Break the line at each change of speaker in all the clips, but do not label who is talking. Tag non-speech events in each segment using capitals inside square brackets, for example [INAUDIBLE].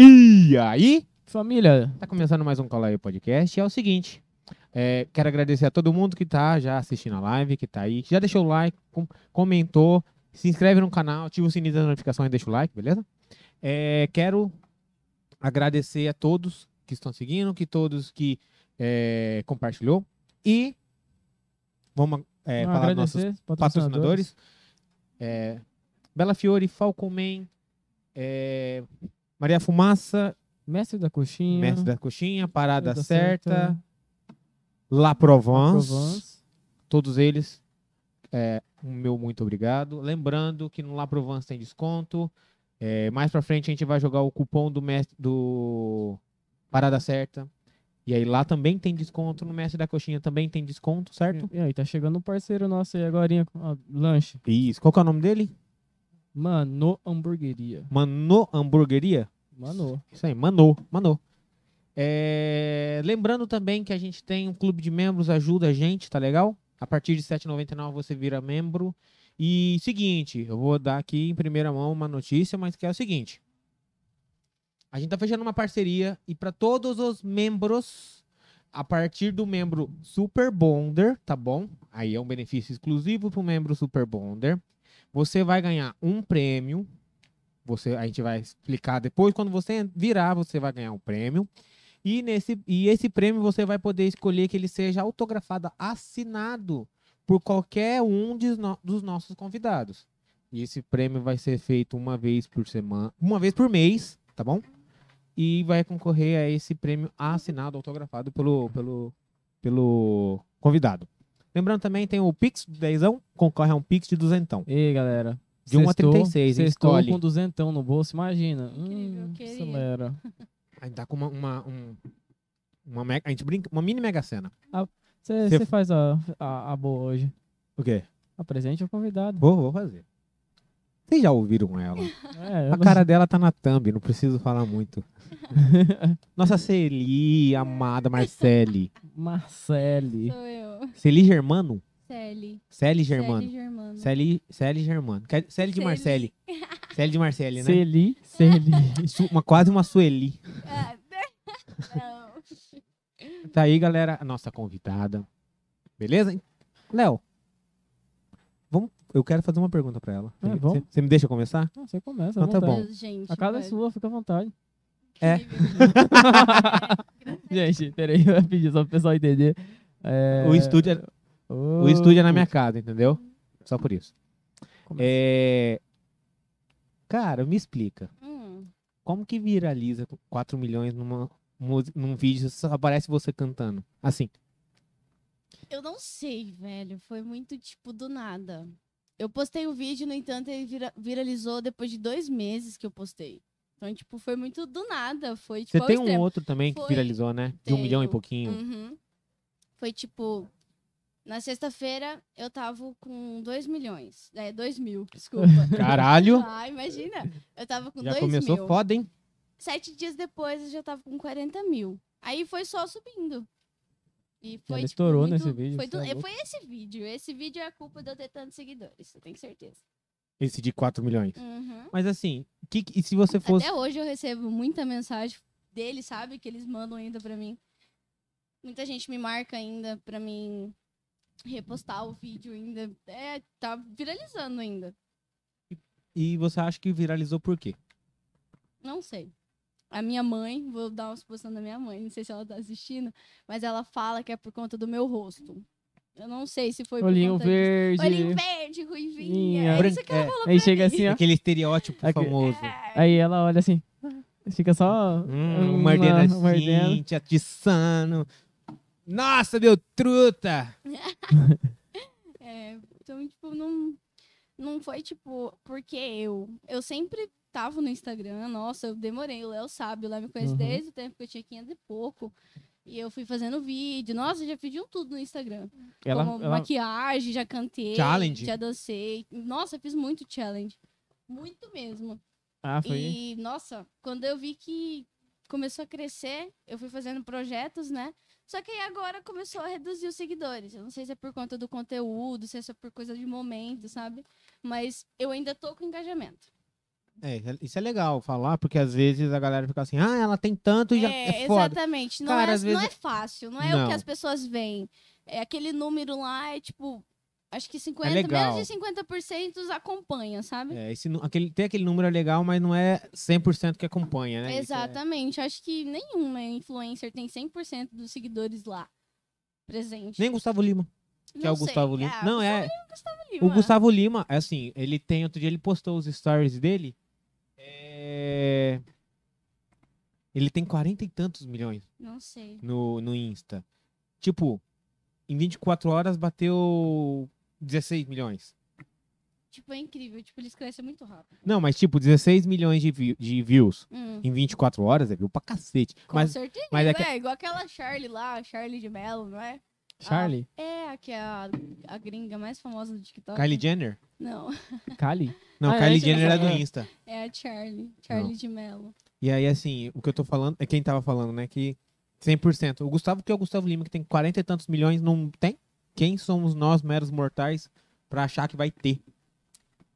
E aí, família? Tá começando mais um Cola aí Podcast. E é o seguinte, é, quero agradecer a todo mundo que tá já assistindo a live, que tá aí, que já deixou o like, com- comentou, se inscreve no canal, ativa o sininho das notificações e deixa o like, beleza? É, quero agradecer a todos que estão seguindo, que todos que é, compartilhou. E vamos é,
Não,
falar dos nossos
agradecer,
patrocinadores. É, Bela Fiore, Falcomen, é, Maria Fumaça,
Mestre da Coxinha.
Mestre da Coxinha, Parada
Parada
Certa,
Certa,
é. La Provence,
Provence.
todos eles, é, o meu muito obrigado. Lembrando que no La Provence tem desconto. É, mais pra frente a gente vai jogar o cupom do, mestre, do Parada Certa. E aí lá também tem desconto, no Mestre da Coxinha também tem desconto, certo?
E aí, tá chegando um parceiro nosso aí agora, lanche.
Isso. Qual que é o nome dele?
Mano Hamburgueria.
Mano Hamburgueria?
Mano.
Isso aí, Manô, Manô. É, Lembrando também que a gente tem um clube de membros, ajuda a gente, tá legal? A partir de R$ 7,99 você vira membro. E seguinte, eu vou dar aqui em primeira mão uma notícia, mas que é o seguinte. A gente tá fechando uma parceria e para todos os membros, a partir do membro Super Bonder, tá bom? Aí é um benefício exclusivo pro membro Super Bonder. Você vai ganhar um prêmio, você a gente vai explicar depois quando você virar você vai ganhar um prêmio e nesse e esse prêmio você vai poder escolher que ele seja autografado assinado por qualquer um de no- dos nossos convidados e esse prêmio vai ser feito uma vez por semana uma vez por mês tá bom e vai concorrer a esse prêmio assinado autografado pelo pelo pelo convidado lembrando também tem o pix de dezão concorre a um pix de duzentão
E aí, galera.
De um a
Sextou,
36, hein?
sextou
Escolhe.
com duzentão no bolso, imagina.
Incrível,
Hum,
queria.
acelera.
a gente tá com uma uma, um- uma mega- a gente brinca uma mini mega cena Cê-
Você faz a, a, a boa hoje.
o quê
Apresente o convidado.
Vou, vou fazer. Vocês já ouviram ela?
É,
A cara dela tá na thumb, não preciso falar [LAUGHS] muito. Nossa Celi, amada Marcele.
Marcele.
Sou eu.
Celi Germano?
Celi.
Celi
Celi
Germano.
Germano.
Celi, Celi Germano. Quer- Celi de [LAUGHS]
Celi.
Marcele. Celi de Marcele, né?
Celi. Celi.
Su- Uma, quase uma Sueli.
Ah, [LAUGHS] não.
Tá aí, galera, a nossa convidada. Beleza? Léo, vamos, eu quero fazer uma pergunta pra ela.
É, vamos.
Você me deixa começar?
Ah, Você começa, à
Então tá
vontade.
Bom.
Deus, gente.
A casa é
vai.
sua, fica à vontade.
É. [LAUGHS]
[LAUGHS] Gente, peraí, eu ia pedir só pro pessoal entender. É,
O estúdio é-
o,
o estúdio é na minha casa, entendeu? Só por isso.
Como assim?
É... Cara, me explica.
Hum,
Como que viraliza 4 milhões numa, mu- num vídeo só aparece você cantando? Assim.
eu não sei, velho. Foi muito, tipo, do nada. Eu postei o vídeo, no entanto, ele vira- viralizou depois de dois meses que eu postei. Então, tipo, foi muito do nada. Foi, tipo,
Você
ao
tem um
extremo.
outro também que
Foi-
viralizou, né? De um
Tenho.
milhão e pouquinho.
Uhum. Foi, tipo... Na sexta-feira, eu tava com 2 milhões. É, 2 mil, desculpa.
Caralho!
Ah, imagina. Eu tava com
Já
2
começou
mil.
foda, hein?
sete dias depois eu já tava com 40 mil. Aí foi só subindo. E foi,
Ela
tipo,
estourou
muito-
nesse vídeo,
Foi,
cê é
do-
louco.
foi esse vídeo. Esse vídeo é a culpa de eu ter tantos seguidores. Eu tenho certeza.
Esse de 4 milhões.
Uhum.
Mas assim, que, que- e se você fosse.
Até hoje eu recebo muita mensagem deles, sabe? Que eles mandam ainda pra mim. Muita gente me marca ainda pra mim repostar o vídeo ainda. É, tá viralizando ainda.
E você acha que viralizou por quê?
Não sei. A minha mãe, vou dar uma suposição da minha mãe, não sei se ela tá assistindo, mas ela fala que é por conta do meu rosto. Eu não sei se foi
Olhinho
por conta disso.
verde.
Olhinho verde, ruivinha.
Vinha.
É isso que ela
É.
falou
Aí
pra
chega
mim.
assim, ó.
Aquele estereótipo
Aqui.
famoso.
É.
Aí ela olha assim. Fica só.
Hum,
uma-
mordendo assim,
mordendo.
te atiçando. Nossa, meu truta!
É, então, tipo, não, não foi, tipo, porque eu. Eu sempre tava no Instagram, nossa, eu demorei, o Léo sabe, o Léo me conhece
Uhum.
desde o tempo que eu tinha 500 e pouco. E eu fui fazendo vídeo, nossa, já pediu tudo no Instagram.
Ela,
como
ela-
maquiagem, já cantei,
Challenge?
já dancei. Nossa, fiz muito challenge. Muito mesmo.
Ah, foi.
E, nossa, quando eu vi que começou a crescer, eu fui fazendo projetos, né? Só que aí agora começou a reduzir os seguidores. Eu não sei se é por conta do conteúdo, se é só por coisa de momento, sabe? Mas eu ainda tô com engajamento.
É, isso é legal falar, porque às vezes a galera fica assim, ah, ela tem tanto e já é, foda.
exatamente. Não,
Cara,
é,
às
não
vezes-
é fácil, não é o
Não.
que as pessoas veem. É aquele número lá é tipo, acho que 50,
É legal.
menos de 50% acompanha, sabe?
É, esse, nu- aquele, tem aquele número é legal, mas não é 100% que acompanha, né? Isso é-
Exatamente. Acho que nenhum né, influencer tem 100% dos seguidores lá presente.
Nem Gustavo Lima, que é o
sei.
Gustavo Lima.
Ah,
não, é.
Gustavo
O
Lima.
Gustavo Lima, é assim, ele tem, outro dia ele postou os stories dele. é, Ele tem 40 e tantos milhões
Não sei.
no, no Insta. Tipo, em 24 horas bateu 16 milhões.
Tipo, é incrível. Tipo, eles crescem muito rápido.
Não, mas tipo, 16 milhões de, vi- de views.
Hum,
Em 24 horas é view pra cacete.
com
Mas,
certeza.
mas é que-
é igual aquela Charlie lá, a Charlie de Mello, não é?
Charlie?
É, a que é a, a gringa mais famosa do TikTok.
é Kylie Jenner?
Não, [LAUGHS]
Cali?
Não,
Ah, é,
Kylie
essa
Jenner era
mesmo,
do
é.
Insta.
é a Charlie. Charlie de Mello.
E aí, assim, o que eu tô falando, é quem tava falando, né? Que 100%. O Gustavo, que é o Gustavo Lima, que tem 40 e tantos milhões, não tem? Quem somos nós, meros mortais, pra achar que vai ter?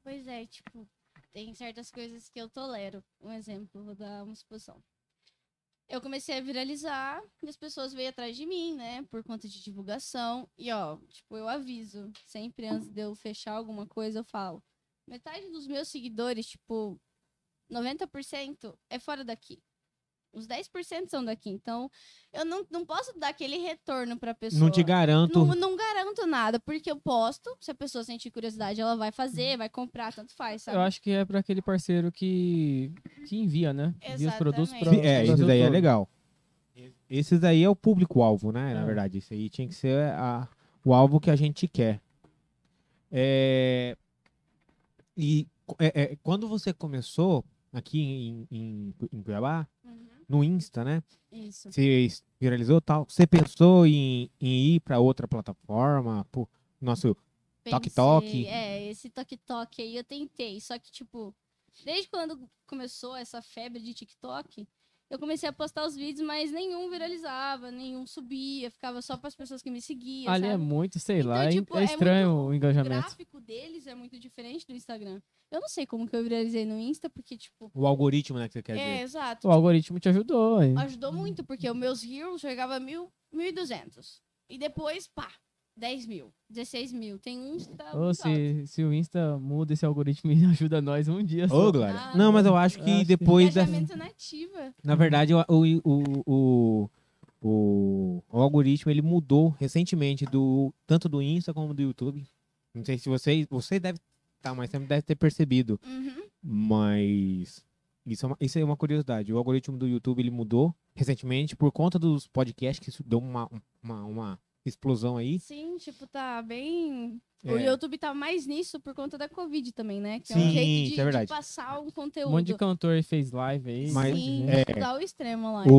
Pois é, tipo, tem certas coisas que eu tolero. Um exemplo, vou dar uma suposição. Eu comecei a viralizar e as pessoas veio atrás de mim, né? Por conta de divulgação. E, ó, tipo, eu aviso. Sempre antes de eu fechar alguma coisa, eu falo. Metade dos meus seguidores, tipo, 90% é fora daqui. Os 10% são daqui. Então, eu não, não posso dar aquele retorno pra pessoa.
Não te garanto.
Não, não garanto nada, porque eu posto. Se a pessoa sentir curiosidade, ela vai fazer, vai comprar, tanto faz, sabe?
Eu acho que é pra aquele parceiro que, que envia, né? Envia os produtos pra.
Exatamente.
É,
pra
isso daí é
produtor.
legal. Esse daí é o público-alvo, né? Na
É.
verdade, isso aí tinha que ser a- o alvo que a gente quer. É, E é, é, quando você começou aqui em, em, em Cuiabá,
Uhum.
no Insta, né?
Isso.
Você viralizou e tal. Você pensou em, em ir pra outra plataforma? Pro nosso. Toque, toque.
É, esse toque-toque aí eu tentei. Só que, tipo, desde quando começou essa febre de TikTok, eu comecei a postar os vídeos, mas nenhum viralizava, nenhum subia, ficava só pras pessoas que me seguiam.
Ali é
sabe?
muito, sei
Então,
lá, é-
tipo,
é
é
estranho o
o
engajamento.
gráfico deles é muito diferente do Instagram. Eu não sei como que eu viralizei no Insta, porque, tipo.
O algoritmo, né? Que você quer
é,
dizer.
exato.
O algoritmo te ajudou, hein?
Ajudou muito, porque os meus reels chegava a mil, 1.200. E depois, pá, 10 mil, 16 mil. Tem uns que tá
Ou
muito alto.
se, se o Insta muda esse algoritmo [LAUGHS] e ajuda nós um dia
Ô,
só.
Glória.
Ah,
não, mas eu acho que
acho que-
depois. da-
Engajamento nativa.
Na verdade, o, o, o, o, o- o algoritmo ele mudou recentemente, do, tanto do Insta como do YouTube. Não sei se vocês. Vocês devem. Tá, mas você deve ter percebido.
Uhum.
Mas. Isso é, uma, isso é uma curiosidade. O algoritmo do YouTube ele mudou recentemente por conta dos podcasts que isso deu uma, uma, uma explosão aí.
Sim, tipo, tá bem. O
É.
YouTube tá mais nisso por conta da Covid também, né? Que é
Sim,
um jeito
isso
de,
é verdade.
de passar um
Um
conteúdo.
monte de cantor aí fez live aí.
né? Mas- é.
Sim,
né?
tipo, dá o extremo lá.
O,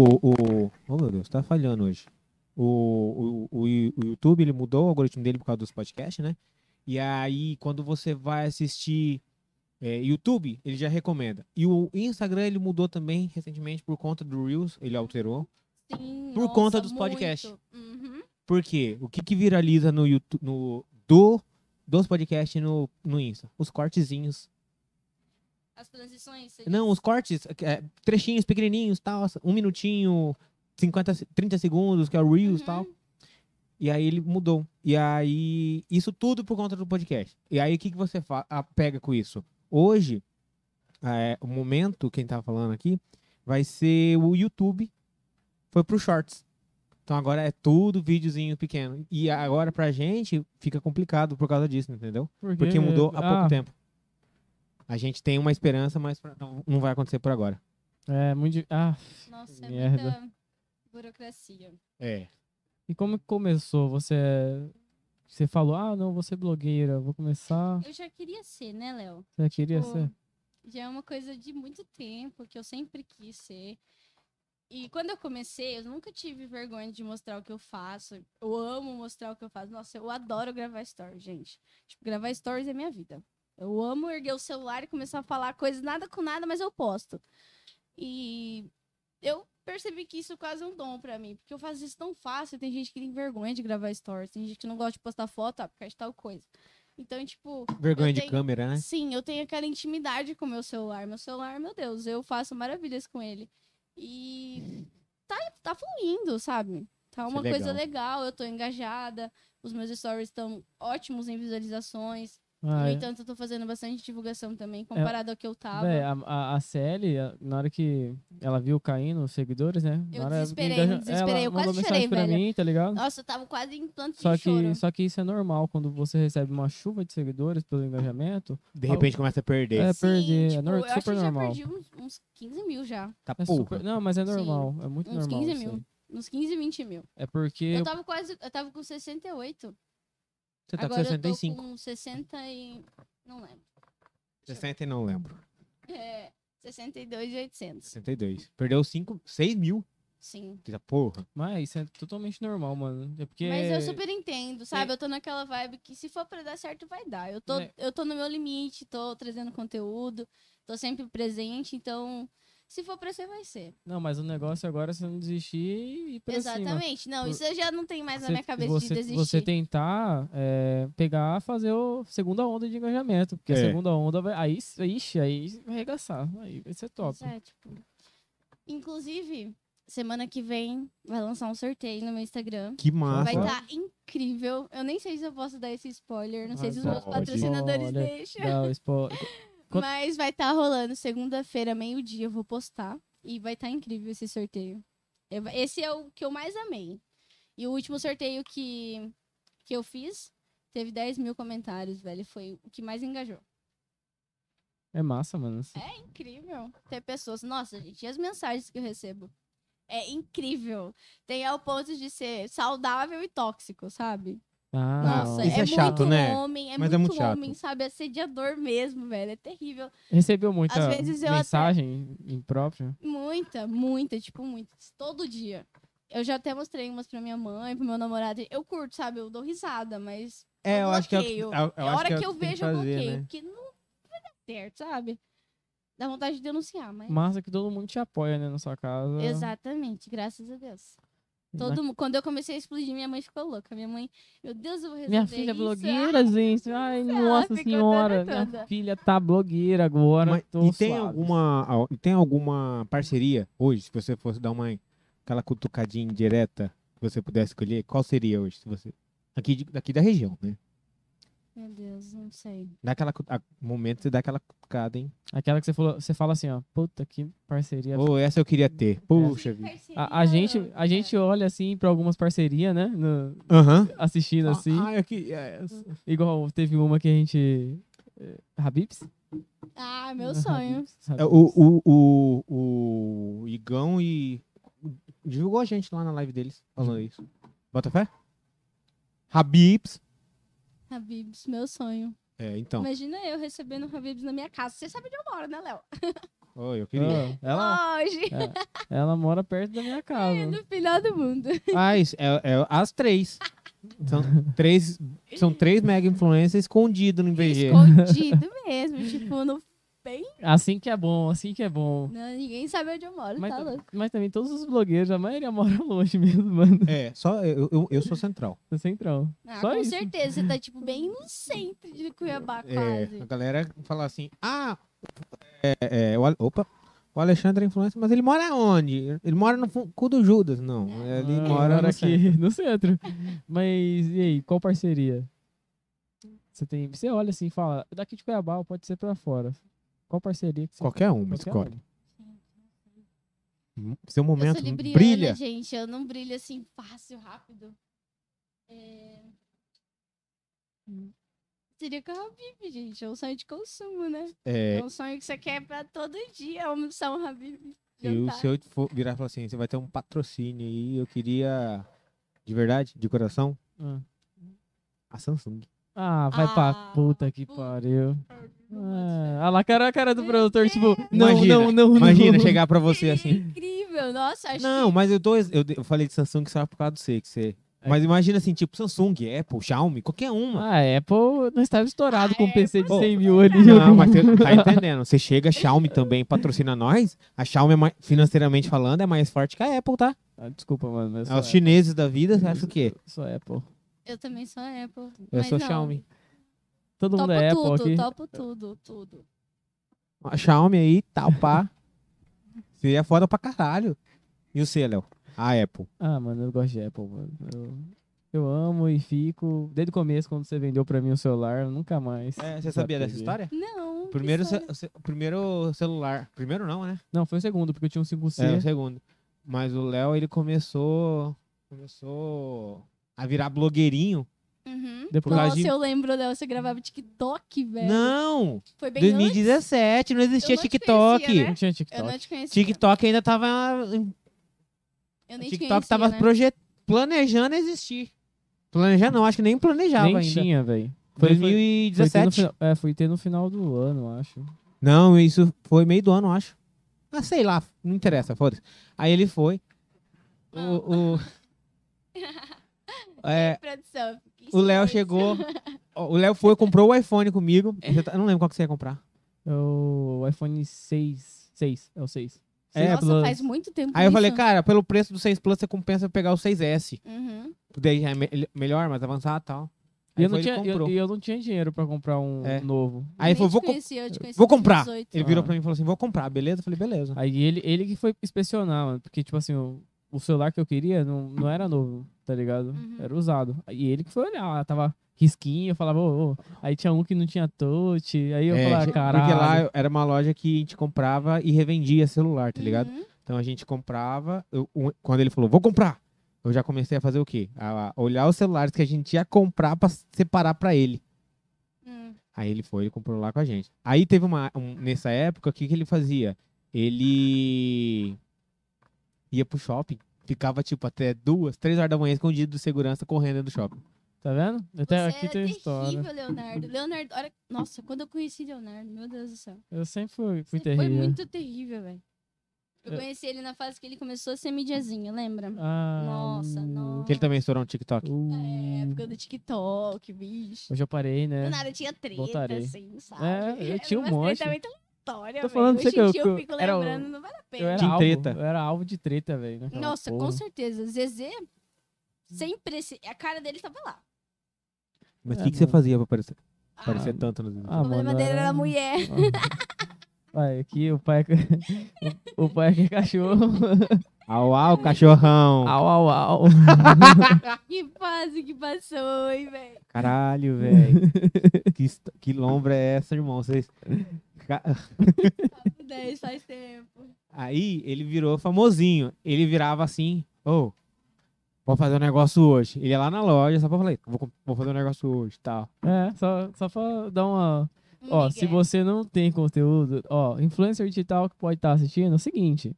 o... Oh, meu Deus, tá falhando hoje. O, o, o, o YouTube, ele mudou o algoritmo dele por causa dos podcasts, né? E aí, quando você vai assistir é, YouTube, ele já recomenda. E o Instagram, ele mudou também recentemente por conta do Reels, ele alterou.
Sim,
por
nossa,
conta dos
muito.
podcasts.
Uhum.
Por quê? O que, que viraliza no YouTube, no, do, dos podcasts no, no Insta? Os cortezinhos.
As transições. você
Não, os cortes, é, trechinhos pequenininhos, tal, um minutinho, 50, se- 30 segundos, que é o Reels e
Uhum.
tal. E aí ele mudou. E aí, isso tudo por conta do podcast. E aí, o que, que você fa- a- pega com isso? Hoje, é, o momento, quem tá falando aqui, vai ser o YouTube. Foi pro Shorts. Então agora é tudo videozinho pequeno. E agora pra gente fica complicado por causa disso, entendeu? Porque mudou há pouco
ah,
tempo. A gente tem uma esperança, mas pra- não, não vai acontecer por agora.
É, muito. di- Ah,
diz. Nossa, é
Merda.
muita burocracia.
É.
e como que começou? Você. Você falou, ah, não, vou ser blogueira, vou começar.
Eu já queria ser, né, Léo?
Você queria
Tipo,
ser?
Já é uma coisa de muito tempo que eu sempre quis ser. E quando eu comecei, eu nunca tive vergonha de mostrar o que eu faço. Eu amo mostrar o que eu faço. Nossa, eu adoro gravar stories, gente. Tipo, gravar stories é minha vida. Eu amo erguer o celular e começar a falar coisas nada com nada, mas eu posto. E eu percebi que isso quase é um dom pra mim, porque eu faço isso tão fácil. Tem gente que tem vergonha de gravar stories, tem gente que não gosta de postar foto, ah, por causa de tal coisa. Então, tipo,
Vergonha
Eu
de
tenho-
câmera, né?
Sim, eu tenho aquela intimidade com o meu celular. Meu celular, meu Deus, eu faço maravilhas com ele. E tá, tá fluindo, sabe?
Isso
Tá
é
uma coisa
legal.
legal, eu tô engajada, os meus stories estão ótimos em visualizações.
Ah,
no
é.
entanto, eu tô fazendo bastante divulgação também, comparado ao que eu tava.
Véi, a, a, a CL, a- na hora que ela viu caindo os seguidores, né?
Eu
na hora
desesperei,
engaja-
desesperei,
Ela
eu quase
mandou mensagem
chorei,
pra
velho.
mim, tá ligado?
Nossa, eu tava quase em tanto
Só
de
que,
choro.
só que isso é normal, quando você recebe uma chuva de seguidores pelo engajamento,
De repente começa a perder.
É,
Sim, tipo,
perder, é nor-
eu acho
super
que
normal.
já perdi uns, uns 15 mil já.
tá
é
pouco.
super... Não, mas é
Sim,
normal, é muito
uns
normal.
15
isso
mil.
aí.
Uns 15, 20 mil.
É porque...
Eu tava quase. Eu tava com 68.
Você tá com
Agora
65.
eu tô com 60 e. Não lembro. um
60 e não lembro.
É. 62,800.
62. Perdeu 5, 6 mil.
Sim.
Eita Porra.
Mas isso é totalmente normal, mano. É porque...
Mas eu super entendo, sabe? Eu tô naquela vibe que se for pra dar certo, vai dar. Eu tô,
Né.
eu tô no meu limite, tô trazendo conteúdo, tô sempre presente, então. Se for pra ser, vai ser.
Não, mas o negócio agora é você não desistir e ir pra cima.
Exatamente. Não,
Por-
isso eu já não tenho mais na
Você-
minha cabeça
você,
de desistir.
Você tentar é, pegar, fazer a segunda onda de engajamento. Porque
É.
a segunda onda vai. Aí, ixi, aí vai arregaçar. Aí vai ser top.
Pois é, tipo. Inclusive, semana que vem vai lançar um sorteio no meu Instagram.
Que massa.
Vai tá, estar incrível. Eu nem sei se eu posso dar esse spoiler. Não sei se os meus
Pode.
patrocinadores
Olha.
deixam.
Dá o spo- Quant-
Mas vai estar rolando segunda-feira, meio-dia. Eu vou postar. E vai estar incrível esse sorteio. Eu- Esse é o que eu mais amei. E o último sorteio que, que eu fiz teve 10 mil comentários, velho. Foi o que mais engajou.
É massa, mano.
incrível ter pessoas. Nossa, gente, e as mensagens que eu recebo? É incrível. Tem ao ponto de ser saudável e tóxico, sabe?
Ah,
Nossa,
isso é
é,
chato,
muito
né?
homem, é
Mas
muito,
é muito chato.
homem, sabe? Assediador mesmo, velho. É terrível.
Recebeu muita
Às vezes eu até-
mensagem imprópria.
Muita, muita, tipo, muita. Todo dia. Eu já até mostrei umas pra minha mãe, pro meu namorado. Eu curto, sabe? Eu dou risada, mas.
É, eu acho que é o que-
bloqueio.
eu- eu acho
É a hora
que
que,
é o
eu
que tem que
vejo, eu
fazer,
bloqueio.
né?
Porque não vai dar certo, sabe? Dá vontade de denunciar, mas.
Massa que todo mundo te apoia, né, na sua casa.
Exatamente, graças a Deus. Todo mundo, quando eu comecei a explodir, minha mãe ficou louca. Minha mãe, meu Deus, eu vou resolver
Minha filha é
isso. Ah,
blogueira,
Ai,
gente. Ai,
Ela
nossa
ficou
senhora.
toda,
Minha
toda.
filha tá blogueira agora.
Mas-
tô
e tem
suave.
alguma, al- e tem alguma parceria hoje, se você fosse dar uma aquela cutucadinha indireta que você pudesse escolher, qual seria hoje, se você aqui de- daqui da região, né?
Meu Deus, não sei.
Dá aquela cu- a- momento você dá aquela cutucada, hein?
Aquela que você falou, você fala assim, ó, puta que parceria.
Ou essa é eu queria ter.
Assim,
Puxa vida.
A, a gente, a
é.
gente olha assim pra algumas parcerias, né? no-
Aham.
assistindo assim.
Ah, eu que- é,
Igual teve uma que a gente. eh, Habibs?
Ah,
[LAUGHS]
meu sonho.
Habib's,
é,
Habib's.
o, o, o, o Igão e divulgou a gente lá na live deles falando isso. Bota fé? Habibs.
Habibs, meu sonho.
É, então.
Imagina eu recebendo Habibs na minha casa. Você sabe onde eu moro, né, Léo?
Oi, eu [LAUGHS] queria.
Ah, ela,
Hoje,
ela mora perto da minha casa.
no final do mundo.
Ah, isso, é, é as três. São três, são três mega influencers escondidos no IBG.
Escondido mesmo, tipo, no...
Assim que é bom, assim que é bom.
não, ninguém sabe onde eu moro,
Mas,
tá louco?
mas também todos os blogueiros, a maioria mora [LAUGHS] longe mesmo, mano.
É, só eu, eu, eu sou central.
Do central.
Ah,
Só
com
isso.
certeza, você tá, tipo, bem no centro de Cuiabá,
É,
quase.
a galera fala assim: ah, é, é, o Ale- opa, o Alexandre é influencer, mas ele mora onde? Ele mora no fu- cu do Judas. Não, ele
Ah,
mora no
aqui
centro.
no centro. Mas e aí, qual parceria? Você tem, você olha assim e fala, daqui de Cuiabá ou pode ser pra fora. Qual parceria que você
Qualquer um. uma,
tem?
escolhe. Hum,
uma.
Seu
Eu
momento
sou libriana,
brilha.
gente. Eu não brilho assim fácil, rápido. É... Seria com a Habib, gente. É um sonho de consumo, né?
É,
É, um sonho que você quer pra todo dia. Almoçar um Habib.
eu,
jantar.
se eu for virar e falar assim: você vai ter um patrocínio aí, eu queria, de verdade, de coração,
Ah.
a Samsung.
Ah, vai pra
Ah,
puta que
puta.
pariu. Ah, olha lá, cara, a cara do produtor, tipo, não,
Imagina,
não, não, não.
Imagina chegar pra você assim.
Incrível, nossa. Acho
Não, mas eu, tô, eu, de- eu falei de Samsung só por causa do C, que você.
É.
Mas imagina assim, tipo Samsung, Apple, Xiaomi, qualquer uma.
Ah, a Apple não estava estourado
A
com um PC de
Apple-
100 mil ali.
Não, mas você tá entendendo. Você chega, Xiaomi também patrocina nós. A Xiaomi, é mais- financeiramente falando, é mais forte que a Apple, tá? É
Ah, desculpa, mano, mas eu
Os
sou, é,
chineses da vida, você acha o quê?
sou Apple. É
que eu também sou a Apple.
Eu
mas
sou
não,
É Xiaomi.
Todo mundo
Topo
é Apple
tudo,
aqui.
topo tudo, tudo.
A Xiaomi aí, tal, pá. Você é foda pra caralho. E o seu, Léo? A Apple.
Ah, mano, eu gosto de Apple, mano. Eu, eu amo e fico. Desde o começo, quando você vendeu pra mim o celular, eu nunca mais.
É, você sabia dessa
desapeguei.
história?
Não. que
Primeiro, ce-
história.
ce- primeiro celular. Primeiro não, né?
Não, foi o segundo, porque eu tinha um 5C.
É, o segundo. Mas o Léo, ele começou. Começou a virar blogueirinho.
Uhum.
Depois
Por
Nossa,
causa de-
eu lembro, Léo, você gravava TikTok, velho.
Não!
Foi bem antes.
2017, não existia
Eu não te
TikTok.
conhecia,
não
né?
tinha
Eu não
TikTok.
te conhecia.
TikTok ainda tava. em-
Eu nem te
TikTok
conhecia,
tava
né?
projet... planejando existir. Planejando não, acho que nem planejava
Nem
ainda.
tinha, velho. Foi- foi- Foi ter, no
2017.
final, é, foi ter no final do ano, acho.
Não, isso foi meio do ano, acho. Ah, sei lá, não interessa, foda-se. Aí ele foi. O, o, [LAUGHS]
[LAUGHS]
é,
Produção, que
o Léo
silêncio.
chegou. ó, O Léo foi, comprou o iPhone comigo. Você tá- Eu não lembro qual que você ia comprar.
É O iPhone 6. 6, é o 6.
É,
Seis
Nossa,
Plus.
faz um muito tempo
Aí eu
isso.
falei, cara, pelo preço do 6 Plus, você compensa eu pegar o 6S.
Uhum.
Daí já é me- melhor, mais avançado e tal.
E
Aí
eu, não
foi, ele
tinha, eu,
comprou.
e eu não tinha dinheiro pra comprar um
É.
novo.
Aí ele
Nem
falou,
te
vou, com-
conhecia, eu te conheci
vou
em
comprar.
2018.
ele
Ah.
virou pra mim e falou assim, vou comprar, beleza? Eu falei, beleza.
Aí ele, ele que foi inspecionar, mano. Porque, tipo assim, o, o celular que eu queria não, não era novo, tá ligado?
Uhum.
Era usado. E ele que foi olhar, tava risquinho, eu falava, ô, ô. Aí tinha um que não tinha touch. Aí eu
É,
falava, caralho.
Porque lá era uma loja que a gente comprava e revendia celular, tá ligado?
Uhum.
Então a gente comprava. eu- um- quando ele falou, vou comprar, eu já comecei a fazer o quê? A, a olhar os celulares que a gente ia comprar pra separar pra ele.
Hum.
Aí ele foi e comprou lá com a gente. Aí teve uma. um- nessa época, o que, que ele fazia? Ele ia pro shopping, ficava tipo até duas, três horas da manhã escondido do segurança correndo dentro do shopping.
Tá vendo?
Você
Até aqui
era
tem uma
terrível,
história.
Leonardo. Leonardo, olha... Nossa, quando eu conheci Leonardo, meu Deus do céu.
Eu sempre fui, fui
Você foi
terrível.
muito terrível, velho. Eu
É.
Eu-
conheci ele na fase que ele começou a ser midiazinha, lembra?
Ah,
Nossa,
uh,
nossa.
hum. Que ele também estourou um TikTok.
uh.
É, época do TikTok, bicho.
Hoje eu parei, né?
Leonardo tinha treta,
Voltarei.
assim, sabe?
É, eu tinha um
Umas
monte.
treta muito aleatória,
Tô
velho.
falando pra você
Hoje
que
em
eu-
dia
que eu
eu fico
era o-
lembrando, não vale a
Eu
pena.
era,
Tinha
alvo,
treta.
eu era alvo de treta, velho. naquela
Nossa,
porra.
com certeza. Zezé, sempre esse... A cara dele tava lá.
Mas o
É,
que, que você
mano.
fazia pra parecer,
Ah,
parecer tanto nos vídeos?
Ah,
o problema
mano,
dele
era
era a
um-
mulher. [LAUGHS]
Vai, aqui o pai é ca- [LAUGHS] o pai é que é cachorro.
Au, au, cachorrão!
au, au, au.
Que fase que passou, hein, velho?
Caralho, [LAUGHS] velho. que, hist- que lombra é essa, irmão? Vocês. Ca-
Papo 10 faz tempo.
Aí ele virou famosinho. Ele virava assim, ô, vou fazer um negócio hoje. Ele ia lá na loja, só pra falar, vou, com- vou fazer um negócio hoje tal.
É, só, só pra dar uma. Ó, se
Miguel.
você não tem conteúdo, ó, influencer digital que pode estar assistindo, é o seguinte.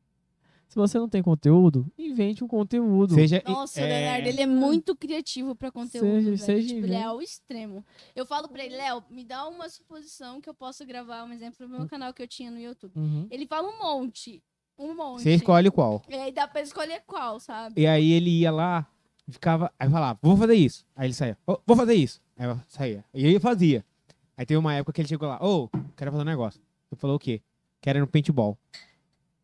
Se você não tem conteúdo, invente um conteúdo.
Seja,
Nossa,
é,
o Leonardo, ele é muito criativo pra conteúdo,
Seja-
velho.
seja
tipo, ele é
invento.
ao extremo. Eu falo pra ele, Léo, me dá uma suposição que eu posso gravar um exemplo
Hum.
do meu canal que eu tinha no YouTube.
Uhum.
Ele fala um monte. Um monte.
Você escolhe qual.
E aí dá pra escolher qual, sabe?
E aí ele ia lá, ficava, aí falava, vou fazer isso. Aí ele saía, "Ô, vou fazer isso. Aí eu saía. E aí eu fazia. Aí teve uma época que ele chegou lá, ô, quero fazer um negócio. Ele falou o quê? Quero ir no paintball.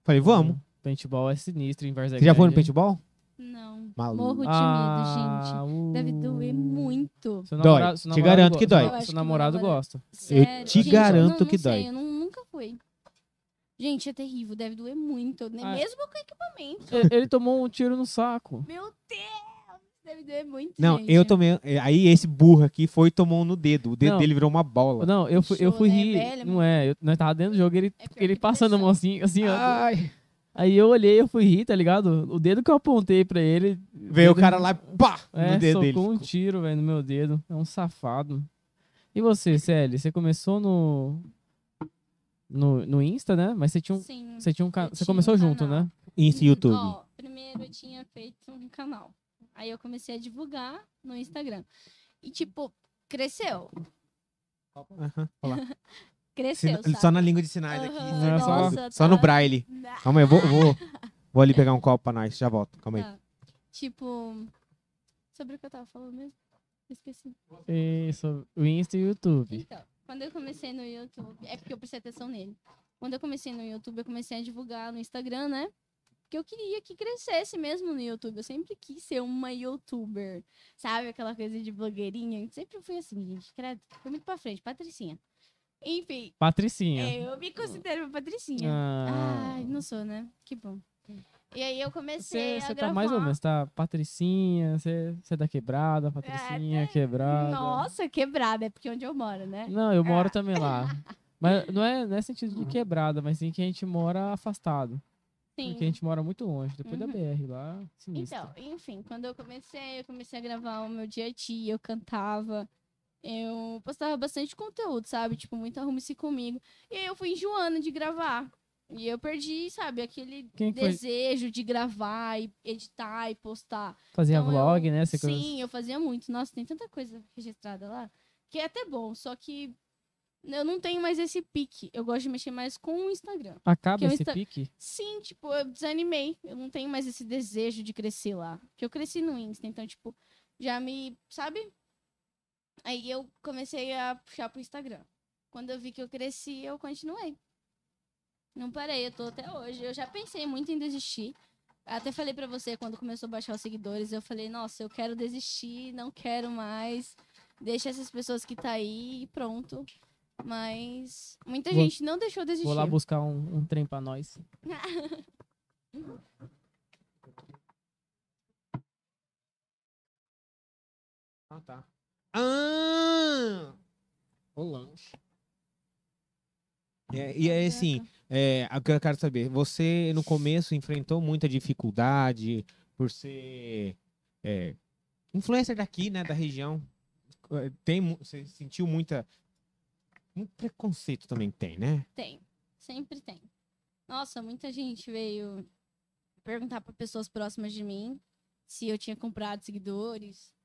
Falei, vamos.
Paintball é sinistro em Varzegrande.
Você já foi no paintball?
Não.
Maluco.
Morro de medo, gente. Deve doer muito.
Ah, uh. Seu
Dói.
namorado, seu
Te
namorado
garanto
go-
que dói.
seu-
Eu acho
Seu
que
namorado
meu namorado-
gosta.
Sério.
te
Gente,
garanto
não, não
que
sei,
dói.
Eu não, nunca fui. Gente, é terrível. Deve doer muito. nem
Ah.
Mesmo com equipamento.
Ele- Ele tomou um tiro no saco.
Meu Deus! Deve doer muito,
Não,
gente.
eu tomei. Aí esse burro aqui foi e tomou um no dedo. O dedo
Não.
dele virou uma bola.
Não, eu fui, eu
Show,
fui
né,
rir.
velho?
não é, eu, nós tava dentro do jogo, ele,
É pior
ele
que
passando a
depressão.
mão assim, assim, ó.
Ai.
Aí eu olhei, eu fui rir, tá ligado? O dedo que eu apontei pra ele.
Veio o
dedo-
cara lá, pá,
é,
no dedo
socou
dele.
um tiro, velho, no meu dedo. É um safado. E você, Célio, você começou no, no. No Insta, né? Mas você tinha um.
Sim.
Você, tinha um ca-
eu
você
tinha
começou
um
junto,
canal.
né?
Isso, YouTube.
Ó, primeiro eu tinha feito um canal. Aí eu comecei a divulgar no Instagram. E, tipo, cresceu.
Aham, olha lá.
Cresceu,
Sina-
sabe?
só na língua de sinais aqui.
Aham,
né? só,
nossa,
só no
tá.
braille. Calma aí, eu vou, vou, vou ali pegar um copo pra nós. Já volto. Calma
é
aí.
Tá. Tipo, sobre o que eu tava falando mesmo? Esqueci.
Isso, o Insta e o YouTube.
Então, quando eu comecei no YouTube, é porque eu prestei atenção nele. Quando eu comecei no YouTube, eu comecei a divulgar no Instagram, né? Porque eu queria que crescesse mesmo no YouTube. Eu sempre quis ser uma youtuber. Sabe? Aquela coisa de blogueirinha. Eu sempre fui assim, gente. Credo. Fui muito pra frente. Patricinha. Enfim,
Patricinha.
é, eu me considero uma Patricinha.
Ah,
Ai, não sou, né? Que bom. E aí eu comecei
Você
a
você
gravar.
tá mais ou menos, tá? Patricinha, você você é da quebrada,
É, né?
Patricinha, quebrada.
Nossa, quebrada. É porque é onde eu moro, né?
Não, eu moro também lá. Mas não é, não é sentido de quebrada, mas sim que a gente mora afastado.
Sim.
Porque a gente é mora muito longe, depois da
Uhum.
BR lá, sinistro.
Então, enfim, quando eu comecei, eu comecei a gravar o meu dia a dia, eu cantava, eu postava bastante conteúdo, sabe? Tipo, muito arrume-se comigo. E aí eu fui enjoando de gravar. E eu perdi, sabe, aquele
Quem que foi?
desejo de gravar e editar e postar.
Fazia
Então,
vlog, né? Essa coisa-
Sim, eu fazia muito. Nossa, tem tanta coisa registrada lá. Que é até bom, só que eu não tenho mais esse pique. Eu gosto de mexer mais com o Instagram.
Acaba
que eu
esse
insta-
pique?
Sim, tipo, eu desanimei. Eu não tenho mais esse desejo de crescer lá. Porque eu cresci no Insta, então, tipo, já me. Sabe? Aí eu comecei a puxar pro Instagram. Quando eu vi que eu cresci, eu continuei. Não parei, eu tô até hoje. Eu já pensei muito em desistir. Até falei pra você quando começou a baixar os seguidores, eu falei, nossa, eu quero desistir, não quero mais. Deixa essas pessoas que tá aí e pronto. Mas muita
Vou-
gente não deixou desistir.
Vou lá buscar um, um trem pra nós.
Ah, tá. Ah! O lanche. É, e aí, assim, é, a que eu quero saber, você no começo enfrentou muita dificuldade por ser é, influencer daqui, né, da região. Eh, Tem, mu- você sentiu muita... Muito preconceito também tem, né?
Tem. Sempre tem. Nossa, muita gente veio perguntar para pessoas próximas de mim se eu tinha comprado seguidores,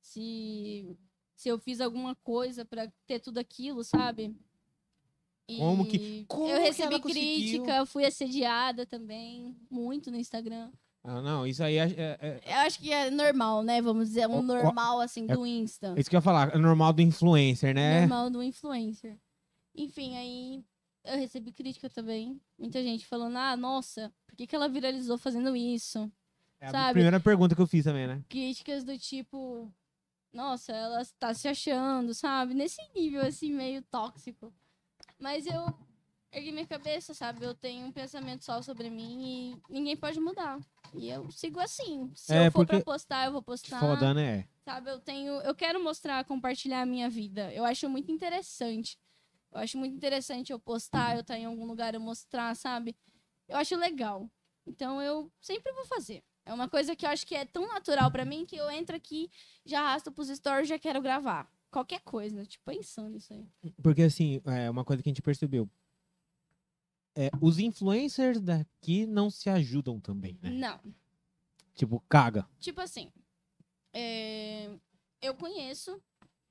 se, se eu fiz alguma coisa para ter tudo aquilo, sabe? E
Como que- como que
eu recebi
ela conseguiu?
crítica, eu fui assediada também, muito no Instagram.
Ah, não, isso aí é, é- é-
Eu acho que é normal, né? Vamos dizer,
Ó, ó,
um normal assim do Insta.
é isso que eu ia falar, é normal do influencer, né?
normal do influencer. Enfim, aí eu recebi crítica também. Muita gente falando, ah, nossa, por que, que ela viralizou fazendo isso?
É a
sabe?
primeira pergunta que eu fiz também, né?
Críticas do tipo, nossa, ela tá se achando, sabe? Nesse nível, assim, meio tóxico. Mas eu ergui minha cabeça, sabe? Eu tenho um pensamento só sobre mim e ninguém pode mudar. E eu sigo assim. Se
É,
eu for
porque-
pra postar, eu vou postar.
Foda, né?
Sabe, eu tenho. Eu quero mostrar, compartilhar a minha vida. Eu acho muito interessante. Eu acho muito interessante eu postar, eu estar em algum lugar, eu mostrar, sabe? Eu acho legal. Então eu sempre vou fazer. É uma coisa que eu acho que é tão natural pra mim que eu entro aqui, já arrasto pros stories já quero gravar. Qualquer coisa, tipo, pensando nisso aí.
Porque, assim, é uma coisa que a gente percebeu. É, os influencers daqui não se ajudam também, né?
Não.
Tipo, caga.
Tipo assim, é, eu conheço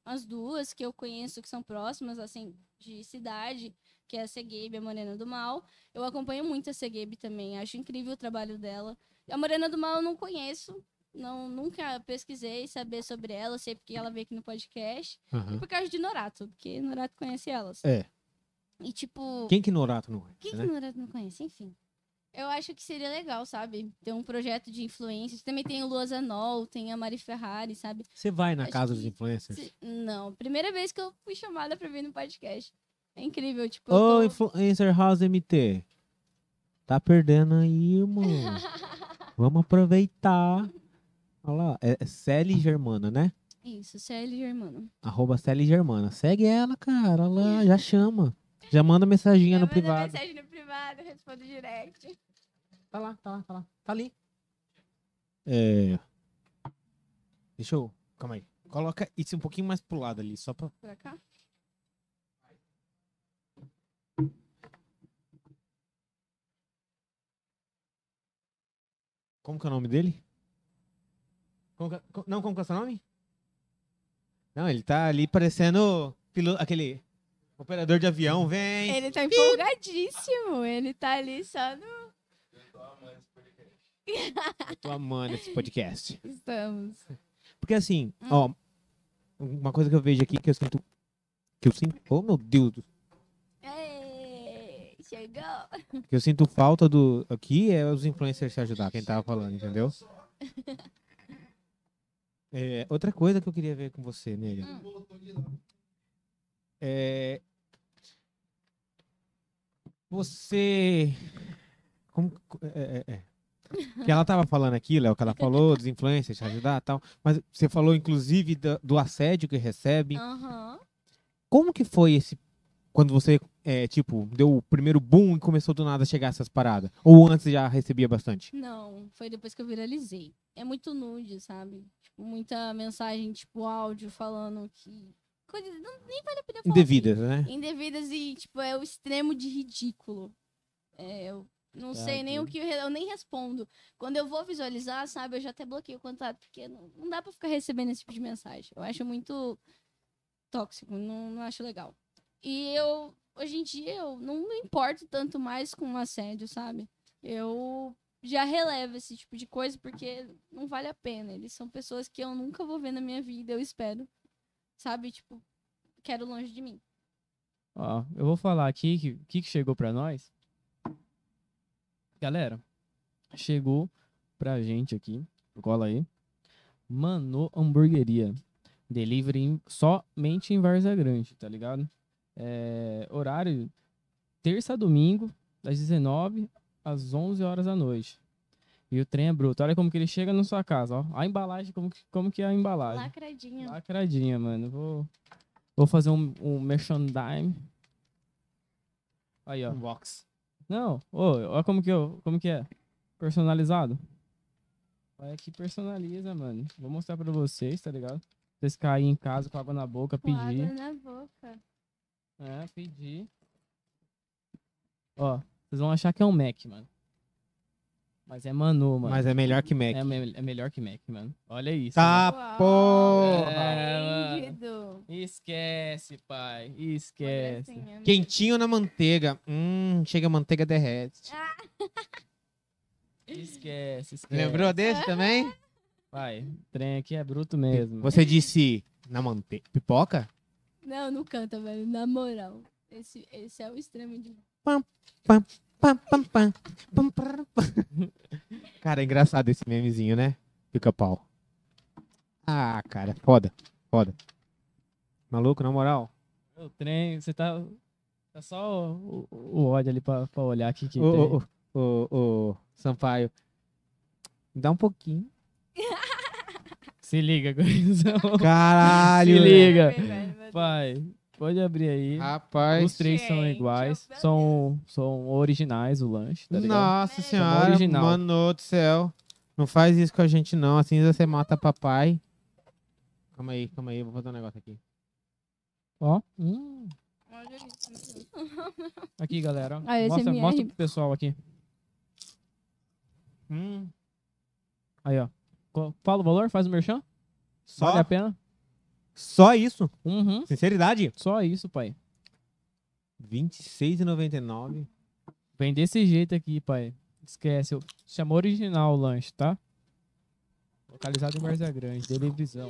as duas que eu conheço que são próximas, assim, de cidade, que é a Segebe e a Morena do Mal. Eu acompanho muito a Segebe também, acho incrível o trabalho dela. A Morena do Mal eu não conheço, não, nunca pesquisei saber sobre ela, sei porque ela veio aqui no podcast. E por causa de Norato, porque Norato conhece elas.
É.
E tipo.
Quem que Norato não é?
Quem que
né?
Nora não conhece? Enfim. Eu acho que seria legal, sabe? Ter um projeto de influência. Também tem o Lua Zanol, tem a Mari Ferrari, sabe?
Você vai na
Acho
casa dos
que-
influencers?
Se- Não, primeira vez que eu fui chamada pra vir no podcast. É incrível, tipo,
Ô,
eu tô...
Influencer House MT. Tá perdendo aí,
[LAUGHS]
mano. Vamos aproveitar. Olha lá, é é Celi Germana, né?
Isso, Célia Germano.
Arroba Celi Germana. Segue ela, cara. Olha lá, já chama. Já manda mensaginha no
Manda
privado.
mensagem no privado, eu respondo direct.
Tá lá, tá lá, tá lá. Tá ali. É. Deixa eu. Calma aí. Coloca isso um pouquinho mais pro lado ali, só pra.
Pra cá.
Como que é o nome dele? Como que é- co- Não, como que é o seu nome? Não, ele tá ali parecendo pilo... aquele operador de avião, vem.
Ele tá empolgadíssimo, ele tá ali só no...
Eu tô amando esse podcast.
Estamos.
Porque assim, ó, uma coisa que eu vejo aqui que eu sinto. Que eu sinto. Oh, meu Deus. do-
Ei. Chegou.
O que eu sinto falta do aqui é os influencers te ajudar, quem tava falando, entendeu? É, outra coisa que eu queria ver com você, nega. É, você. Como. É, é, é. Que ela tava falando aqui, Léo, que ela falou dos influencers te ajudar e tal. Mas você falou, inclusive, da- do assédio que recebe.
Aham.
Como que foi esse. Quando você, é, tipo, deu o primeiro boom e começou do nada a chegar essas paradas? Ou antes já recebia bastante?
Não, foi depois que eu viralizei. É muito nude, sabe? Tipo, muita mensagem, tipo, áudio falando que. Coisa... Não, nem vale a pena falar.
Indevidas, né?
É,
aqui. Indevidas e, tipo, é o extremo de ridículo. É, eu não
Tá,
sei nem o
ok.
que. Eu, eu nem respondo. Quando eu vou visualizar, sabe? Eu já até bloqueio o contato, porque não, não dá pra ficar recebendo esse tipo de mensagem. Eu acho muito tóxico, não, não acho legal. E eu, hoje em dia, eu não me importo tanto mais com o assédio, sabe? Eu já relevo esse tipo de coisa porque não vale a pena. Eles são pessoas que eu nunca vou ver na minha vida, eu espero. Sabe? Tipo, quero longe de mim.
Ó, eu vou falar aqui que o que, que chegou pra nós. Galera, chegou pra gente aqui, cola aí. Mano Hamburgueria. Delivery em- somente em Várzea Grande, tá ligado? É, horário terça a domingo, das 19 às 11 horas da noite. E o trem é bruto. Olha como que ele chega na sua casa, ó. A embalagem, como que, como que é a embalagem?
Lacradinha.
Lacradinha, mano. Vou, vou fazer um, um merchandime. Aí, ó.
Box.
Não, ô, olha como que, eu, como que é. Personalizado. Olha que personaliza, mano. Vou mostrar pra vocês, tá ligado? Vocês caírem em casa com água na boca,
Com água
pedir.
na boca.
É, pedir. Ó, vocês vão achar que é um Mac, mano. Mas é Manu, mano.
Mas é melhor que Mac.
é, me- é melhor que Mac, mano. Olha isso. mano.
Tá,
Uau,
porra!
É,
entendido. assim,
Esquece, pai. Esquece.
Lacradinha.
Quentinho na manteiga. Hum, chega a manteiga derrete.
Ah. Esquece, esquece.
Lembrou desse
[LAUGHS]
também?
Pai, o trem aqui é bruto mesmo.
Você disse na manteiga. Pipoca?
Não, não canta, velho. Na moral. Esse, esse é o extremo de.
Pam, pam, pam. Pam, pam,
[LAUGHS]
pam. Cara, é engraçado esse memezinho, né? Fica pau. Ah, cara, foda. Foda. Maluco, na moral.
O trem, você tá. Tá só o, o- o ódio ali pra, pra olhar aqui. Que tem.
Ô, ô, ô, ô, ô, Sampaio. Dá um
[LAUGHS]
pouquinho.
Se liga, [LAUGHS] gurizão.
Caralho.
Se liga.
Ai, velho, meu
Pai, pode abrir aí. Os
Rapaz.
três são
Gente,
iguais.
meu
São, são originais o lanche, tá ligado?
Nossa
Mega.
senhora,
Original.
mano do céu. Não faz isso com a gente, não. Assim você mata papai. Calma aí, calma aí, eu vou fazer um negócio aqui.
Ó. Hum.
Deus. Olha isso.
Aqui, galera. ó.
Ah, esse é
mostra,
MR.
mostra pro pessoal aqui.
Hum,
Aí, ó. Co- Fala o valor, faz o merchan.
só,
Vale a pena?
só isso?
Uhum.
Sinceridade?
Só isso, pai.
R$26,99.
Vem desse jeito aqui, pai. Esquece. eu- Chama original o lanche, tá? Localizado em Várzea Grande, televisão.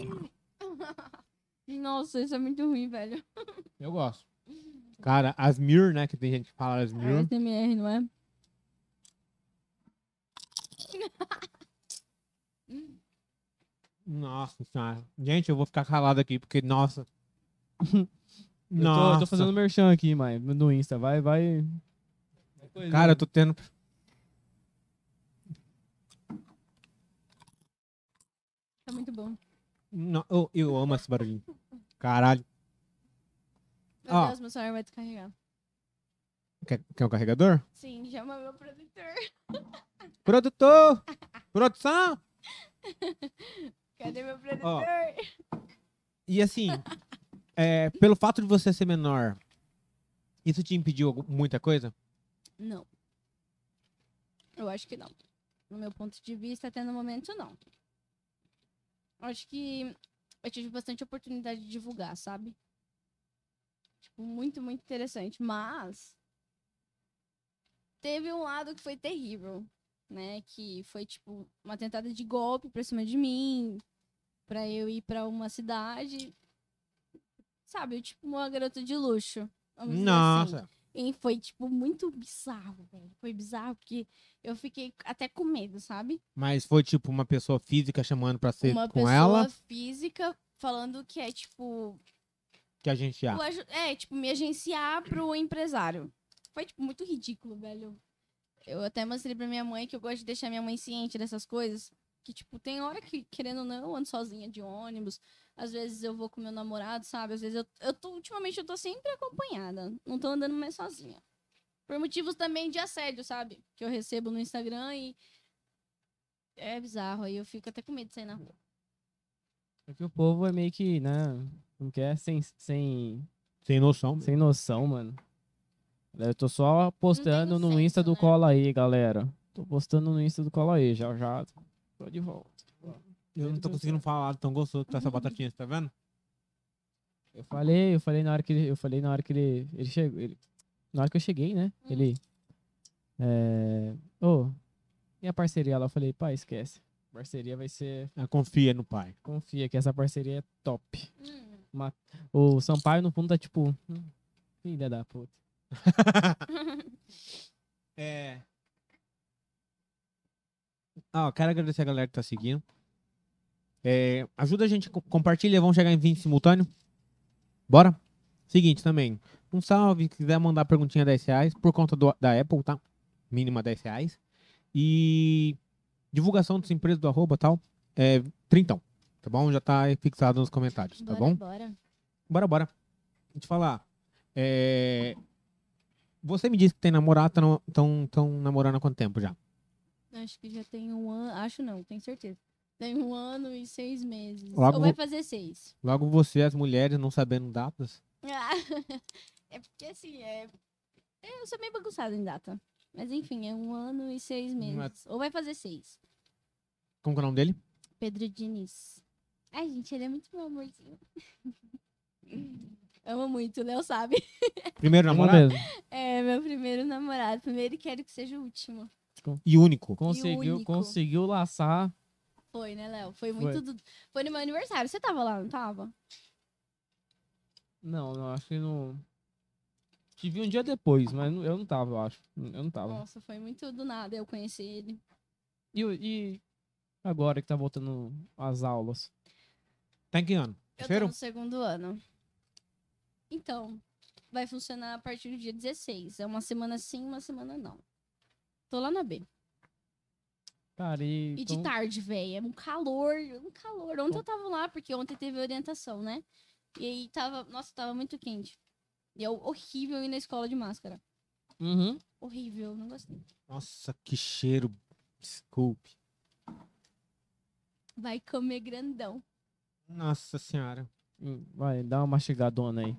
Nossa, isso é muito ruim, velho.
Eu gosto. Cara, as Mir, né? Que tem gente que fala as
É
Mir.
SMR, não é?
Nossa senhora. Gente, eu vou ficar calado aqui, porque, nossa.
[LAUGHS] Eu tô,
nossa.
eu tô fazendo merchan aqui, mãe, no Insta. Vai, vai. vai coisa.
Cara, eu tô tendo.
Tá muito bom.
No- eu, eu amo esse barulhinho. Caralho.
Meu
Ó.
Deus, meu celular vai descarregar.
Quer, quer um carregador?
Sim, chama meu produtor.
Produtor! Produção!
Cadê meu produtor?
E assim, é, pelo fato de você ser menor, isso te impediu algu- muita coisa?
Não. Eu acho que não. No meu ponto de vista, até no momento, não. Eu Acho que eu tive bastante oportunidade de divulgar, sabe? Tipo, muito, muito interessante. Mas teve um lado que foi terrível, né? Que foi, tipo, uma tentada de golpe pra cima de mim, pra eu ir pra uma cidade. Sabe, eu, tipo, uma garota de luxo. vamos dizer assim.
Nossa!
E foi, tipo, muito bizarro, velho. Foi bizarro, porque eu fiquei até com medo, sabe?
Mas foi tipo uma pessoa física chamando pra ser
Uma
com
pessoa
ela
física falando que é, tipo,
que a gente já.
o aju- É, tipo, me agenciar pro empresário. Foi, tipo, muito ridículo, velho. Eu até mostrei pra minha mãe que eu gosto de deixar minha mãe ciente dessas coisas. Que, tipo, tem hora que, querendo ou não, eu ando sozinha de ônibus. Às vezes eu vou com meu namorado, sabe? Às vezes eu, eu tô. Ultimamente eu tô sempre acompanhada. Não tô andando mais sozinha. Por motivos também de assédio, sabe? Que eu recebo no Instagram e. É bizarro. Aí eu fico até com medo de sair na rua.
Porque o povo é meio que, né? Não quer sem, sem,
Sem noção.
sem noção, mano. Eu tô só postando no
senso,
Insta do
né?
Cola aí, galera. Tô postando no Insta do Cola aí, já já. Tô de volta.
Eu não tô conseguindo falar tão gostoso com essa
Uhum.
batatinha, você tá vendo?
Eu falei, eu falei na hora que ele, eu falei na hora que ele, ele chegou, ele- na hora que eu cheguei, né?
Hum.
Ele, é, ô, e a parceria lá? Eu falei, pai, esquece. Parceria vai ser,
Ah, confia no pai.
confia que essa parceria é top.
Hum.
O Sampaio, no fundo, tá tipo, "Hum, filha da puta.
É. Ah, ó, quero agradecer a galera que tá seguindo. É, ajuda a gente, co- compartilha, vamos chegar em 20 simultâneo. Bora? Seguinte também, um salve, se quiser mandar perguntinha 10 reais, por conta do- da Apple, tá? Mínima 10 reais. E divulgação dos empresas do arroba tal, é trintão, tá bom? Já tá aí fixado nos comentários, tá
Bora,
bom?
bora.
Bora, bora. Vou te falar. É, Você me disse que tem namorado, tão, tão, tão namorando há quanto tempo já?
Acho que já tem um ano. Acho não, tenho certeza. Tem um ano e seis meses.
Logo
Ou vai
vou-
fazer seis. [LAUGHS]
Logo você, as mulheres, não sabendo datas.
Ah, é porque assim, é... eu sou meio bagunçada em data. Mas enfim, é um ano e seis meses.
Não é-
Ou vai fazer seis.
Como que é o nome dele?
Pedro Diniz. Ai, gente, ele é muito meu amorzinho. [LAUGHS] Amo muito, o Léo sabe.
Primeiro
Amo
namorado
mesmo.
É meu primeiro namorado. Primeiro e quero que seja o último.
e único.
Conseguiu,
único.
conseguiu laçar.
Foi, né, Léo? Foi
Foi.
muito. do- Foi no meu aniversário. Você tava lá, não tava?
Não, não, acho que não. Tive um dia depois, mas não- eu não tava, eu acho. Eu não tava.
Nossa, foi muito do nada eu conhecer ele.
E, o- e agora que tá voltando às aulas?
Tá em que ano?
Eu tô
Terceiro?
no segundo ano. Então, vai funcionar a partir do dia 16. É uma semana sim, uma semana não. Tô lá na B.
Cara, e.
E de
como-
tarde, velho. É um calor, é um calor. Ontem eu tava lá, porque ontem teve orientação, né? E aí tava. Nossa, tava muito quente. E é horrível ir na escola de máscara.
Uhum.
Horrível, não gostei.
Nossa, que cheiro. Desculpe.
Vai comer grandão.
Nossa senhora.
Hum, Vai, dá uma mastigadona aí.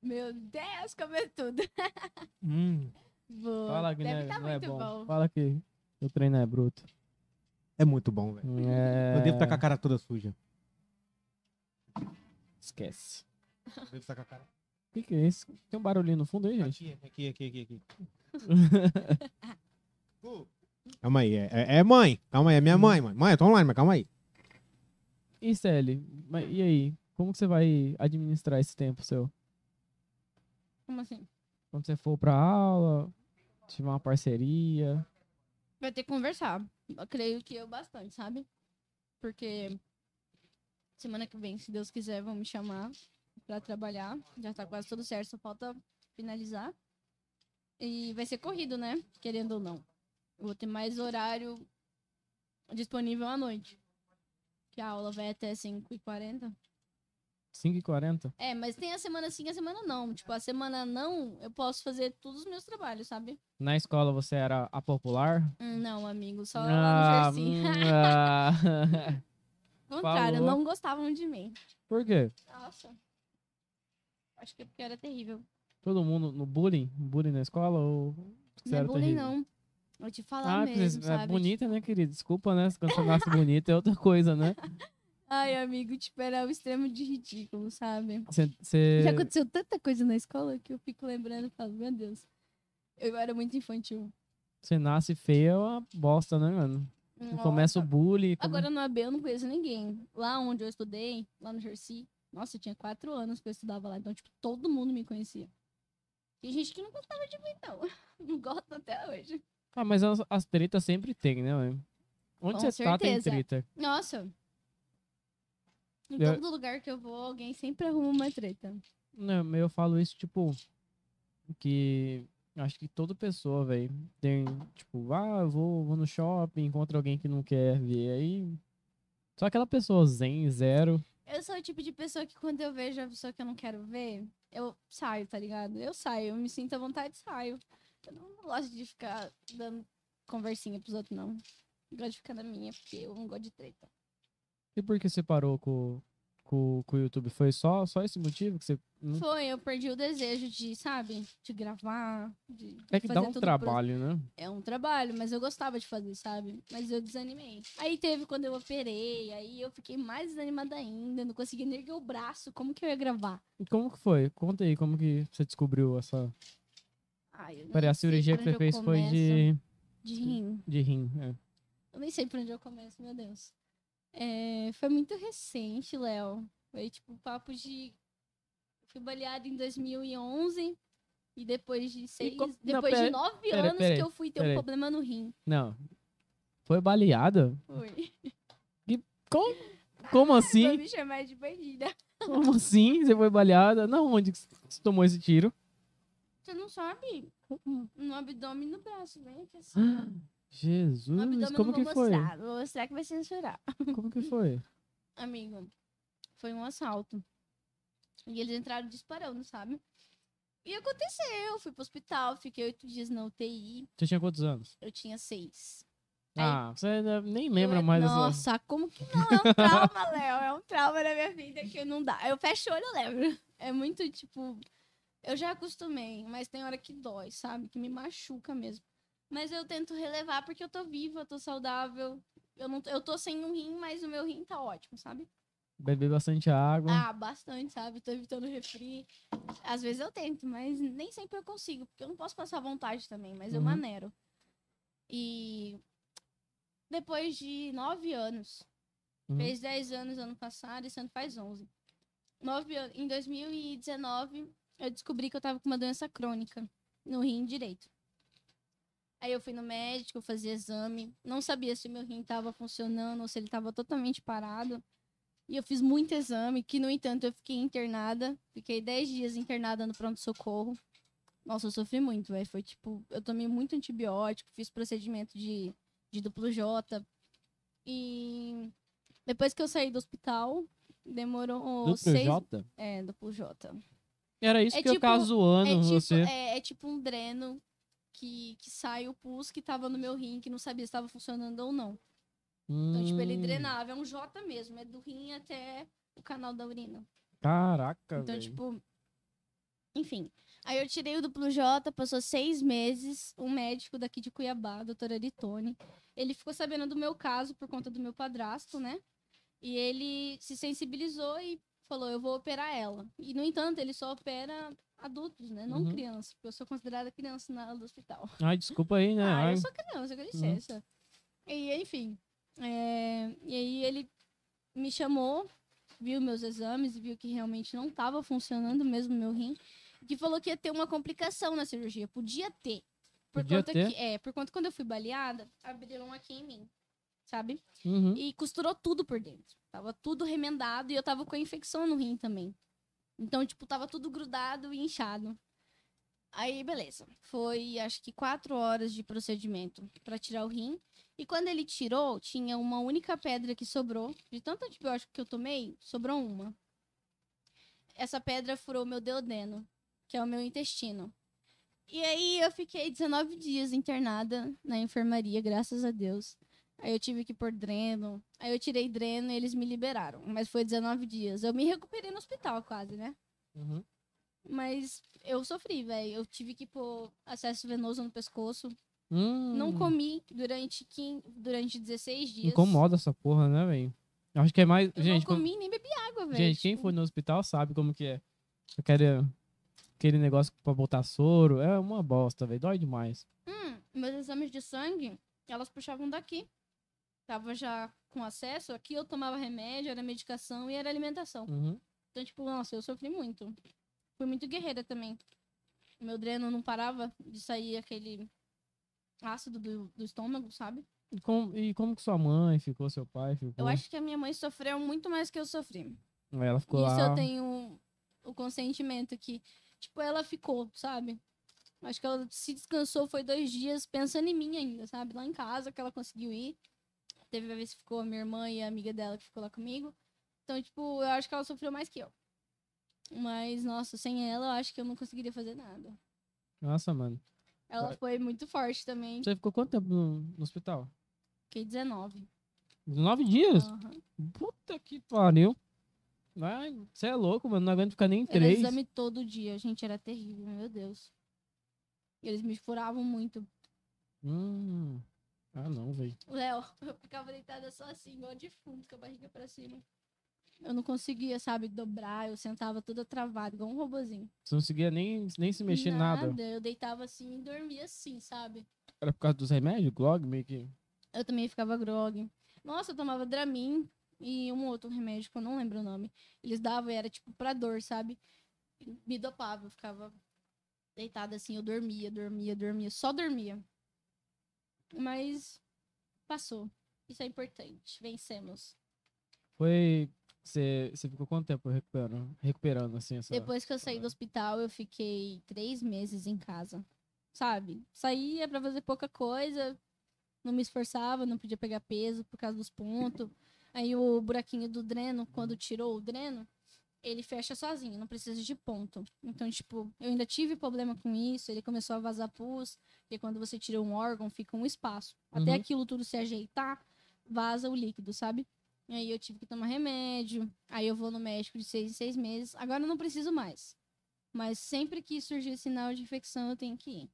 Meu Deus, comer tudo.
Hum,
Vou.
Fala que
Deve
não, é,
tá
não é
muito
bom.
bom.
Fala que o treino é bruto.
é muito bom, velho.
[LAUGHS]
É...
Eu devo estar com a cara toda suja.
Esquece.
Eu devo estar com a cara.
O que, que é isso? Tem um barulhinho no fundo aí,
Ah,
gente?
Aqui, aqui, aqui, aqui.
[LAUGHS]
aqui. Uh, Calma aí, é, é- é mãe. Calma aí, é minha mãe, mãe. Mãe, eu tô online, mas calma aí.
E Celi, mas e aí? Como que você vai administrar esse tempo seu?
Como assim?
Quando você for pra aula, tiver uma parceria.
Vai ter que conversar. Eu creio que eu bastante, sabe? Porque semana que vem, se Deus quiser, vão me chamar pra trabalhar. Já tá quase tudo certo, só falta finalizar. E vai ser corrido, né? Querendo ou não. Eu vou ter mais horário disponível à noite. Que a aula vai até 5h40.
5h40?
É, mas tem a semana sim e a semana não. Tipo, a semana não, eu posso fazer todos os meus trabalhos, sabe?
Na escola você era a popular?
Hum, Não, amigo,
Ah,
só lá no Jersey. [LAUGHS]
hum, ah.
contrário,
Falou.
não gostavam de mim.
Por quê?
Nossa. Acho que é porque eu era terrível.
Todo mundo no bullying? Bullying na escola ou você
não é
era
bullying,
terrível?
não. Vou te falar
Ah,
mesmo,
é
sabe?
bonita, né, querido? Desculpa, né? Se cancionasse bonita é outra coisa, né?
Ai, amigo, tipo, era o extremo de ridículo, sabe?
Você- Você.
Já aconteceu tanta coisa na escola que eu fico lembrando e falo, meu Deus. Eu era muito infantil.
Você nasce feia é uma bosta, né, mano? E começa o bullying. come-
Agora no AB eu não conheço ninguém. Lá onde eu estudei, lá no Jersey, nossa, eu tinha quatro anos que eu estudava lá. Então, tipo, todo mundo me conhecia. Tem gente que não gostava de mim, não. [LAUGHS] Não gosta até hoje.
Ah, mas as, as tretas sempre tem, né? mãe? Onde
Com
você tá, tem
certeza.
treta.
Nossa. Em
Eu-
todo lugar que eu vou, alguém sempre arruma uma treta.
Não, mas eu falo isso, tipo, que acho que toda pessoa, velho, tem, tipo, ah, eu vou, vou no shopping, encontro alguém que não quer ver, aí. Só aquela pessoa zen, zero.
Eu sou o tipo de pessoa que quando eu vejo a pessoa que eu não quero ver, eu saio, tá ligado? Eu saio, eu me sinto à vontade e saio. Eu não gosto de ficar dando conversinha pros outros, não. Eu gosto de ficar na minha, porque eu não gosto de treta.
E por que você parou com, com, com o YouTube? Foi só, só esse motivo que você. Hum.
Foi, eu perdi o desejo de, sabe, de gravar, de
É que dá
fazer
um
tudo pro-
trabalho, né?
É um trabalho, mas eu gostava de fazer, sabe? Mas eu desanimei. Aí teve quando eu operei, aí eu fiquei mais desanimada ainda, não conseguia nem erguer o braço, como que eu ia gravar?
E como que foi? Conta aí, como que você descobriu essa.
Ai, eu nem
Peraí, a
sei
cirurgia que
por
você
onde eu
fez foi
começo.
de,
De rim.
de rim. é.
Eu nem sei por onde eu começo, meu Deus. É, foi muito recente, Léo. Foi tipo um papo de. Fui baleada em 2011 e depois de seis.
como- não,
Depois de
pera-
nove
pera-
anos
pera aí,
que eu fui ter
pera
um
aí.
problema no rim.
Não. Foi baleada?
Foi. [LAUGHS]
Como, como
Pra
assim?
me chamar de bandida.
Como assim? Você foi baleada? Na onde que você tomou esse tiro?
Você não sabe?
Uhum.
No abdômen e no braço, bem aqui assim. No
Jesus,
abdômen
Ah, como
eu não
que
vou
foi?
mostrar. Vou mostrar que vai censurar.
Como que foi?
Amigo, foi um assalto. E eles entraram disparando, sabe? E aconteceu, fui pro hospital, fiquei oito dias na UTI,
Você tinha quantos anos?
eu tinha seis. Aí-
Ah, você ainda nem
Eu-
lembra mais dessa.
Nossa, como que não? É um trauma, Léo. É um trauma na minha vida que não dá. Eu fecho o olho, eu lembro. É muito tipo. Eu já acostumei, mas tem hora que dói, sabe? Que me machuca mesmo. Mas eu tento relevar porque eu tô viva, eu tô saudável. Eu, não, eu tô sem um rim, mas o meu rim tá ótimo, sabe?
Beber bastante água.
Ah, bastante, sabe? Tô evitando refri. Às vezes eu tento, mas nem sempre eu consigo, porque eu não posso passar vontade também, mas eu
Uhum.
maneiro. E depois de nove anos,
Uhum.
fez dez anos ano passado, esse ano faz onze. Nove anos, em 2019, eu descobri que eu tava com uma doença crônica no rim direito. Aí eu fui no médico fazer exame, não sabia se o meu rim tava funcionando ou se ele tava totalmente parado. E eu fiz muito exame, que no entanto eu fiquei internada. Fiquei 10 dias internada no pronto-socorro. Nossa, eu sofri muito, velho. Foi tipo, eu tomei muito antibiótico, fiz procedimento de, de duplo J. E depois que eu saí do hospital, demorou
Duplo
seis.
J?
É, duplo J.
Era isso
É
que eu
tipo-
ficava zoando
É tipo,
você.
é- é tipo um dreno que, que sai o pus que tava no meu rim, que não sabia se tava funcionando ou não. Então, tipo, ele
Hum,
drenava. É um J mesmo, é do rim até o canal da urina.
Caraca,
Então,
velho.
tipo. Enfim. Aí eu tirei o duplo J, passou seis meses. Um médico daqui de Cuiabá, doutor Aritone. Ele ficou sabendo do meu caso por conta do meu padrasto, né? E ele se sensibilizou e falou: eu vou operar ela. E, no entanto, ele só opera adultos, né? Não
Uhum.
criança, porque eu sou considerada criança na do hospital.
Ai, desculpa aí, né?
Ah,
Ai,
eu sou criança, com licença. E, enfim. é, E aí ele me chamou, viu meus exames e viu que realmente não estava funcionando mesmo meu rim. Que falou que ia ter uma complicação na cirurgia. Podia ter. Por
Podia
conta
ter?
que. É, por conta que quando eu fui baleada, abriram aqui em mim. Sabe?
uhum.
E costurou tudo por dentro. Tava tudo remendado e eu tava com a infecção no rim também. Então, tipo, tava tudo grudado e inchado. Aí, beleza. Foi, acho que, quatro horas de procedimento pra tirar o rim. E quando ele tirou, tinha uma única pedra que sobrou. De tanto antibiótico que eu tomei, sobrou uma. Essa pedra furou meu deodeno, que é o meu intestino. E aí eu fiquei 19 dias internada na enfermaria, graças a Deus. Aí eu tive que pôr dreno. Aí eu tirei dreno e eles me liberaram. Mas foi 19 dias. Eu me recuperei no hospital quase, né?
Uhum.
Mas eu sofri, velho. Eu tive que pôr acesso venoso no pescoço.
Hum,
Não comi durante, 15, durante 16 dias.
Incomoda essa porra, né, velho? Acho que é mais.
Eu
gente,
não comi nem bebi água, velho. tipo
Gente, quem foi no hospital sabe como que é. Aquele, aquele negócio pra botar soro é uma bosta, velho. Dói demais.
Hum, meus exames de sangue, elas puxavam daqui. tava já com acesso, aqui eu tomava remédio, era medicação e era alimentação.
Uhum.
Então, tipo, nossa, eu sofri muito. Fui muito guerreira também. Meu dreno não parava de sair aquele ácido do, do estômago, sabe?
E, como, e como que sua mãe ficou, seu pai ficou?
Eu acho que a minha mãe sofreu muito mais que eu sofri.
Ela ficou
Isso
lá.
eu tenho o consentimento que, tipo, ela ficou, sabe? Acho que ela se descansou, foi dois dias pensando em mim ainda, sabe? Lá em casa, que ela conseguiu ir. Teve a vez que ficou a minha irmã e a amiga dela que ficou lá comigo. Então, tipo, eu acho que ela sofreu mais que eu. Mas, nossa, sem ela, eu acho que eu não conseguiria fazer nada.
Nossa, mano.
Ela
Vai.
foi muito forte também.
Você ficou quanto tempo no, no hospital?
Fiquei 19.
Nove dias?
Aham.
Puta que pariu. Ai, Você é louco, mano. Não aguento ficar nem
Era
três.
exame todo dia, gente, era terrível, meu Deus. Eles me furavam muito.
Hum. Ah, não, velho.
Léo, É, [LAUGHS] eu ficava deitada só assim, igual de fundo, com a barriga pra cima. Eu não conseguia, sabe, dobrar, eu sentava toda travada, igual um robozinho.
Você não conseguia nem, nem se mexer nada.
Eu deitava assim e dormia assim, sabe?
Era por causa dos remédios? Glog, meio que.
Eu também ficava grog. Nossa, eu tomava Dramin e um outro remédio que eu não lembro o nome. Eles davam e era tipo pra dor, sabe? Me dopava, eu ficava deitada assim, eu dormia, dormia, dormia, só dormia. Mas passou. Isso é importante. Vencemos.
Foi. Você, você ficou quanto tempo recuperando, recuperando assim, essa.
Depois que eu saí do hospital, eu fiquei três meses em casa. Sabe? Saía pra fazer pouca coisa, não me esforçava, não podia pegar peso por causa dos
[LAUGHS]
pontos. Aí o buraquinho do dreno, quando tirou o dreno, ele fecha sozinho, não precisa de ponto. Então, tipo, eu ainda tive problema com isso, ele começou a vazar pus, porque quando você tira um órgão, fica um espaço. Até
Uhum.
aquilo tudo se ajeitar, vaza o líquido, sabe? E Aí eu tive que tomar remédio. Aí eu vou no médico de seis em seis meses. Agora eu não preciso mais. Mas sempre que surgir sinal de infecção, eu tenho que ir.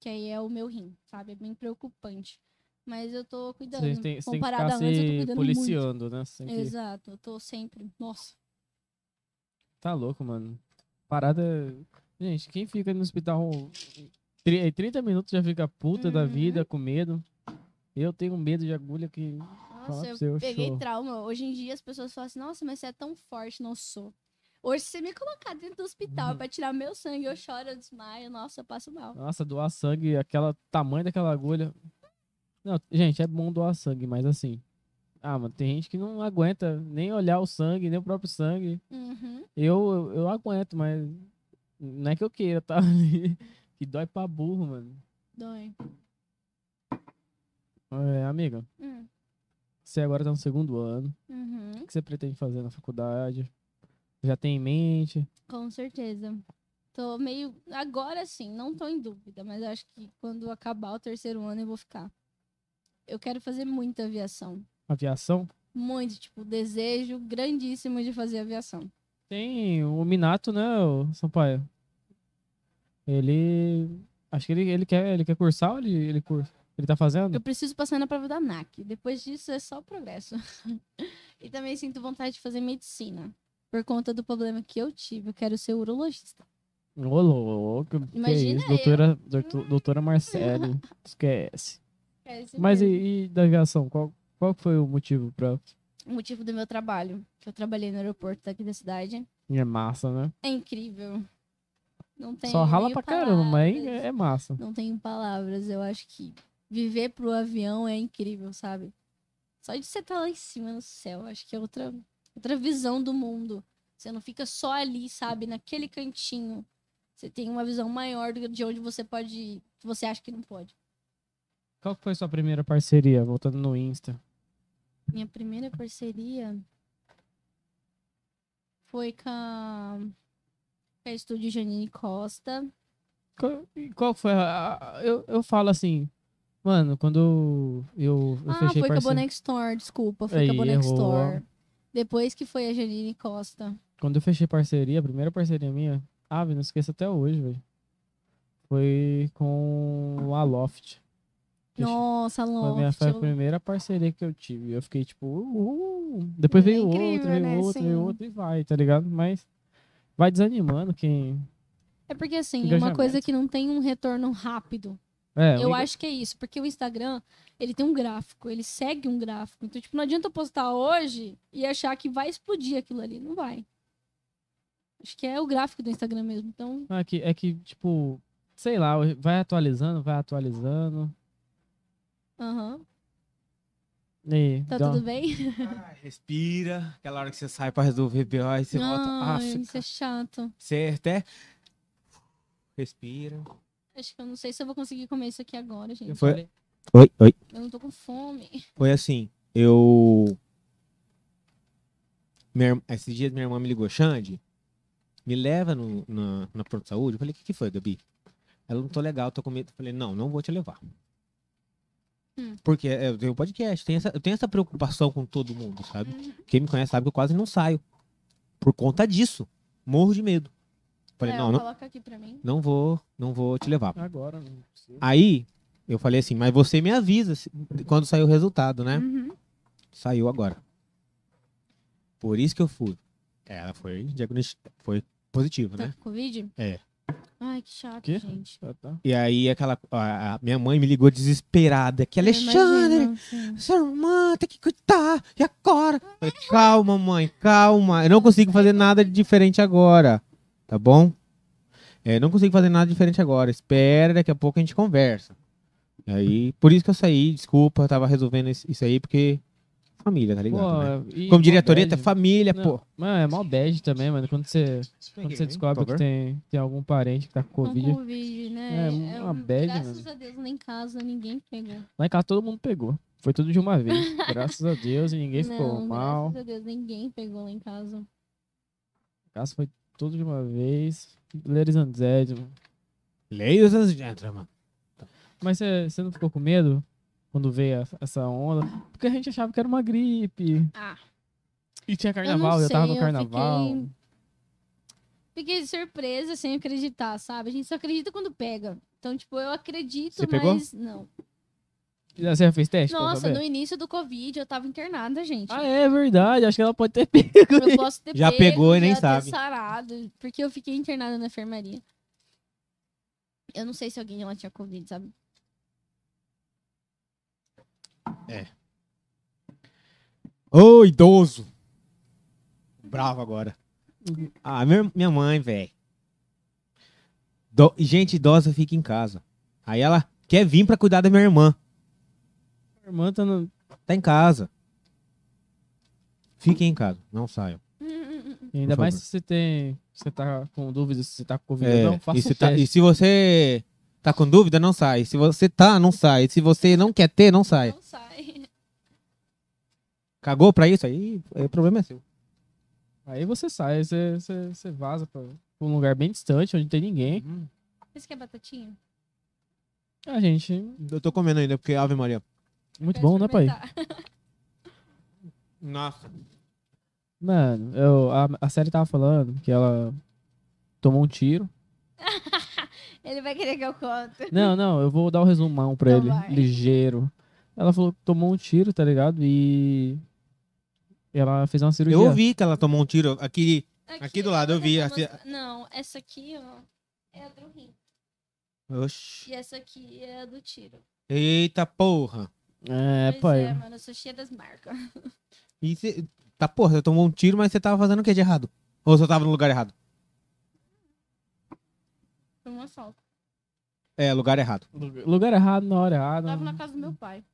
Que aí é o meu rim, sabe? É bem preocupante. Mas eu tô cuidando.
Você tem, você tem que
Comparado
ficar
a antes, eu tô
se
cuidando
policiando, né? Você tem
muito.
que-
Exato, eu tô sempre. Nossa.
Tá louco, mano. Parada. Gente, quem fica no hospital um, tri- eh, 30 minutos já fica puta da
Uhum.
vida, com medo. Eu tenho medo de agulha que. Fala
Nossa,
pra
eu
você, eu
peguei
show.
trauma. Hoje em dia as pessoas falam assim, nossa, mas você é tão forte, não sou. Hoje, se você me colocar dentro do hospital
Uhum.
pra tirar meu sangue, eu choro, eu desmaio, nossa, eu passo mal.
Nossa, doar sangue, aquela tamanho daquela agulha. Não, gente, é bom doar sangue, mas assim. Ah, mano, tem gente que não aguenta nem olhar o sangue, nem o próprio sangue.
Uhum.
Eu, eu, eu aguento, mas não é que eu queira, tá? [LAUGHS] que dói pra burro, mano.
Dói.
É, amiga,
Hum.
você agora tá no segundo ano.
Uhum.
O que você pretende fazer na faculdade? Já tem em mente?
Com certeza. Tô meio. Agora sim, não tô em dúvida, mas acho que quando acabar o terceiro ano eu vou ficar. Eu quero fazer muita aviação.
Aviação?
Muito, tipo, desejo grandíssimo de fazer aviação.
Tem o Minato, né, o Sampaio? Ele. Acho que ele, ele, quer, ele quer cursar ou ele, ele cursa? Ele tá fazendo?
Eu preciso passar na prova da NAC. Depois disso é só progresso. [LAUGHS] e também sinto vontade de fazer medicina. Por conta do problema que eu tive, eu quero ser urologista.
Ô, louco. que
Imagina
isso? Doutora, doutor- doutora Marcele. Esquece.
É esse
Mas
mesmo.
e, e da aviação? Qual, qual que foi o motivo pra.
O motivo do meu trabalho, que eu trabalhei no aeroporto daqui da cidade,
É massa, né?
É incrível. Não tem
Só rala
nem
pra caramba, mas
palavras.
é, é massa.
Não tenho palavras. Eu acho que viver pro avião é incrível, sabe? Só de você estar lá em cima no céu, acho que é outra, outra visão do mundo. Você não fica só ali, sabe? Naquele cantinho. Você tem uma visão maior do- de onde você pode ir, que você acha que não pode.
Qual que foi sua primeira parceria? Voltando no Insta.
Minha primeira parceria foi com a, com a Estúdio Janine Costa.
Qual, e qual foi a, a- eu, eu falo assim, mano, quando eu, eu
Ah,
fechei
foi com a
parceria,
Bonex Store, desculpa. Foi com
Aí,
a Bonex
errou.
Store. Depois que foi a Janine Costa.
quando eu fechei parceria, a primeira parceria minha, ah, velho, não esqueço até hoje, velho. Foi com a Loft. Fechei-
Nossa,
foi, a minha,
Loft.
foi a
eu-
primeira parceria que eu tive. Eu fiquei tipo, uh, uh. depois
É
veio
incrível,
outra, veio
né?
outra,
Sim.
veio outra e vai, tá ligado? Mas vai desanimando quem
É porque assim, é uma
Engajamento.
coisa que não tem um retorno rápido.
É,
Eu
o-
acho que é isso, porque o Instagram, ele tem um gráfico, ele segue um gráfico. Então, tipo, não adianta eu postar hoje e achar que vai explodir aquilo ali. Não vai. Acho que é o gráfico do Instagram mesmo. Então,
é que, é que, tipo, sei lá, vai atualizando, vai atualizando.
aham.
E
Tá
Então,
dá-
tudo bem?
Ah, respira. Aquela hora que você sai pra resolver BO, aí você volta. Ah,
Ai, isso
você,
é chato.
você até. Respira.
Acho que eu não sei se eu vou conseguir comer isso aqui agora, gente.
Foi- Oi, oi.
Eu não tô com fome.
Foi assim, eu. Minha, irm- esses dias minha irmã me ligou, Xande, me leva no, na, na pronto saúde. Eu falei, o que, que foi, Gabi? Ela não tô legal, tô com medo. Eu falei, não, não vou te levar.
Hum.
Porque é, eu tenho podcast, tem essa, eu tenho essa preocupação com todo mundo, sabe?
Uhum.
Quem me conhece sabe que eu quase não saio. Por conta disso. Morro de medo. Falei,
É,
não, não,
Coloca aqui pra mim.
não vou, não vou te levar.
Agora, não sei.
Aí, eu falei assim, mas você me avisa se- quando sair o resultado, né?
Uhum.
saiu agora. Por isso que eu fui. É, Ela foi diagnosticada, foi positivo,
Tá
né?
com Covid?
É.
Ai, que chato,
Quê?
gente.
Tá, tá.
E aí aquela a, a minha mãe me ligou desesperada, que
Eu
Alexandre,
imagino, assim. sim.
sua irmã tem que cuidar. E agora? Eu falei, calma, mãe, calma. Eu não consigo fazer nada de diferente agora, tá bom? É, não consigo fazer nada diferente agora. Espera, daqui a pouco a gente conversa. E aí, por isso que eu saí, desculpa, eu tava resolvendo isso isso aí porque família, tá ligado? né?
Pô, e
Como diria a
mó
Toreta,
bad.
família,
Não,
pô.
Mano, é mal bad também, mano. Quando você, quando você descobre
tá
que tem, tem algum parente que tá com
Com
Covid.
Covid, né?
É, uma
um-
bad,
Graças
mano.
a Deus, nem em casa ninguém pegou.
Lá em casa todo mundo pegou. Foi tudo de uma
[LAUGHS]
vez. graças a Deus, e ninguém ficou
não, é
mal.
graças a Deus, ninguém pegou lá em casa.
Em casa foi tudo de uma vez. Ladies and gentlemen.
Ladies and gentlemen.
Mas você você não ficou com medo quando veio a- essa onda? Porque a gente achava que era uma gripe.
Ah.
E tinha carnaval, eu,
sei,
tava no
eu
carnaval.
fiquei- Fiquei surpresa sem acreditar, sabe? A gente só acredita quando pega. Então, tipo, eu acredito,
Você pegou?
mas não.
Você já fez teste? pra
Nossa,
saber?
no início do Covid eu tava internada, gente.
Ah, é verdade. Acho que ela pode ter pego. [LAUGHS]
Eu posso ter
Já
pego,
pegou e nem
já ter
sabe.
sarado, porque eu fiquei internada na enfermaria. Eu não sei se alguém lá tinha Covid, sabe?
Ô, idoso. Bravo agora. Ah, minha, minha mãe, velho. Gente idosa fica em casa. Aí ela quer vir pra cuidar da minha irmã.
Minha irmã tá no-
Tá em casa. Fiquem em casa, não saiam.
Ainda
Por
mais
favor.
se você tem. Você tá com dúvida se você tá com Covid
É,
ou não, faça
e,
o
se
teste.
tá- e se você tá com dúvida, não sai. Se você tá, não sai. Se você não quer ter, não sai.
Não sai.
Cagou pra isso aí, aí o problema é seu.
Aí você sai, você, você, você vaza pra, pra um lugar bem distante, onde não tem ninguém.
Esse que é batatinha?
A gente.
Eu tô comendo ainda, porque Ave Maria.
Muito
Quer
bom, né, pai?
experimentar.
Nossa.
Mano, eu, a, a série tava falando que ela tomou um
[LAUGHS]
tiro.
Ele vai querer que eu conte.
Não, não, eu vou dar o resumão pra
Então
ele,
vai.
ligeiro. Ela falou que tomou um tiro, tá ligado? E. Ela fez uma cirurgia.
Eu ouvi que ela tomou um tiro aqui Aqui do lado, eu
vou
vi,
tentar
assim-
mostrar- Não, essa aqui, ó, é a do rim.
Oxi.
E essa aqui é a do tiro.
Eita porra.
É,
pois
pai.
é, mano, eu sou cheia das marcas. [LAUGHS]
E cê... Tá porra, você tomou um tiro, mas você tava fazendo o que de errado? Ou você tava no lugar errado?
Foi um assalto.
É, lugar errado.
Lu- Lugar errado, na hora
Eu
errada.
tava na casa do meu pai.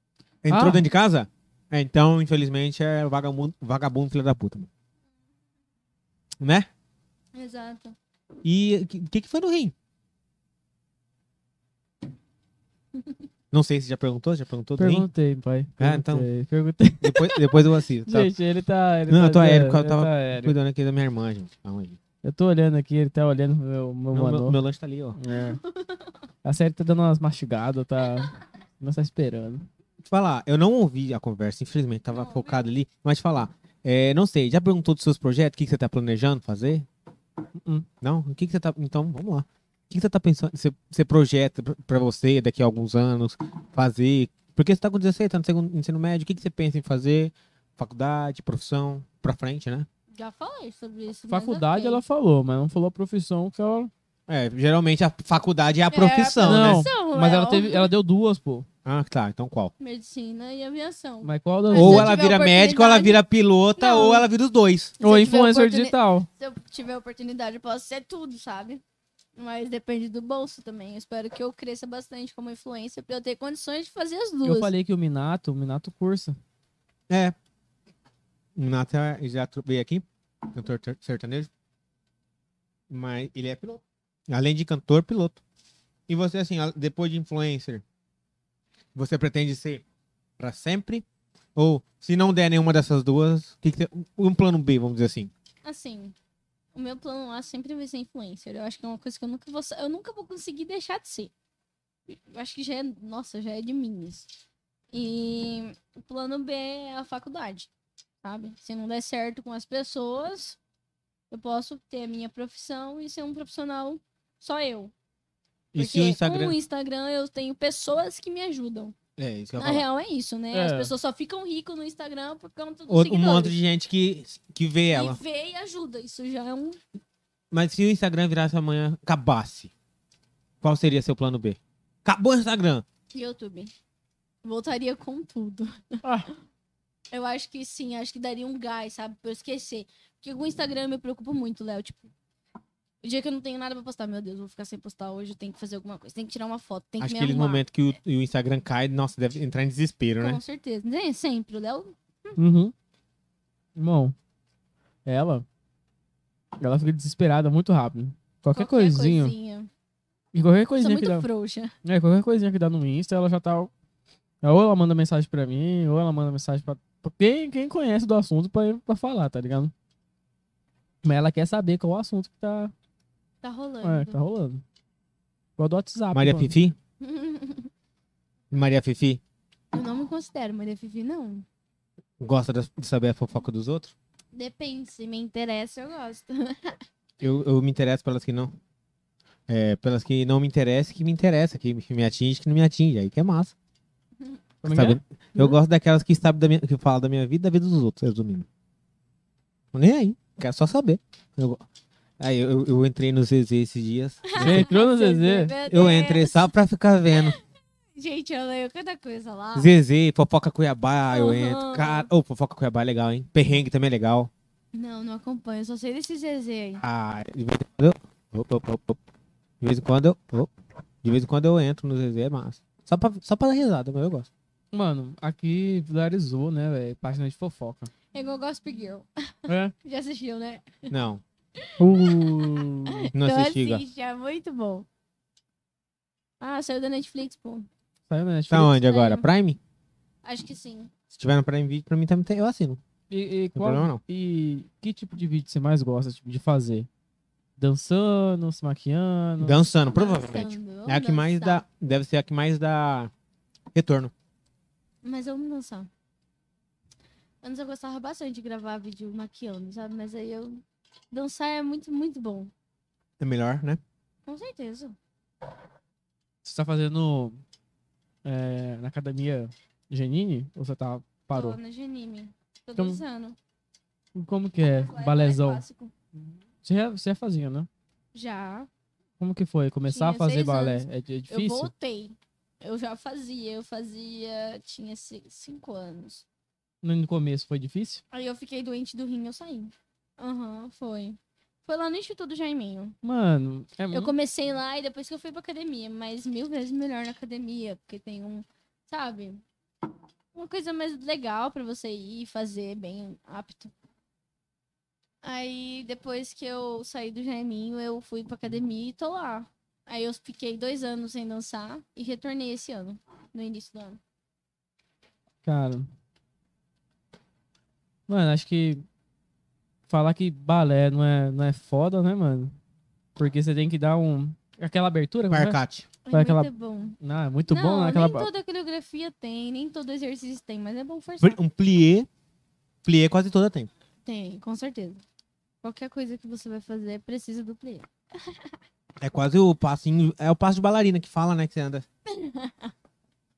Entrou
Ah.
dentro de casa? É, então, infelizmente, é vagabundo, vagabundo filho da puta. mano. Né?
Exato.
E o que, que foi no
[LAUGHS]
rim? Não sei se já perguntou, já perguntou do rim?
Perguntei, pai.
Ah, então.
Perguntei, Perguntei.
Depois, depois eu assisto. Tá
Gente, ele tá. Ele
Não,
tá
eu tô aéreo, porque eu
ele
tava
tá aéreo.
cuidando aqui da minha irmã, gente. Calma aí.
Eu tô olhando aqui, ele tá olhando pro meu, meu
Não,
mano.
meu, meu lanche tá ali, ó.
É. A série tá dando umas mastigadas, tá. Não tá esperando.
te falar, eu não ouvi a conversa, infelizmente, tava
Não,
focado ali, mas te falar, é, não sei, já perguntou dos seus projetos, o que, que você tá planejando fazer?
Hum,
Uh-uh.
Não? O que, que você tá. Então, vamos lá. O que, que você tá pensando? Você, você projeta pra- pra você daqui a alguns anos fazer? Porque você tá com 16, tá no segundo ensino médio, o que, que você pensa em fazer? Faculdade, profissão, pra frente, né?
Já falei sobre isso. mas
Faculdade
ok.
ela falou, mas não falou a profissão que ela.
É, geralmente a faculdade é a
É,
profissão,
não.
né?
profissão, o
Mas ela,
Léo.
teve, ela deu duas, pô.
Ah, tá. Então qual?
Medicina e aviação.
Mas qual das
Mas
ou
eu
duas?
ela
tive a
vira médica, ou ela
oportunidade-
vira pilota,
Não.
ou ela vira os dois.
eu
Ou
tiver
influencer tá-
oportuni-
digital.
Se eu tiver oportunidade, eu posso ser tudo, sabe? Mas depende do bolso também. Eu espero que eu cresça bastante como influência pra eu ter condições de fazer as duas.
Eu falei que o Minato, o Minato cursa.
É. O Nato é- já tro- veio aqui, cantor ter- sertanejo. Mas ele é piloto. Além de cantor, piloto. E você, assim, a- depois de influencer, você pretende ser pra sempre? Ou, se não der nenhuma dessas duas, que que você- um plano B, vamos dizer assim?
Assim, o meu plano lá sempre vai ser influencer. Eu acho que é uma coisa que eu nunca vou, sa- eu nunca vou conseguir deixar de ser. Eu acho que já é, nossa, já é de minhas. E o plano B é a faculdade, sabe? Se não der certo com as pessoas, eu posso ter a minha profissão e ser um profissional só eu.
E se
Porque um
o Instagram...
com o Instagram eu tenho pessoas que me ajudam.
É, isso que eu ia
Na
falar.
real é isso, né? As
É.
pessoas só ficam ricas no Instagram por conta dos
Ou- um
seguidores.
monte de gente que, que vê ela.
E vê e ajuda. Isso já é um
Mas se o Instagram virasse amanhã, acabasse, qual seria seu plano B? Acabou o Instagram.
YouTube. Voltaria com tudo. [LAUGHS] Eu acho que sim, acho que daria um gás, sabe? Pra eu esquecer. Porque com o Instagram eu me preocupo muito, Léo. Tipo, o dia que eu não tenho nada pra postar, meu Deus, vou ficar sem postar hoje, eu tenho que fazer alguma coisa. Tem que tirar uma foto, tem que
Acho que
me
aquele
arrumar.
momento que o, e o Instagram cai, nossa, deve entrar em desespero,
Com
né?
certeza. Né? Sempre, o Léo.
Uhum. Irmão, ela. Ela fica desesperada muito rápido. Qualquer, coisinha.
coisinha.
E qualquer
Sou
coisinha que
muito
dá.
frouxa.
É, qualquer coisinha que dá no Insta, ela já tá. Ou ela manda mensagem pra mim, ou ela manda mensagem pra. pra Quem, quem conhece do assunto pra, pra falar, tá ligado? Mas ela quer saber qual o assunto que tá,
Tá rolando.
é, tá rolando. Igual do WhatsApp.
Maria
mano.
Fifi? Maria Fifi
[LAUGHS] Eu não me considero Maria Fifi, não.
gosta das- de saber a fofoca dos outros?
Depende, se me interessa, eu gosto.
Eu, eu me interesso pelas que não. É, pelas que não me interessam, que me interessam, que me que me atinge, que não me atinge. Aí que é massa.
Como é que é?
Sabe? Eu gosto daquelas que sabem da minha, que falam da minha vida e da vida dos outros, resumindo. Tô Nem aí, quero só saber. Eu go- aí eu, eu entrei no ZZ esses dias.
Você entrou
[LAUGHS]
no ZZ?
Meu
Eu
Deus.
entrei só pra ficar vendo.
Gente, eu leio cada coisa lá.
ZZ, fofoca Cuiabá, eu
Aham.
entro. Cara, ô, fofoca Cuiabá é legal, hein? Perrengue também é legal.
Não, não acompanho. Eu só sei desse ZZ aí.
Ah, de vez em quando eu. Opa, opa, opa. De vez em quando eu. opa. De vez em quando eu entro no ZZ, é massa. Só pra, só pra dar risada, mas eu gosto.
Mano, aqui vilarizou, né, velho? Página de fofoca.
É igual Gossip Girl.
É?
Já assistiu, né?
Não,
Uh,
não
então
assisti, Gá.
assiste, é muito bom. Ah, saiu da Netflix, pô.
saiu na Netflix.
tipo,
Tá onde agora?
Saiu.
Prime?
Acho que sim.
Se tiver no Prime Video, pra mim também tem, eu assino.
E, e
Não tem
qual-
problema não.
e que tipo de vídeo você mais gosta tipo, de fazer? Dançando, se maquiando?
Dançando, provavelmente.
Dançando, eu
É a que
amo
mais
dançar.
dá. Deve ser a que mais dá retorno.
Mas eu amo dançar. Antes eu gostava bastante de gravar vídeo maquiando, sabe? Mas aí eu... Dançar é muito, muito bom.
É melhor, né?
Com certeza.
Você tá fazendo é, na academia Genini? Ou você tá parou?
Tô no Genime. Tô
Então,
dançando.
Como que é?
Lá é
Balezão.
mais clássico.
Você já, você já fazia, né?
Já.
Como que foi? Começar a
Tinha
fazer
seis
balé
anos.
é, di- é
Eu
difícil?
voltei. Eu já fazia. Eu fazia... Tinha ci- cinco anos.
No no começo foi difícil?
Aí eu fiquei doente do rim, eu saí. Aham, foi. Foi lá no Instituto Jaiminho.
Mano, é
Eu
muito.
comecei lá e depois que eu fui pra academia, mas mil vezes melhor na academia, porque tem um, sabe? Uma coisa mais legal pra você ir e fazer bem apto. Aí depois que eu saí do Jaiminho, eu fui pra academia e tô lá. Aí eu fiquei dois anos sem dançar e retornei esse ano, no início do ano.
Cara. Mano, acho que falar que balé não é, não é foda, né, mano? Porque você tem que dar um. Aquela abertura. como é?
Parcate.
É
Foi aquela-
muito bom.
Não, é muito
não,
bom, né? Aquela...
nem toda coreografia tem, nem todo exercício tem, mas é bom forçar.
Um plié. Plié quase toda tem.
Tem, com certeza. Qualquer coisa que você vai fazer precisa do plié.
É quase o passinho. É o passo de bailarina que fala, né? Que você
[LAUGHS]
anda.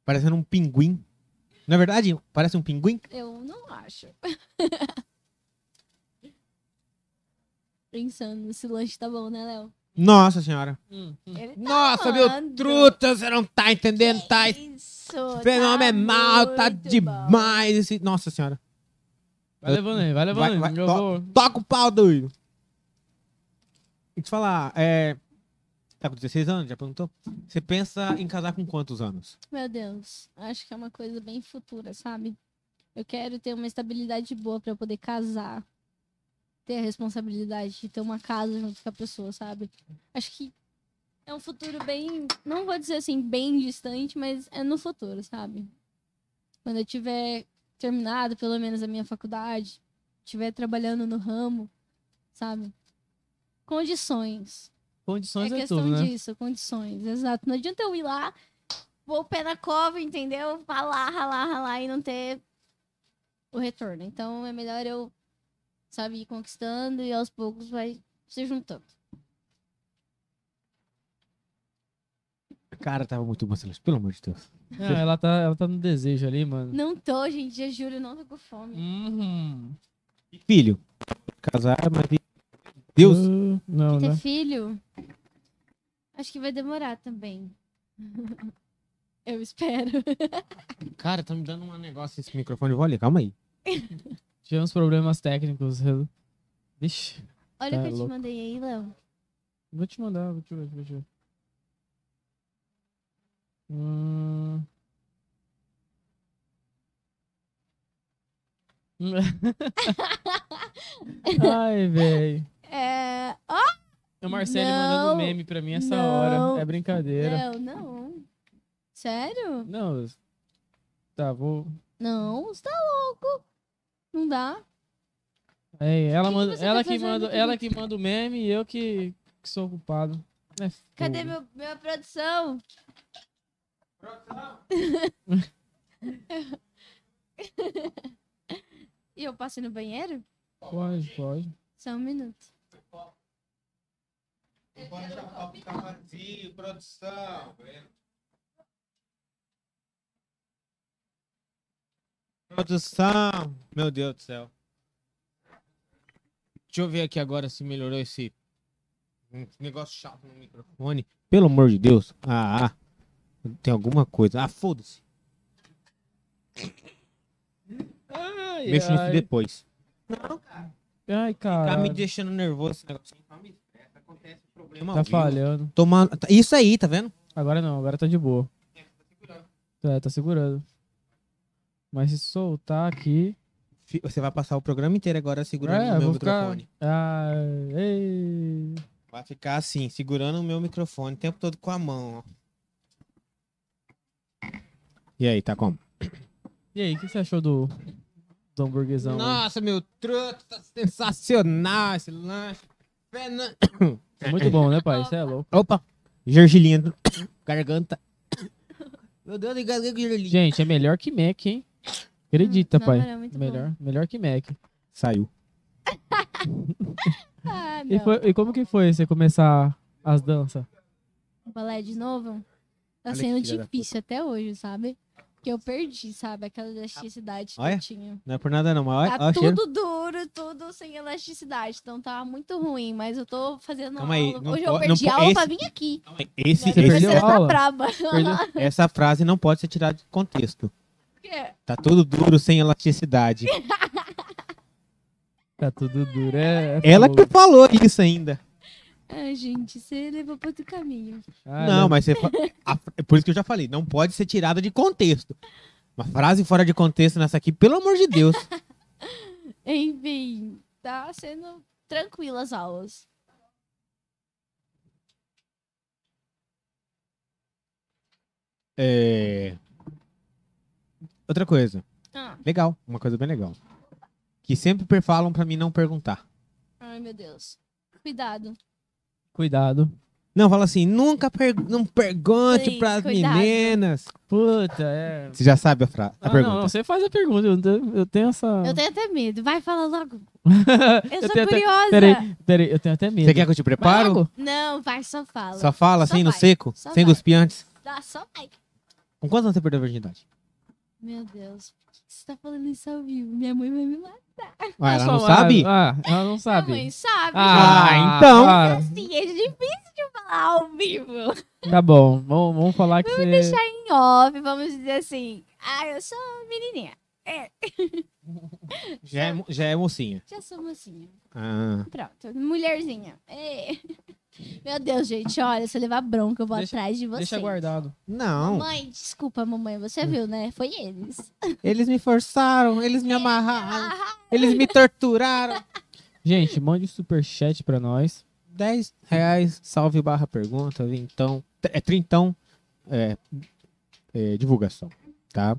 Parecendo um pinguim. Na verdade, parece um pinguim.
Eu não acho. [LAUGHS] Pensando, esse lanche tá bom, né, Léo?
Nossa senhora.
Hum,
Ele tá
Nossa, meu
amando.
truta, você não tá entendendo, tá? Esse
Isso, tá
fenômeno é mal, tá
muito bom.
demais. Esse... Nossa senhora.
Vai levando aí, vai levando
Vai-
aí.
vai,
eu
to-
vou-
Toca o pau, doido. E te falar, é. Tá com 16 anos? Já perguntou? Você pensa em casar com quantos anos?
Meu Deus, acho que é uma coisa bem futura, sabe? Eu quero ter uma estabilidade boa pra eu poder casar. Ter a responsabilidade de ter uma casa junto com a pessoa, sabe? Acho que é um futuro bem. Não vou dizer assim, bem distante, mas é no futuro, sabe? Quando eu tiver terminado, pelo menos, a minha faculdade, tiver trabalhando no ramo, sabe? Condições
Condições
é
é,
questão
tudo, né?
disso, condições, exato. Não adianta eu ir lá, pôr o pé na cova, entendeu? Ralar, ralar, ralar e não ter o retorno. Então é melhor eu, sabe, ir conquistando e aos poucos vai se juntando.
Cara, tava muito bom, Celeste, pelo amor de Deus.
Não, ela, tá, ela tá no desejo ali, mano.
Não tô, gente, já juro, não tô com fome.
Uhum.
E Filho, casar, mas. e- Deus.
Hum.
Uh, Não,
Ter
né?
filho? Acho que vai demorar também. [LAUGHS] eu espero.
Cara, tá me dando um negócio esse microfone. Olha, calma aí.
Tivemos problemas técnicos. re- Vixe.
Olha
Tá
o que eu
louco.
te mandei aí, Léo.
Vou te mandar, vou te ver, vou te ver. Hum. [LAUGHS] Ai, velho.
É.
O Marcelo
Não,
mandando meme pra mim essa
não,
hora. É brincadeira.
Léo, não. Sério?
Não. eu- Tá, vou.
Não, você tá louco. Não dá.
É, ela
que
manda,
você tá
ela que
fazendo
manda,
aqui?
ela que manda o meme e eu que, que sou culpado. É
Cadê
fogo.
meu, minha produção? [LAUGHS] e eu passei no banheiro?
Pode, pode.
Só um minuto.
produção. Produção. Meu Deus do céu. Deixa eu ver aqui agora se melhorou esse esse negócio chato no microfone. Pelo amor de Deus. Ah, ah. tem alguma coisa. Ah, foda-se.
Ai,
Mexe nisso
ai.
depois. Tá
Ai, cara.
me deixando nervoso esse negócio. Calma aí, Tá Acontece um problema. ao
Tá
vivo.
falhando.
Toma- tá- Isso aí, tá vendo?
Agora não, agora tá de boa. É, tá segurando. Mas se soltar aqui.
Fi- Você vai passar o programa inteiro agora segurando
é,
o meu
vou ficar-
microfone.
Ai, ei.
Vai ficar assim, segurando o meu microfone o tempo todo com a mão, ó. E aí, tá como?
E aí, o que você achou do, do hamburguesão? aí?
Nossa, meu truto, tá sensacional esse lanche. Fena-
É muito bom, né, pai? Você é louco.
Opa, gergelinha, [COUGHS] garganta. Meu Deus, eu engasguei com gergelinha.
Gente, é melhor que Mac, hein? Acredita,
Hum, Não,
pai.
era muito bom.
melhor, melhor que Mac.
Saiu.
Ah,
E,
não.
foi- e como que foi você começar as danças?
Balé de novo? Tá
Olha que
sendo
filha da
difícil até hoje, sabe? Porque eu perdi, sabe? Aquela elasticidade que
Olha.
eu tinha.
Não é por nada não, mas olha,
Tá
olha o cheiro.
tudo duro, tudo sem elasticidade. Então tá muito ruim, mas eu tô fazendo
Calma aí,
aula.
não
Hoje
po-
eu
não
perdi
po-
aula pra
esse-
vir aqui.
Esse,
Você
esse-
perdeu
Você tá
aula?
braba.
[LAUGHS] Perdeu-
essa frase não pode ser tirada de contexto.
Por quê?
Tá tudo duro, sem elasticidade.
Tá tudo duro, é. é
Ela
fogo.
que falou isso ainda.
Ai, gente, você levou para outro caminho.
Ah,
não, mas você. fa- a- é por isso que eu já falei, não pode ser tirada de contexto. Uma frase fora de contexto nessa aqui, pelo amor de
[LAUGHS]
Deus.
Enfim, tá sendo tranquilas as aulas.
É, Outra coisa.
Ah,
Legal. Uma coisa bem legal. Que sempre per- falam pra mim não perguntar.
ai, meu Deus. Cuidado.
Cuidado.
Não, fala assim, nunca per- não pergunte
Please,
pras
cuidado.
meninas.
Puta, é.
Você já sabe a, fra- a
Ah,
pergunta.
Não, não, você faz a pergunta. Eu tenho, eu tenho essa.
Eu tenho até medo. Vai,
[LAUGHS]
fala logo. Eu, sou
Ah. tenho até-
curiosa.
Peraí, peraí, eu tenho até medo.
Você quer Ah, que eu te
Vai
preparo?
logo.
Não, vai, só fala.
Só fala,
Só
assim, no
vai.
seco,
Só
sem
vai.
cuspir antes.
Dá, só vai.
Com quantos anos você perdeu a
[LAUGHS]
virgindade?
Meu Deus, por que você tá falando isso ao vivo? Minha mãe vai me matar.
Ah, ela
Só-
não sabe?
Ah, ela não
Minha
sabe.
mãe sabe.
Ah, então.
para.
gente. Assim, é difícil falar ao vivo.
Tá bom, vamos, vamos falar que você...
Em off, vamos dizer assim. Ah, eu sou menininha.
Já é, mo- já é mocinha.
Já sou mocinha.
Ah,
Pronto, mulherzinha. Ê. [LAUGHS] Meu Deus, gente, olha, se eu levar bronca, eu vou
Deixa-
atrás de vocês.
Deixa guardado.
não.
Mãe, desculpa, mamãe,
Hum.
você viu, né? Foi eles.
Eles me forçaram, eles me amarraram,
Ah.
eles me torturaram.
Gente, mande um superchat pra nós.
10 reais, salve barra pergunta, então É trintão, é, é, divulgação, tá?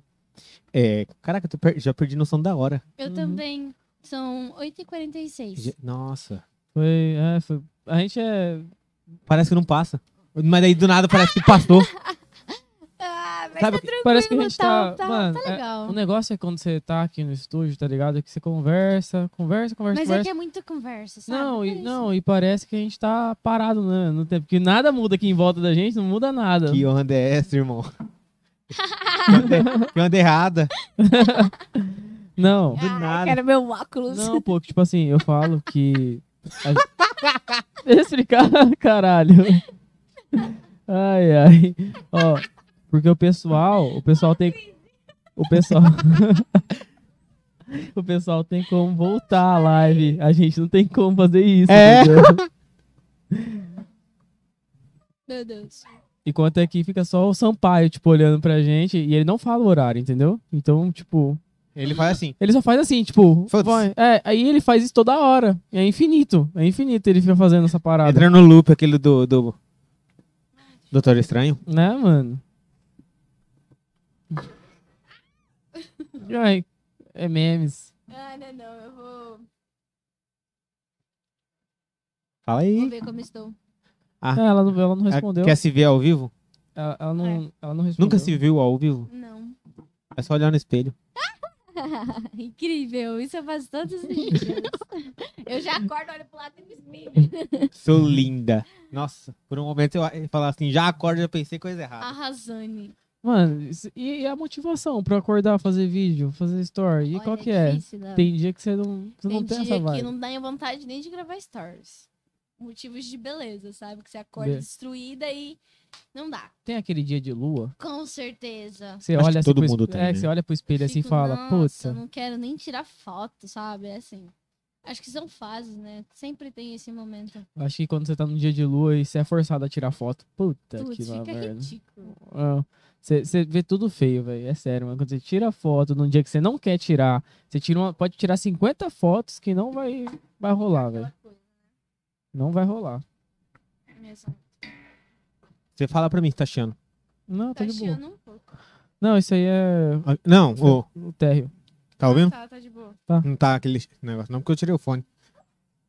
É, caraca, tô per- já perdi noção da hora.
Eu
Uhum.
também. São 8h46.
Ge- Nossa,
Foi, é, foi... A gente é...
parece que não passa. Mas daí do nada parece que passou.
Ah, [LAUGHS] mas
Sabe,
Parece que a gente tá...
tá, tá,
mano,
tá
é-
legal.
o negócio é quando você tá aqui no estúdio, tá ligado? É que você conversa, conversa, conversa,
Mas é
conversa.
que é muita conversa, sabe?
Não,
É
e,
isso.
não, e parece que a gente tá parado, né? No tempo que nada muda aqui em volta da gente, não muda nada.
que onda é essa, irmão? [LAUGHS] que, onda, é, que onda errada.
Não,
Do
Ai,
nada.
Ah, Quero meu óculos.
não, pô, que, tipo assim, eu falo que.
[LAUGHS]
a- Deixa eu explicar, [LAUGHS] caralho. Ai, ai. Ó, porque o pessoal, o pessoal tem. O pessoal. [LAUGHS] o pessoal tem como voltar a live. A gente não tem como fazer isso.
É.
entendeu?
Meu Deus.
Enquanto aqui é fica só o Sampaio, tipo, olhando pra gente. E ele não fala o horário, entendeu? Então, tipo.
Ele faz assim.
Ele só faz assim, tipo.
Foda-se.
vai- É, aí ele faz isso toda hora. É infinito. É infinito ele fica fazendo essa parada.
Entrando no loop, aquele do, do Doutor Estranho.
Né, mano? Ai, é memes.
Ah, não, não, eu vou,
Fala
vou
aí.
ver como estou.
Ah, ela, não, ela não
É
respondeu.
Quer se ver ao vivo?
Ela, ela
É.
não, ela não respondeu.
Nunca se viu ao vivo?
Não. [LAUGHS]
É só olhar no espelho.
Incrível, isso eu faço todos os dias.
[LAUGHS]
eu já acordo, olho pro lado e me espelho.
Sou linda. Nossa, por um momento eu eu falava assim, já acordo, já pensei coisa
Ah.
errada.
Arrasane.
Mano, isso- e, e a motivação pra acordar, fazer vídeo, fazer story? E
Olha,
qual que é?
difícil, né?
Tem dia que você não, você
Tem
não tem
dia
essa vibe.
que não dá nem vontade nem de gravar stories. Motivos de beleza, sabe? Que você acorda
Be-
destruída e não dá.
Tem aquele dia de lua.
Com certeza.
Você
Acho que
olha assim
todo
pro
mundo
espelho-
tem, né?
é, você olha pro espelho assim e
Fico,
fala,
"Nossa,
puta.
não quero nem tirar foto, sabe? É assim. Acho que são fases, né? Sempre tem esse momento.
Acho que quando você tá num dia de lua e você é forçado a tirar foto, puta que
Putz,
lá,
fica
merda.
ridículo.
Ah, Você você vê tudo feio, velho. É sério, mano. Quando você tira foto num dia que você não quer tirar, você tira uma- pode tirar 50 fotos que não vai, vai rolar, velho.
Aquela coisa
Não vai rolar.
mesmo.
Você fala pra mim, tá chiando.
Não, tá
Tá
de boa.
chiando um pouco.
Não, isso aí é
Ah, Não, ô,
o térreo.
tá ouvindo?
Tá, tá de boa.
Não tá aquele negócio, não, porque eu tirei o fone.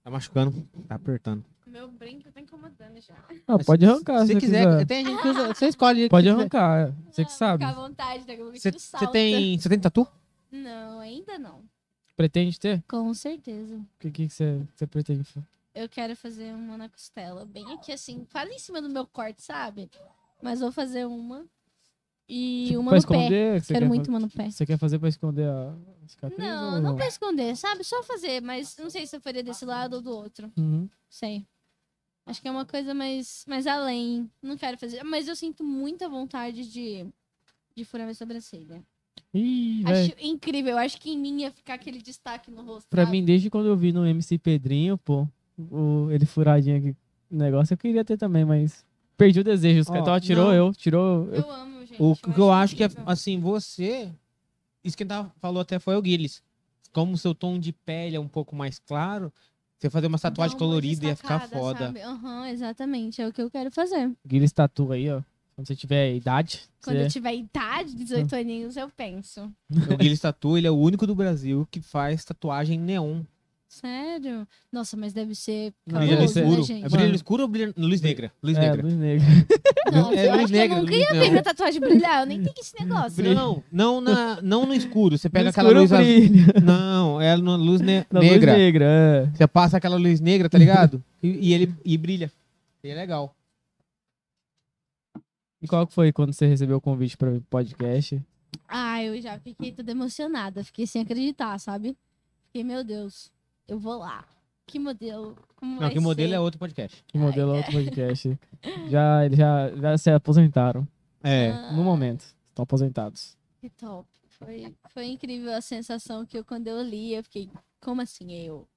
Tá machucando, tá apertando.
Meu brinco tá incomodando já.
Ah, pode arrancar, se
Se
você
quiser,
quiser.
tem gente que usa, você escolhe. o jeito
Pode
que quiser.
arrancar, é. você
Ah,
que sabe.
Fica à vontade, daqui a pouco
Você
tudo
você
salta.
tem, você tem tatu?
Não, ainda não.
Pretende ter?
Com certeza.
O que, que, que você, que você pretende? fa-
Eu quero fazer uma na costela. Bem aqui, assim, quase em cima do meu corte, sabe? Mas vou fazer uma. E
Tipo,
uma
pra
no pé.
esconder? que Você
Quero
quer
muito
fazer,
uma no pé.
Você quer fazer pra esconder a cicatriz?
Não,
ou
não pra esconder, sabe? Só fazer, mas não sei se eu faria desse lado ou do outro.
Uhum.
Sei. Acho que é uma coisa mais, mais além. Não quero fazer. Mas eu sinto muita vontade de, de furar minha sobrancelha.
Ih, velho.
Acho incrível. Eu acho que em mim ia ficar aquele destaque no rosto.
Pra
sabe?
mim, desde quando eu vi no MC Pedrinho, pô, o, ele furadinho aqui, o negócio, eu queria ter também, mas perdi o desejo. Os
Ó,
caras então, tirou
não.
eu, tirou eu.
Eu amo, gente.
O que eu acho que é,
incrível.
assim, você. Isso quem tava, falou até foi o Guilherme. Como o seu tom de pele é um pouco mais claro, você fazer uma
Dá um
tatuagem
uma
colorida ia ficar
destacada,
foda.
sabe? Aham, exatamente. É o que eu quero fazer.
Guilherme tatua aí, ó. Quando você tiver idade,
Quando
é.
você...
eu tiver idade, 18
Hum.
aninhos, eu penso.
O Guilherme Tatu, ele é o único do Brasil que faz tatuagem neon.
Sério? Nossa, mas deve ser
Não,
brilho no
cabuloso, né,
escuro. É
gente?
brilho
Mano.
no escuro ou brilho... luz negra? Luz
é,
negra.
luz negra.
Nossa,
É
eu
luz
acho que
negra,
eu nunca
luz
ia ver
neon.
minha tatuagem
[LAUGHS]
brilhar. Eu nem tenho esse negócio.
Brilho.
Não, não, na, não no escuro. Você pega
No
aquela
escuro
luz azul.
brilha.
Não, é na luz ne-
Na luz
negra.
negra, é.
Você passa aquela luz negra, tá ligado? E, e ele e brilha. E é legal.
E qual que foi quando você recebeu o convite para podcast?
Ah, eu já fiquei toda emocionada. Fiquei sem acreditar, sabe? Fiquei, meu Deus, eu vou lá. Que modelo? Como
Não,
vai
que modelo
ser?
é outro podcast.
Que modelo é outro podcast. Já, eles já, já se aposentaram.
É.
Ah,
No momento. Estão aposentados.
Que top. Foi, foi incrível a sensação que eu, quando eu li, eu fiquei, como assim eu?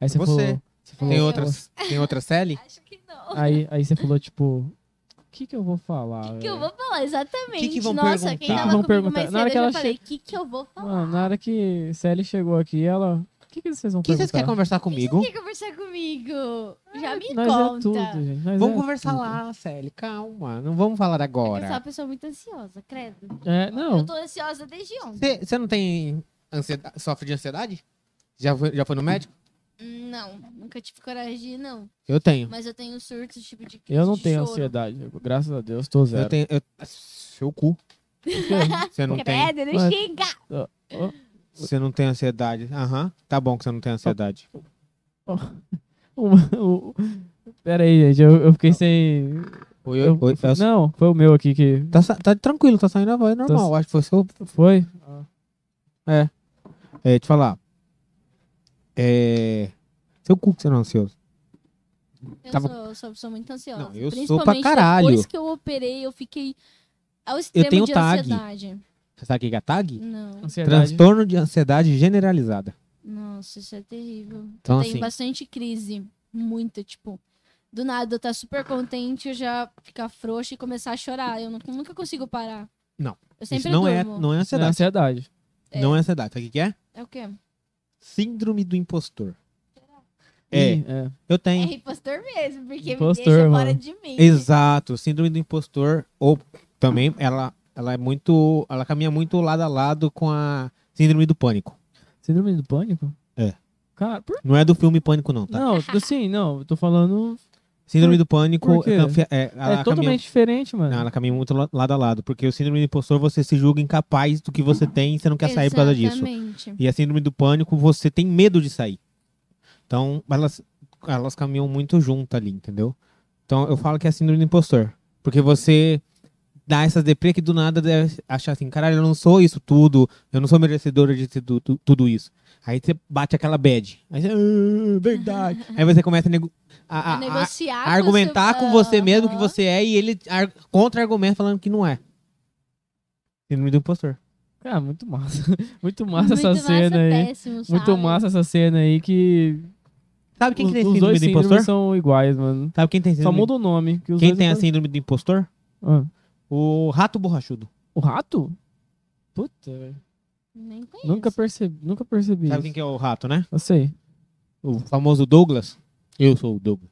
Aí você,
Você.
falou. Você falou
Tem
eu-
outras, tem outra série?
Acho que não.
Aí, aí você falou, tipo, o que, que eu vou falar?
O que, que
velho?
eu vou falar? Exatamente.
Que que vão
Nossa,
perguntar?
quem tava
Que que vão
comigo
perguntar?
mais
Na hora
cedo,
que
eu
ela
já falei, o que, que eu vou falar?
Mano, na hora que Sally chegou aqui, ela. O que, que vocês vão
O que vocês querem
perguntar?
conversar comigo?
Quer conversar comigo? Já me
Nós
conta.
é tudo, gente. Nós
Vamos
é
conversar
tudo.
lá, Célia. Calma, não vamos falar
É Eu sou uma
agora.
pessoa muito ansiosa, credo.
É, não.
Eu tô ansiosa desde ontem.
Você não tem ansiedade, sofre de ansiedade? Já foi, já foi no médico?
Não, nunca tive coragem de ir, não.
Eu tenho.
Mas eu tenho surtos, tipo de crise
Eu não
de
tenho
choro.
ansiedade. eu- graças a Deus, tô zero.
Eu tenho. eu- é Seu cu. Você não tem.
Credo,
Mas-
não xinga!
Você não tem ansiedade. Aham. Tá bom que você não tem ansiedade.
[LAUGHS] Uma- o- Pera aí, gente. Eu, eu fiquei sem.
Oi, oi,
eu-
oi. eu-
Não, foi o meu aqui que.
Tá, sa- tá tranquilo, tá saindo a voz normal. Acho que foi seu.
Foi?
É, te falar. É. Seu cu que você não é ansioso.
Eu
Tava-
sou, sou uma pessoa muito ansiosa.
Não, eu sou pra
Principalmente
caralho.
Depois que eu operei, eu fiquei ao extremo
tenho
de
TAG.
ansiedade.
Você sabe o que é tag?
Não,
Ansiedade.
Transtorno de ansiedade generalizada.
nossa, isso é terrível.
Então,
Tenho
assim.
bastante crise, muita, tipo... Do nada, eu tá super contente, eu já ficar frouxa e começar a chorar. Eu nu- nunca consigo parar.
Não,
Eu sempre
Isso não é,
durmo.
não é
Ansiedade.
ansiedade.
ansiedade.
Não é ansiedade. Sabe o que que é?
É o quê?
Síndrome do impostor. É,
Ih, é.
eu
É
tenho.
impostor mesmo, porque
Impostor,
me deixa
mano.
fora de mim.
Exato, síndrome do impostor ou também ela ela é muito, ela caminha muito lado a lado com a síndrome do pânico.
Síndrome do pânico?
É.
Cara, por...
Não é do filme Pânico não, tá?
Não, assim, não. Eu tô falando.
Síndrome do pânico
por quê?
ela caminha- é, ela
é
caminha-
totalmente diferente, mano.
não, ela caminha muito la- lado a lado, porque o síndrome do impostor você se julga incapaz do que você tem e você não quer sair por causa disso.
Exatamente.
E a síndrome do pânico você tem medo de sair. Então, elas elas caminham muito junto ali, entendeu? Então, eu falo que é a síndrome do impostor. Porque você dá essas deprê que do nada deve achar assim, caralho, eu não sou isso tudo, eu não sou merecedora de ter tu- tu- tudo isso. Aí você bate aquela bad. Aí você, "Ah, [LAUGHS] verdade. Aí você começa a, nego- a-
A
a- a-
negociar
a Ah, argumentar com você mesmo que você é e ele ar- contra-argumenta falando que não é. Síndrome do impostor.
Cara, muito massa. [LAUGHS] Muito massa essa
Muito
cena
massa,
aí.
péssimo,
Muito
sabe?
massa essa cena aí que.
Sabe quem
os,
que tem
os
síndrome
dois
do
síndromes
impostor?
são iguais, mano.
Sabe quem tem
Só
síndrome
muda o nome. Que os
Quem
dois
tem a
iguais.
síndrome do impostor?
Ah,
O rato borrachudo.
o rato? Puta, velho.
Nem conheço.
Nunca percebi. Nunca percebi.
Sabe
isso.
quem que é o rato, né?
Eu sei.
O famoso Douglas. Eu sou o Douglas.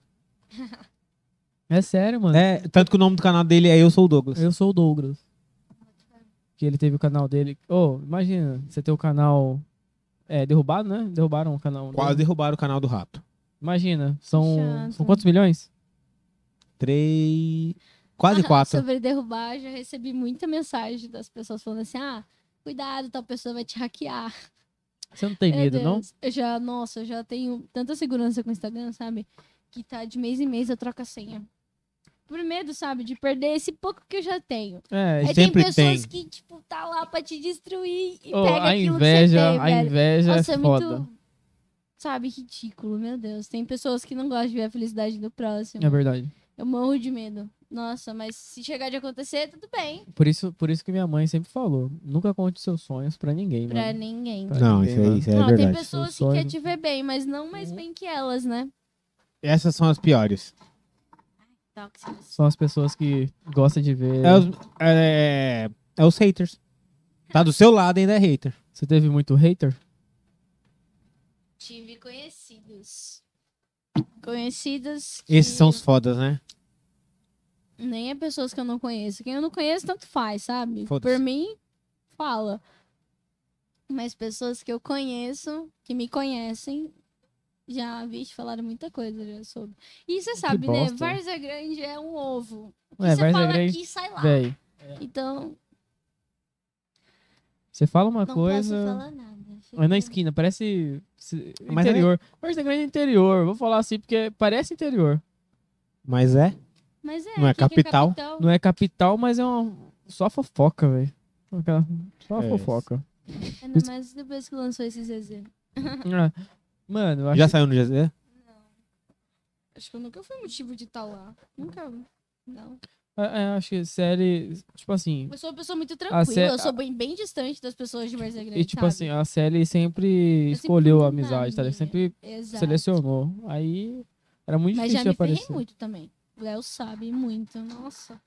É sério, mano.
É, tanto que o nome do canal dele é Eu Sou o Douglas.
Eu sou o Douglas. Que ele teve o canal dele. Ô, imagina, você ter o canal. É, derrubado, né? Derrubaram o canal. dele.
Quase derrubaram o canal do rato.
Imagina, são.
Chata.
São quantos milhões?
Três.
[LAUGHS]
Quase
Ah,
quatro.
Sobre derrubar, já recebi muita mensagem das pessoas falando assim: ah, cuidado, tal pessoa vai te hackear.
Você não tem
Meu
medo, não?
É, Deus. Eu já, nossa, eu já tenho tanta segurança com o Instagram, sabe? Que tá de mês em mês eu troco a senha. Por medo, sabe? De perder esse pouco que eu já tenho.
É,
Aí
sempre
tem pessoas
tem.
que, tipo, tá lá pra te destruir e
Ô,
pega
a
aquilo
inveja,
que você tem,
a
velho.
inveja
Nossa,
é foda.
muito. Sabe, ridículo, meu Deus. Tem pessoas que não gostam de ver a felicidade do próximo.
É verdade.
Eu morro de medo. Nossa, mas se chegar de acontecer, tudo bem.
Por isso, por isso que minha mãe sempre falou: nunca conte seus sonhos pra ninguém,
Pra
mano.
ninguém.
Pra
Não,
ninguém,
isso aí,
mano.
isso aí é
não, tem
verdade.
pessoas que
Sonho-
querem te ver bem, mas não mais
É.
bem que elas, né?
Essas são as piores.
Tóxicas.
São as pessoas que gostam de ver.
É os, é- é os haters. Tá do seu lado ainda é hater.
Você teve muito hater?
Tive conhecidos. Conhecidos. que
Esses são os fodas, né?
Nem é pessoas que eu não conheço. Quem eu não conheço, tanto faz, sabe?
Foda-se.
Por mim, fala. Mas pessoas que eu conheço, que me conhecem, já vi falaram muita coisa já sobre. E você sabe, né?
bosta.
Varza Grande é um ovo. O que
É,
Ué,
você
Varza
fala
Grande,
aqui, sai lá.
Véi,
Então,
você fala uma
não posso
coisa.
falar né? nada.
Mas
é
na esquina, parece se-
Mas
interior. Mas é grande interior. Vou falar assim porque parece interior.
Mas é.
Mas é,
Não é
aqui que
capital?
capital.
Não é capital, mas é uma só fofoca, velho. Aquela- Só
É.
fofoca.
né? Ainda mais depois que lançou esse ZZ.
Ah, Mano, eu acho
Já saiu no GZ?
Acho que eu nunca fui motivo de estar lá. Nunca. Não.
É, é, acho que série, tipo assim.
Eu sou uma pessoa muito
A
tranquila.
sé-
Eu sou bem, bem distante das pessoas de Varza Grande.
E tipo
sabe?
assim, a série sempre
Eu sempre
escolheu
fui
a
na
amizade, tá ligado?
minha.
Sempre
Exato.
selecionou. Aí era muito
Mas já
é difícil
me
de aparecer.
ferrei muito também. O Léo sabe muito, nossa.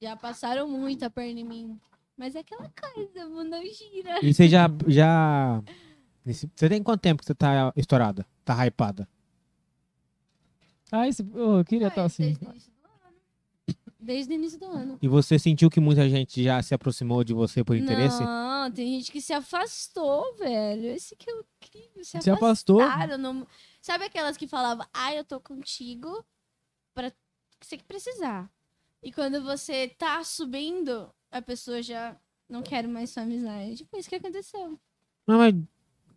Já passaram muito a perna em mim. Mas é aquela coisa, o mundo gira.
E você já. já... esse- Você tem quanto tempo que você tá estourada? Tá hypada?
Ah, esse, eu queria estar assim.
Desde o início do ano. Desde o início do ano.
E você sentiu que muita gente já se aproximou de você por interesse?
Não, tem gente que se afastou, velho. Esse que é o incrível. Se,
Se
afastou.
afastou?
Cara, eu não- Sabe aquelas que falavam, ah, eu tô contigo pra você que precisar. E quando você tá subindo, a pessoa já não quer mais sua amizade. Tipo, isso que aconteceu.
Não, mas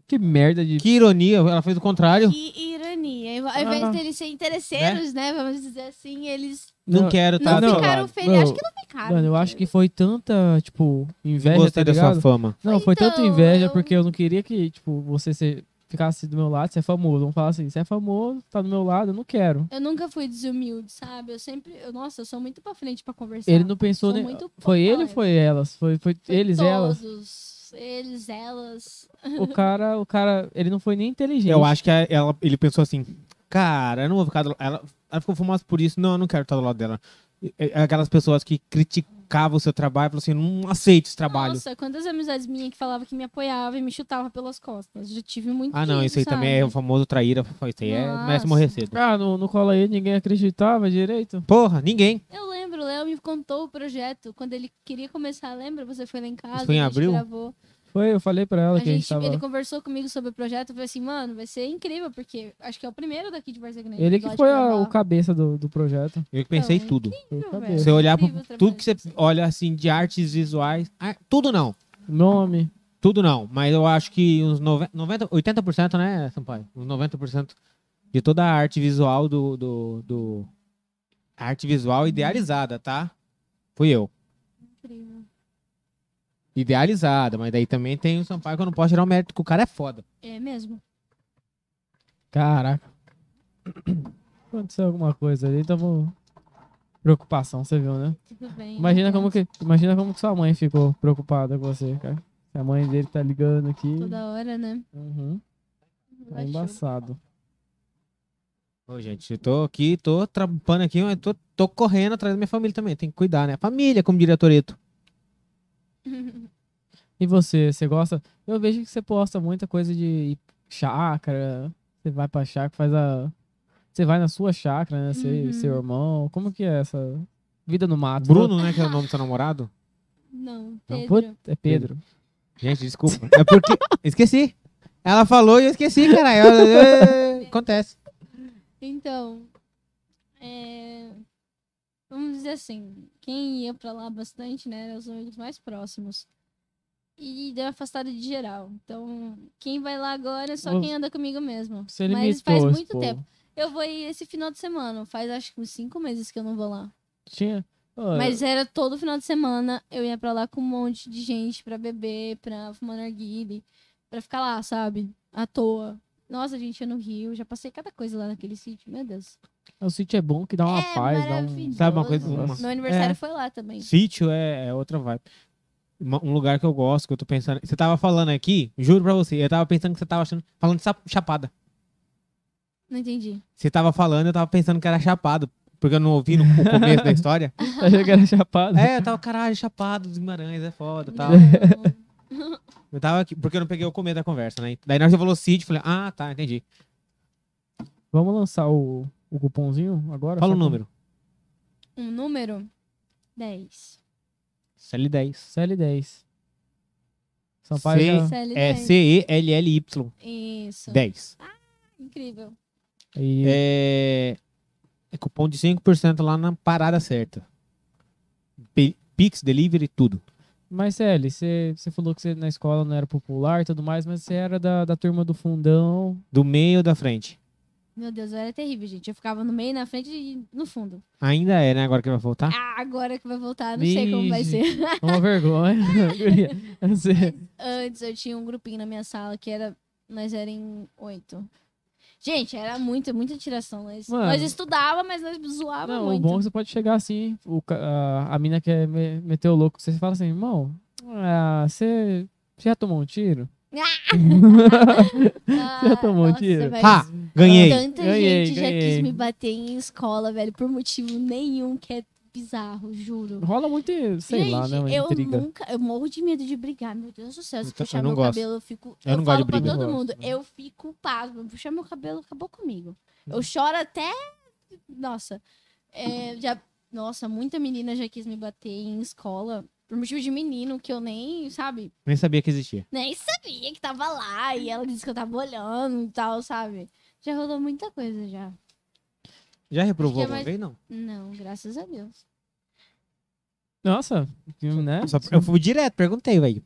Que merda de.
que ironia, ela fez o contrário.
Que ironia. Ao invés
Ah.
deles serem interesseiros, né? Vamos dizer assim, eles
Não,
Não,
quero,
não
tá?
não,
ficaram felizes.
não.
Acho que não ficaram.
Mano, eu acho que foi tanta, tipo, inveja,
Gostei
tá
da sua
ligado?
fama.
Não, foi tanta
Então,
inveja,
eu-
porque eu não queria que, tipo, você se- ficasse do meu lado, você é famoso. Vamos falar assim, você é famoso, tá do meu lado, eu não quero.
Eu nunca fui desumilde, sabe? Eu sempre. eu- nossa, eu sou muito pra frente pra conversar.
Ele não pensou,
Sou
né?
muito
Foi ele ou
popular.
foi elas? Foi, foi
Foi
eles, elas?
Todos. Eles, elas.
O cara, o cara, ele não foi nem inteligente.
Eu acho que a- ela, ele pensou assim, cara, eu não vou ficar do ela, ela ficou famosa por isso, não, eu não quero estar do lado dela. E- e- Aquelas pessoas que criticavam o seu trabalho, falaram assim, não aceito esse trabalho.
Nossa, quantas amizades minhas que falavam que me apoiava e me chutava pelas costas. Já tive muito
ah, não,
disso,
isso aí
sabe?
também é o famoso traíra, isso aí é, merece
Nossa.
morrer cedo.
Ah, no, no colo aí ninguém acreditava direito.
Porra, ninguém.
Eu lembro, o Léo me contou o projeto. Quando ele queria começar, lembra? Você foi lá em casa.
foi em
a gente
abril?
Gravou.
Foi, eu falei pra ela
A
que a
gente,
gente tava.
Ele
Ele,
conversou comigo sobre o projeto. Eu falei assim, mano, vai ser incrível, porque acho que é o primeiro daqui de Barça Grande.
que
lá de
foi a- o
Cuiabá.
cabeça do, do projeto.
Eu que pensei
Não,
tudo.
Foi o
Incrível, velho.
cabeça.
Você olhar pra
Incrível o
tudo que você
trabalho
olha assim de artes visuais, ah, tudo não.
Nome.
Tudo não, mas eu acho que uns 90, 90 80%, né, Sampaio? Uns 90% de toda a arte visual do, do, do- a Arte visual idealizada, tá? Fui eu.
Incrível.
Idealizada, mas daí também tem o Sampaio que eu não posso tirar o mérito, que o cara é foda.
É mesmo.
Caraca. Aconteceu alguma coisa ali, tamo. Preocupação, você viu, né?
Tudo bem.
Imagina
né?
como que. Imagina como que sua mãe ficou preocupada com você, cara. A mãe dele tá ligando aqui.
Toda hora, né?
Uhum. É
Achou.
embaçado.
Ô, gente, eu tô aqui, tô trampando aqui, mas tô, tô correndo atrás da minha família também. Tem que cuidar, né? Família, como diria Toreto.
E você, você gosta? Eu vejo que você posta muita coisa de chácara. Você vai pra chácara, faz a. Você vai na sua chácara, né? Você,
Uhum.
seu irmão. Como que é essa vida no mato?
Bruno, né, que é o nome do seu namorado?
[LAUGHS] Não,
Tá um
Não,
Pedro.
put- é Pedro.
Gente, desculpa. É porque. [LAUGHS] Esqueci. Ela falou e eu esqueci, cara. Eu- eu- eu- Acontece.
Então, é, vamos dizer assim, quem ia pra lá bastante, né, eram os amigos mais próximos. E deu afastado de geral. Então, quem vai lá agora é só
Você-
quem anda comigo mesmo.
Você
Mas
limitou
faz
esse
muito
povo.
tempo. Eu vou ir esse final de semana. Faz acho que uns cinco meses que eu não vou lá.
Tinha. Pô,
Mas era todo final de semana. Eu ia pra lá com um monte de gente pra beber, pra fumar narguile, pra ficar lá, sabe? À toa. Nossa, gente, eu no Rio. Já passei cada coisa lá naquele sítio. Meu Deus.
O sítio é bom que dá uma
É
paz, dá um. [LAUGHS]
maravilhoso.
Sabe uma coisa? Uma,
Nossa.
Meu aniversário
É.
foi lá também.
Sítio é, é outra vibe. Uma- Um lugar que eu gosto, que eu tô pensando. Você tava falando aqui, juro pra você, eu tava pensando que você tava achando. Falando de sap- chapada.
Não entendi.
Você tava falando, eu tava pensando que era chapado. Porque eu não ouvi no co- começo da
[LAUGHS]
história.
Achei que era Tá chapado.
É, eu tava, caralho, chapado dos Guimarães, é
Um
foda
[LAUGHS]
tal.
Não.
Eu tava aqui, porque eu não peguei o começo da conversa, né? Daí na hora que você falou sítio, eu falei, ah, tá, entendi.
Vamos lançar o, o cupomzinho agora?
Fala o
Só pra-
número.
um número 10.
CL10.
CL10. Sampaio.
Sei.
já-
CL10.
É C-E-L-L-Y.
Isso.
10.
Incrível.
E
É... é cupom de 5% lá na parada certa. Pe- Pix, delivery, tudo.
Mas, Celi, você você falou que você na escola não era popular e tudo mais, mas você era da, da turma do fundão.
Do meio da frente.
Meu Deus, eu era terrível, gente. Eu ficava no meio, na frente e no fundo.
Ainda é, né? Agora que vai voltar.
Ah, agora que vai voltar, não sei como vai
Vixe.
ser.
É Uma vergonha. [LAUGHS] né, Guria, você-
Antes eu tinha um grupinho na minha sala que era. Nós era em oito. Gente, era muito, muita tiração. Nós,
Mano.
nós estudava, mas nós zoava
Não, o
muito.
bom é que você pode chegar assim, o, ca- a, a mina quer me- meter o louco, você fala assim, irmão, ah, você você já tomou um tiro?
Ah,
já tomou um
nossa,
tiro?
mas
Ha! Ganhei.
Tanta
Ganhei,
gente já
ganhei.
quis me bater em escola, velho, por motivo nenhum, que é bizarro, juro.
Rola muito, sei
gente,
lá, né, uma
eu
intriga.
nunca, eu morro de medo de brigar, meu Deus do céu, se
Eu ta- eu
puxar
não
meu
gosto.
cabelo, eu fico,
Eu não gosto
falo
de
pra
briga.
todo
Eu
mundo,
gosto.
eu fico pasmo, puxar meu cabelo, acabou comigo.
Uhum.
Eu choro até, nossa, é, já, nossa, muita menina já quis me bater em escola, por motivo de menino, que eu nem, sabe,
Nem sabia que existia.
nem sabia que tava lá, e ela disse que eu tava olhando e tal, sabe. Já rolou muita coisa já.
Já reprovou
Acho que é
alguma
mais-
vez? Não.
Não, graças a Deus.
Nossa, filme,
um
né?
Só- eu fui direto, perguntei, velho.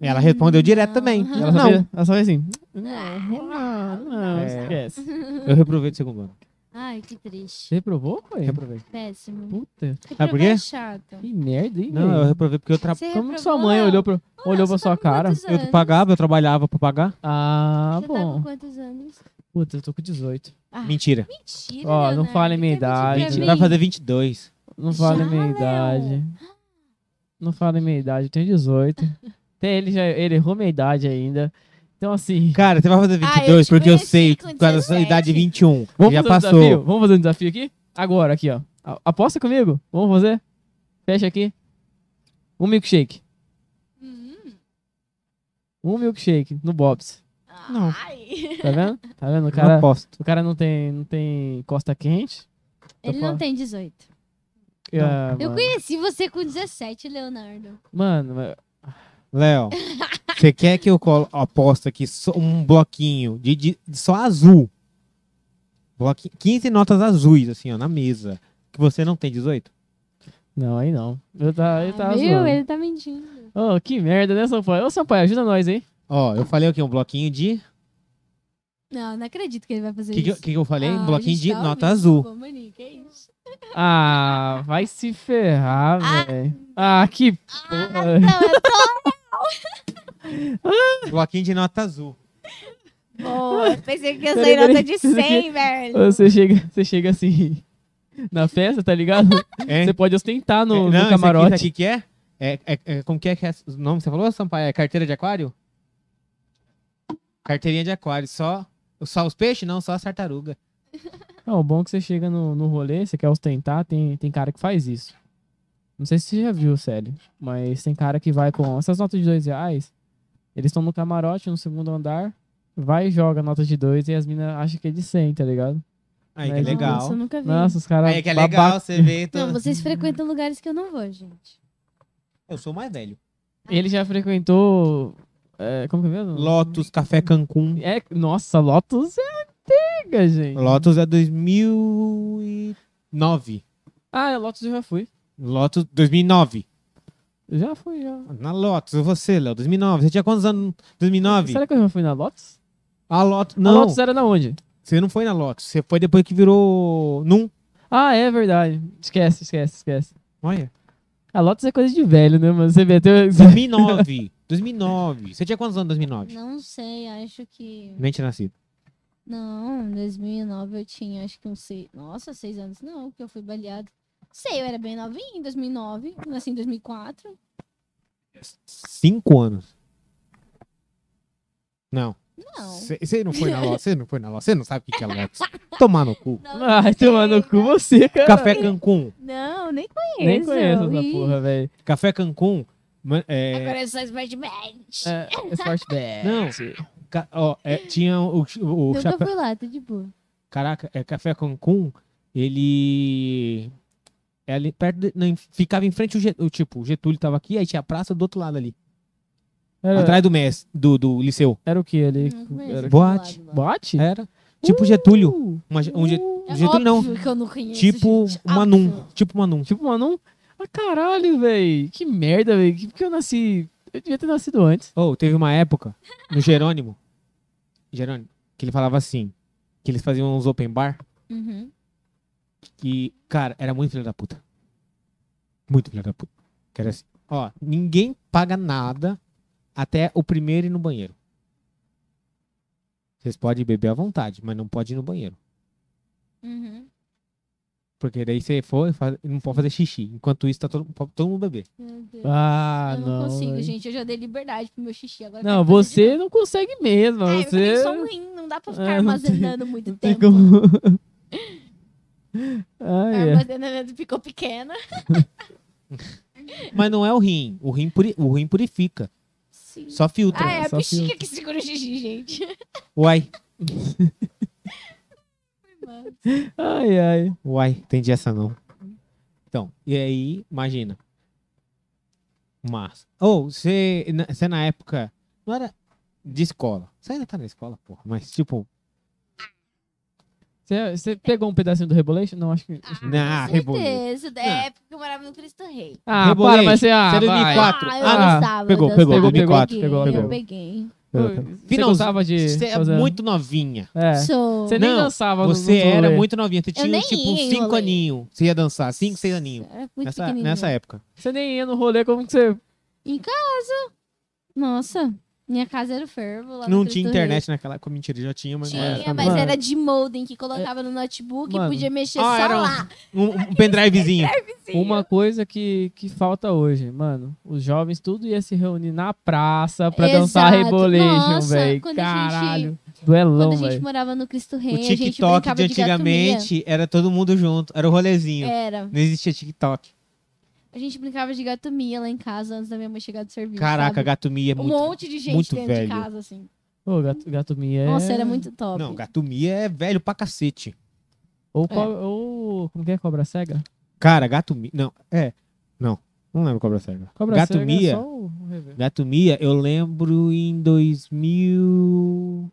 Hum.
Ela respondeu direto também.
E Ela, só
não,
fez- ela só fez assim,
Ah,
ah, não,
É.
esquece.
eu reprovei do segundo ano.
Ai, que triste.
Você reprovou, foi?
Reprovei.
Péssimo.
Puta,
Sabe por quê?
É chato.
que merda, hein,
Não, eu
velho?
reprovei porque eu, tra...
Você
Como que
reprovou?
sua mãe olhou pra, olhou pra
você
sua
tá com
cara?
quantos
eu
anos?
pagava, eu trabalhava pra pagar.
Ah,
Você tá
bom.
com quantos anos?
Puta, eu tô com 18.
Ah,
Mentira.
Mentira,
Ó, não
Leonardo,
fale minha
quer mentir
idade.
pra
Mentira.
Vai
mim?
fazer 22.
Não fala a
Já,
minha
Léo?
idade. Não fala a minha idade, eu tenho
[LAUGHS]
18. Até ele já ele errou minha idade ainda. Então, assim.
Cara, você vai fazer
Ah,
22
eu te
porque eu
conheci
sei
com
que com a sua
17.
idade 21.
[LAUGHS] Vamos
já
fazer
passou.
um desafio? Vamos fazer um desafio aqui? Agora, aqui, ó. A- Aposta comigo? Vamos fazer? Fecha aqui. Um milkshake.
Hum?
Um milkshake no Bob's.
Não.
[LAUGHS]
Ai.
Tá
[LAUGHS]
vendo? Tá vendo? O
Não
cara,
aposto.
o cara não, tem, não tem costa quente.
Ele não tem 18.
Ah,
Eu
mano.
conheci você com 17, Leonardo.
Mano, mas-
Léo, você quer que eu colo... aposto aqui só um bloquinho de, de- de só azul? Bloqui... 15 notas azuis, assim, ó, na mesa. Que você não tem 18?
não, aí não. Eu tava, eu tava
Viu?
zoando.
Ele tá mentindo.
Oh, que merda, né, Sampaio? Ô, Sampaio, ajuda nós, hein?
Ó, eu falei o quê? Um bloquinho de.
Não, não acredito que ele vai fazer
O que, que, eu-
isso.
que que eu falei?
Ah,
um
a
bloquinho
gente
de
tá
nota
ouvindo.
azul.
Pô, Mani, que isso?
Ah, vai se ferrar, velho. Ah, que porra.
Ah, Não, eu tô...
Um bloquinho de nota azul.
Pô, eu pensei que ia
Peraí,
sair nota
peraí,
de
peraí. [LAUGHS]
100, velho.
Você chega, você chega assim na festa, tá ligado?
[LAUGHS] É?
Você pode ostentar
É,
no, no
não, esse
camarote.
Aqui, esse aqui que é? É, é, é- Como que é que é o nome que você falou, Sampaio? É carteira de aquário? Carteirinha de aquário. Só, só os peixes? Não, só as tartarugas.
Não, o bom é que você chega no, no rolê, você quer ostentar, tem, tem cara que faz isso. Não sei se você já viu, sério, mas tem cara que vai com essas notas de dois reais, eles estão no camarote, no segundo andar, vai e joga a nota de dois e as minas acham que é de 100, tá ligado?
Aí que é
Mas-
legal.
Nossa, eu nunca vi.
Nossa, os caras
Aí que é
babaca-
legal, você vê.
[LAUGHS]
todo-
Não, vocês frequentam lugares que eu não vou, gente.
Eu sou mais velho.
Ele já frequentou. é, como que é mesmo?
Lotus, Café Cancún.
É, nossa, Lotus é antiga, gente.
Lotus é 2009.
Ah, é, Lotus eu já fui.
Lotus 2009.
Eu Já fui, já.
Na Lotus, eu você, Léo, 2009. Você tinha quantos anos? 2009?
Será que eu já fui na Lotus?
A Lotus,
A
não.
Lotus é- era na onde?
Você não foi na Lotus, você foi depois que virou Num.
Ah, é verdade. Esquece, esquece, esquece.
Olha.
A Lotus é coisa de velho, né, mano? Você vê até. [LAUGHS]
2009. 2009. Você tinha quantos anos em 2009?
Não sei, acho que.
Nem tinha nascido.
Não, em 2009 eu tinha acho que uns seis. Nossa, seis anos não, porque eu fui baleado. Sei, eu era bem novinha em 2009, nasci em 2004.
Cinco anos. Não.
Não.
Você não foi na Lotus, você não foi na Lotus, você não sabe o que que é
[LAUGHS]
Lotus. Tomar no cu.
Ai, tomando no cu você, cara.
Café Cancún.
Não, nem conheço.
Nem conheço essa
Ih,
porra, velho.
Café Cancún. ma- É,
Agora é só Smartband.
É, é Sportback.
Não. Ca- ó, é, tinha o, o, o
Nunca
chapéu.
fui lá, tá de boa.
Caraca, é Café Cancún, ele. é ali perto de- não, ficava em frente o, Get- o tipo, o Getúlio tava aqui, aí tinha a praça do outro lado ali.
Era,
Atrás do MES, do, do liceu.
era o que ali?
Não conheço
Era...
esse
boate.
lado lá.
Boate? Uh,
Era.
Uh!
Tipo Getúlio. Uma, um Get-
É
Getúlio não.
óbvio que eu não conheço.
um
Tipo
gente,
Manum.
óbvio.
Tipo Manum.
Tipo, mano, um... ah, caralho, velho. Que merda, velho. Que- Por que eu nasci? Eu devia ter nascido antes.
Ou teve uma época no Jerônimo. Jerônimo. Que ele falava assim. Que eles faziam uns open bar.
Uhum.
que, cara, era muito filho da puta. Muito filho da puta. Que era assim, ó, ninguém paga nada até o primeiro ir no banheiro. Você Vocês podem beber à vontade, mas não pode ir no banheiro.
Uhum.
Porque daí você for e faz- não pode fazer xixi. Enquanto isso, tá todo, pode todo mundo beber.
Meu Deus.
Ah,
eu não, consigo,
velho.
gente. Eu já dei liberdade pro meu xixi. Agora eu
Não,
quero fazer de
você não consegue mesmo.
novo. É, eu
você
também sou ruim. Não dá pra ficar
É, não tem-
armazenando muito
não tem
tempo.
como.
[LAUGHS]
Ai,
A
é.
armazenamento ficou pequena.
Mas não é o rim. O rim, puri- o rim purifica.
Sim.
Só filtra.
Ah, é a
só
bexiga
filtro.
que segura o
[LAUGHS]
xixi, gente.
Uai,
ai, ai.
uai. Entendi essa não. Então, e aí, imagina. Mas. Ou, você na- você na época. Não era de escola. Você ainda tá na escola, porra. Mas, tipo,
Você, você pegou um pedacinho do Rebolation? Não, acho que.
na
Ah, Com
rebolê.
certeza. Da
Ah.
época que eu morava no Cristo Rei.
Ah,
Rebolation.
para, mas você. Ah,
Você é
vai.
2004. Quatro.
Ah, eu
Ah,
gostava.
pegou,
das-
pegou,
eu
2004,
peguei,
pegou,
pegou.
Eu peguei.
Você
Uhum. Finalzinho.
gostava de.
Você é
fazer-
muito novinha.
É.
Sou.
Você nem
Não,
dançava no-
Você
nos rolê.
era muito novinha. Você tinha,
nem
tipo,
ia
uns
em
5
rolê.
aninhos. Você ia dançar. 5, 6 aninhos.
Era muito
Nessa,
pequenininha.
nessa época.
Você nem ia no rolê como que você.
Nossa, minha casa era o fervo lá no
Não
Cristo
tinha
Rei.
internet naquela. Com mentira, já tinha, mas não era.
Tinha,
tão-
mas
Mano.
era de modem, que colocava no notebook
Mano.
e podia mexer
Ah,
só
era um-
lá.
Um, um pendrivezinho.
Uma coisa que, que falta hoje, mano. Os jovens tudo ia se reunir na praça pra dançar
Exato.
Rebolation,
Nossa,
velho.
quando a gente-
Caralho.
Quando
Duelão,
a gente
velho.
morava no Cristo Rei,
O
a gente
TikTok
brincava
de antigamente era todo mundo junto. Era o
gatomia.
rolezinho.
Era.
Não existia TikTok.
A gente brincava de gatomia lá em casa antes da minha mãe chegar do serviço.
Caraca,
sabe?
Gatomia é
Um
muito.
monte de gente
muito
dentro
velho.
de casa, assim.
Ô, gato, gato Mia é.
Nossa, era muito top.
Não, Gatomia é velho pra cacete.
Ou, co- ou. Como que é cobra cega?
Cara, Gatomia. Não, é. Não, não lembro Cobra Cega.
Cobra
Gatomia.
cega é só o- o rever-
Gatomia, é, eu lembro em 2000.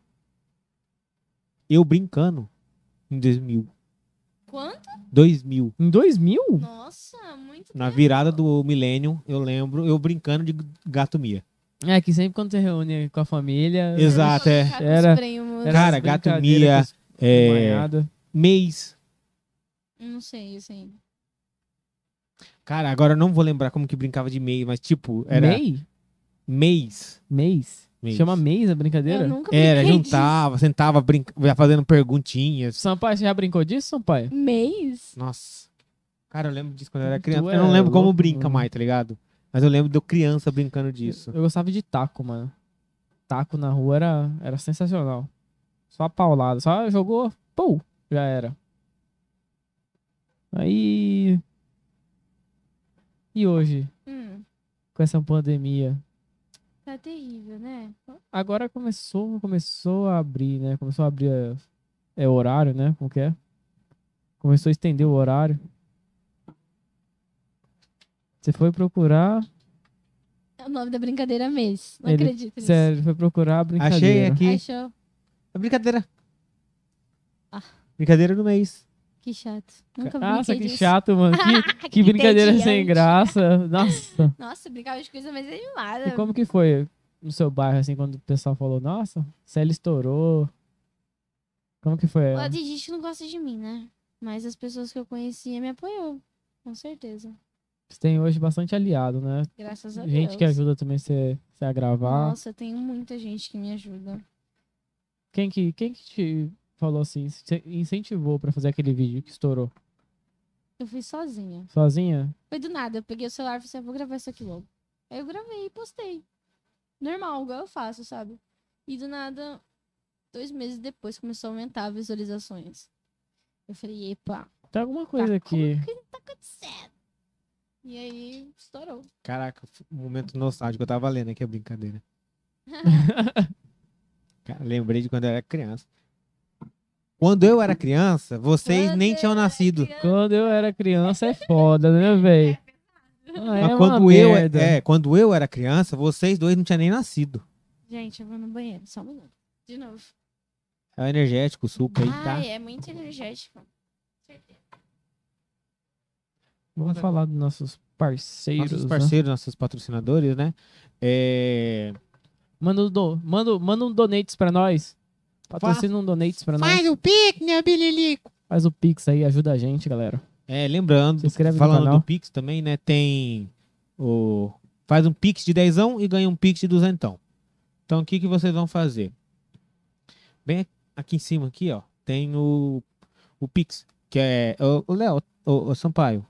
Eu brincando. Em 2000.
Quanto?
2000.
Em 2000?
Nossa, muito
Na
tempo.
virada do milênio, eu lembro eu brincando de Gatomia.
É que sempre quando você reúne com a
né?
família.
Exato, é.
Brincar com os
Era-
primos.
era- Cara,
brincadeira
Gatomia,
com as
É,
cunhada.
mês.
Não sei, assim.
Cara, agora eu não vou lembrar como que brincava de mês, mas tipo, era
Mei?
mês.
Mês?
Mês.
Chama mês a
Eu
brincadeira?
nunca brinquei
é
Era,
disso.
juntava, sentava, brinca, ia fazendo perguntinhas.
Sampaio, você já brincou disso, Sampaio?
Mês?
Nossa. Cara, eu lembro disso quando eu era
Tu
criança.
é
Eu não lembro como
louco,
brinca
mano.
mais, tá ligado? Mas eu lembro de eu criança brincando disso.
Eu gostava de taco, mano. Taco na rua era, era sensacional. Só paulada. Só jogou, pô, já era. Aí. E hoje,
Hum,
com essa pandemia?
tá terrível, né?
Agora começou, começou a abrir, né? Começou a abrir é, é horário, né? Como que é? Começou a estender o horário. Você foi procurar.
O nome da brincadeira é mês. Não
Ele- é
acredito nisso.
Sério, foi procurar a
Achei
brincadeira.
aqui.
Achou?
É brincadeira.
Ah.
Brincadeira do mês.
Que chato. Nunca brinquei
Nossa, que
disso.
chato,
[LAUGHS]
mano. Que, que
Que
brincadeira sem
entediante.
graça. Nossa.
[LAUGHS] Nossa, brincava de coisa mais
E
animada.
como que foi no seu bairro, assim, quando o pessoal falou, nossa, Célia estourou? Como que foi?
Ó, Tem gente que não gosta de mim, né? Mas as pessoas que eu conhecia me apoiou. Com certeza.
Você tem hoje bastante aliado, né?
Graças a Deus.
Gente que ajuda também você, você a gravar.
Nossa, eu tenho muita gente que me ajuda.
Quem que, quem que te falou assim, você incentivou pra fazer aquele vídeo que estourou?
Eu fui sozinha.
Sozinha?
Foi do nada. Eu peguei o celular e falei assim, eu vou gravar isso aqui logo. Aí eu gravei e postei. Normal, igual eu faço, sabe? E do nada, dois meses depois, começou a aumentar as visualizações. Eu falei, epa,
Tem alguma coisa
tá,
aqui.
como que tá acontecendo? E aí, estourou.
Caraca, um momento nostálgico. Eu tava lendo aqui a
[LAUGHS]
brincadeira. Cara, lembrei de quando eu era criança. Quando eu era criança, vocês
Quando
nem
eu
tinham nascido.
Quando eu era criança é foda, né,
[LAUGHS]
velho? Ah,
Mas
é
quando
uma
eu,
merda.
é, quando eu era criança, vocês dois não tinham nem nascido.
Gente, eu vou no banheiro, só um minuto. De novo.
É o energético, o suco aí, tá?
Ai, é muito energético.
Vamos falar dos nossos parceiros.
Nossos
né?
parceiros, nossos patrocinadores, né? É...
Manda, um do, manda, manda um donates pra nós. Patrocina um donates pra nós.
o pique, né, Bililico?
Faz o Pix aí, ajuda a gente, galera.
É, lembrando,
Se inscreve no
falando
canal.
do Pix também, né? Tem o. Faz um Pix de dezão e ganha um Pix de duzentão. Então o que, que vocês vão fazer? Bem aqui em cima, aqui, ó, tem o, o Pix, que é. Ô, ô, Léo, ô, ô, Sampaio.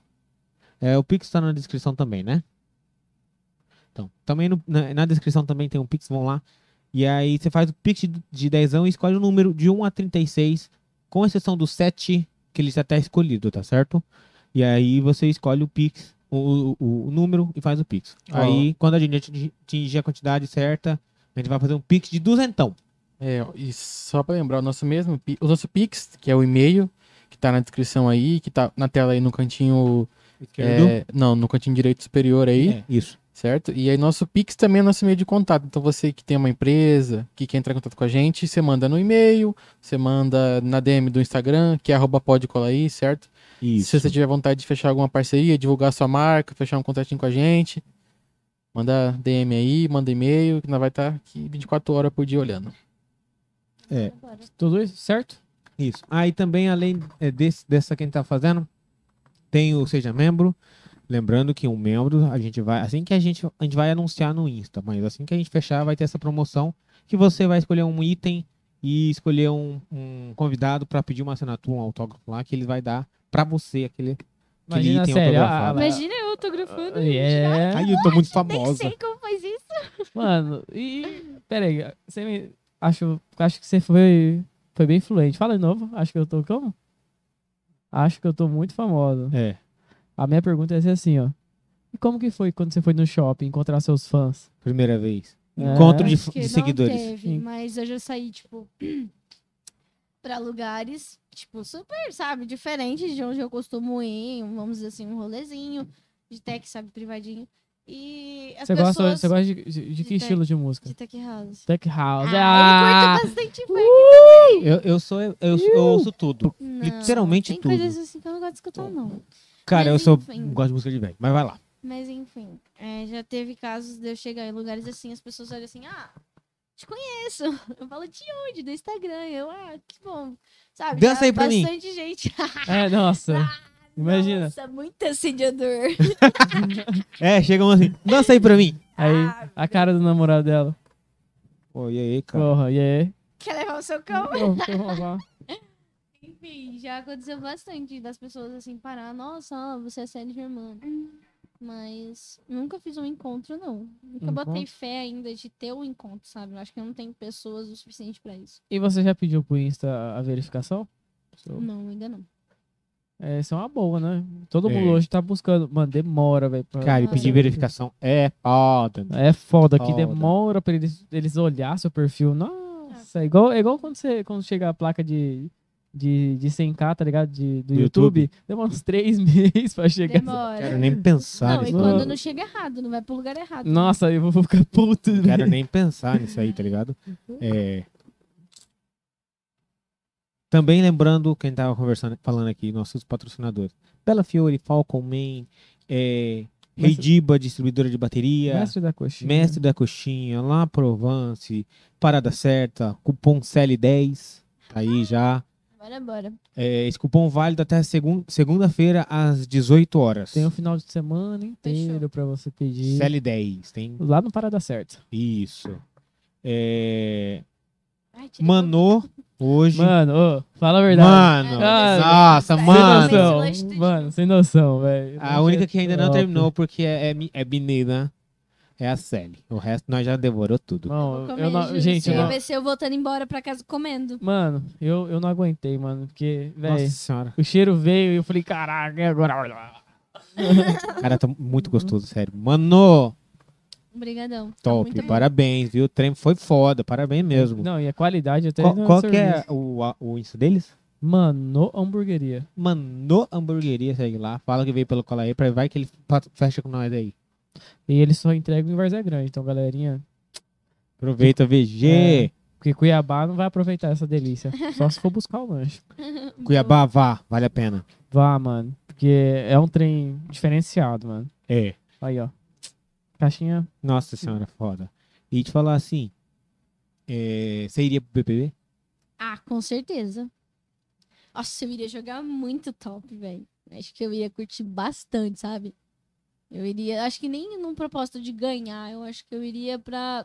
É, o Pix tá na descrição também, né? Então, também no- na, na descrição também tem um Pix, vão lá. E aí você faz o Pix de- de 10 e escolhe o número de 1 a 36, com exceção do 7, que ele já tá escolhido, tá certo? E aí você escolhe o Pix, o, o, o número e faz o Pix.
Ó.
Aí, quando a gente atingir- atingir a quantidade certa, a gente vai fazer um Pix de duzentão.
É, e só pra lembrar, o nosso mesmo, pi- o nosso Pix, que é o e-mail, que tá na descrição aí, que tá na tela aí no cantinho.
Esquerdo.
é, não, no cantinho direito superior aí,
É, isso.
certo? E aí nosso Pix também é nosso e-mail de contato. Então você que tem uma empresa, que quer entrar em contato com a gente, você manda no e-mail, você manda na DM do Instagram, que é arroba pode colar aí, certo?
Isso.
Se você tiver vontade de fechar alguma parceria, divulgar sua marca, fechar um contratinho com a gente, manda DM aí, manda e-mail, que nós vai estar aqui 24 horas por dia olhando.
É.
Tudo isso, certo?
Isso. Aí também, além é, desse, dessa que a gente tá fazendo, tem o Seja Membro. Lembrando que um membro, a gente vai. Assim que a gente, a gente vai anunciar no Insta, mas assim que a gente fechar, vai ter essa promoção que você vai escolher um item e escolher um, um convidado para pedir uma assinatura, um autógrafo lá, que ele vai dar para você aquele, aquele
Imagina,
item
sério,
autografado.
a-
Imagina né? eu autografando.
Ah,
É.
Aí eu tô muito
Nem
famosa.
sei como faz isso.
Mano, e. Pera aí, você me. Acho, acho que você foi, foi bem fluente. Fala de novo, acho que eu tô como? Acho que eu tô muito famoso.
É.
A minha pergunta é assim, ó. E como que foi quando você foi no shopping encontrar seus fãs?
Primeira vez.
É.
Encontro de,
Ah, Acho que
de
não
seguidores.
Teve,
Sim.
mas eu já saí, tipo,
[CLEARS THROAT] Pra lugares, tipo, super, sabe? Diferentes de onde eu costumo ir. um, Vamos dizer assim, um rolezinho de tech, sabe? Privadinho. E as
Você
pessoas...
gosta, você gosta de, de- de que
de
estilo de música?
de tech house.
Tech House.
Ah,
Ah,
ele curte bastante funk.
Eu, eu sou. Eu, eu ouço tudo.
Não,
Literalmente
tem
tudo.
coisas assim que eu não gosto de escutar, não.
Cara,
Mas
eu sou.
enfim.
Gosto de música de velho. Mas vai lá.
Mas enfim, é, já teve casos de eu chegar em lugares assim, as pessoas olham assim, ah, te conheço.
[LAUGHS]
Eu falo, de onde? Do Instagram. Eu, ah, que bom. Sabe?
Dança
tá
já
aí pra mim.
Bastante gente.
[LAUGHS]
É, nossa. Imagina.
Nossa, muito
assim
[LAUGHS]
assediador.
É, chegam assim. Dança aí pra mim.
Aí, a cara do namorado dela.
Pô, e aí, cara?
Porra, e aí?
Quer levar o seu cão?
enfim, já aconteceu bastante das pessoas assim parar, nossa, ó, você é sério de irmã. Mas nunca fiz um encontro, não. Nunca botei fé ainda de ter um encontro, sabe? Eu acho que eu não tenho pessoas o suficiente pra isso.
E você já pediu pro Insta a verificação?
Não, ainda não.
É, isso é uma boa, né? Todo
É.
mundo hoje tá buscando. Mano, demora, velho. pra-
Cara, e pedir verificação é foda.
É foda que
Foda.
demora pra eles, eles olhar seu perfil. Nossa, é igual, é igual quando, você, quando chega a placa de, de, de 100k, tá ligado? De, do
Do
YouTube. Demora uns três [LAUGHS] meses pra chegar.
Quero
Demora.
nem pensar
Não, e
nisso.
quando não chega errado, não vai pro lugar errado.
né?
Nossa, eu vou ficar puto. né?
Não quero nem pensar nisso aí, tá ligado?
Uhum.
É. Também lembrando quem tava conversando, falando aqui, nossos patrocinadores. Bela Fiore, Falcon Man, é, Rei
Mestre-
Diba, distribuidora de bateria.
Mestre da coxinha.
Mestre da Coxinha, La Provence, Parada Certa, cupom CL10, tá aí já.
Bora, bora.
É, esse cupom válido até segun- segunda-feira às 18 horas.
Tem o final de semana inteiro pra você pedir.
CL10, tem
Lá no Parada Certa.
isso. É,
Ai, tirei
Manô, hoje.
Mano, ô, fala a verdade.
Mano,
Ah,
nossa,
sem
sem
mano.
noção.
noção. Mano, sem noção, velho.
A única que ainda não
Top.
terminou porque é, é, mi- é mineira é a Sally. O resto nós já devorou tudo.
Não,
Vou
eu não-
comer,
gente,
Sim,
eu
Aí
não,
vai ser eu voltando embora pra casa comendo.
mano, eu, eu não aguentei, mano, porque,
Nossa
velho,
senhora,
o cheiro veio e eu falei, caraca, e agora.
cara, tá muito gostoso, sério. Mano,
Obrigadão. Uhum. Tá
Top,
muito bom.
parabéns, viu? O trem foi foda, parabéns mesmo.
Não, e a qualidade até.
qual
do
qual que é
serviço.
o, a- o Insta deles?
Mano, hamburgueria.
Mano, hamburgueria, segue lá. Fala que veio pelo cola aí, pra vai que ele fa- fecha com nós aí.
E eles só entregam em Várzea Grande, então, galerinha,
Aproveita, VG.
porque Cuiabá não vai aproveitar essa delícia. Só se for buscar o lanche.
Cuiabá, vá, vale a pena.
Vá, mano, porque é um trem diferenciado, mano.
É.
Aí, ó. Caixinha.
Nossa senhora, foda. E te falar assim, é, você iria pro BBB?
Ah, com certeza.
Nossa, eu iria jogar muito top, velho. Acho que eu iria curtir bastante, sabe? Eu iria, acho que nem num propósito de ganhar, eu acho que eu iria pra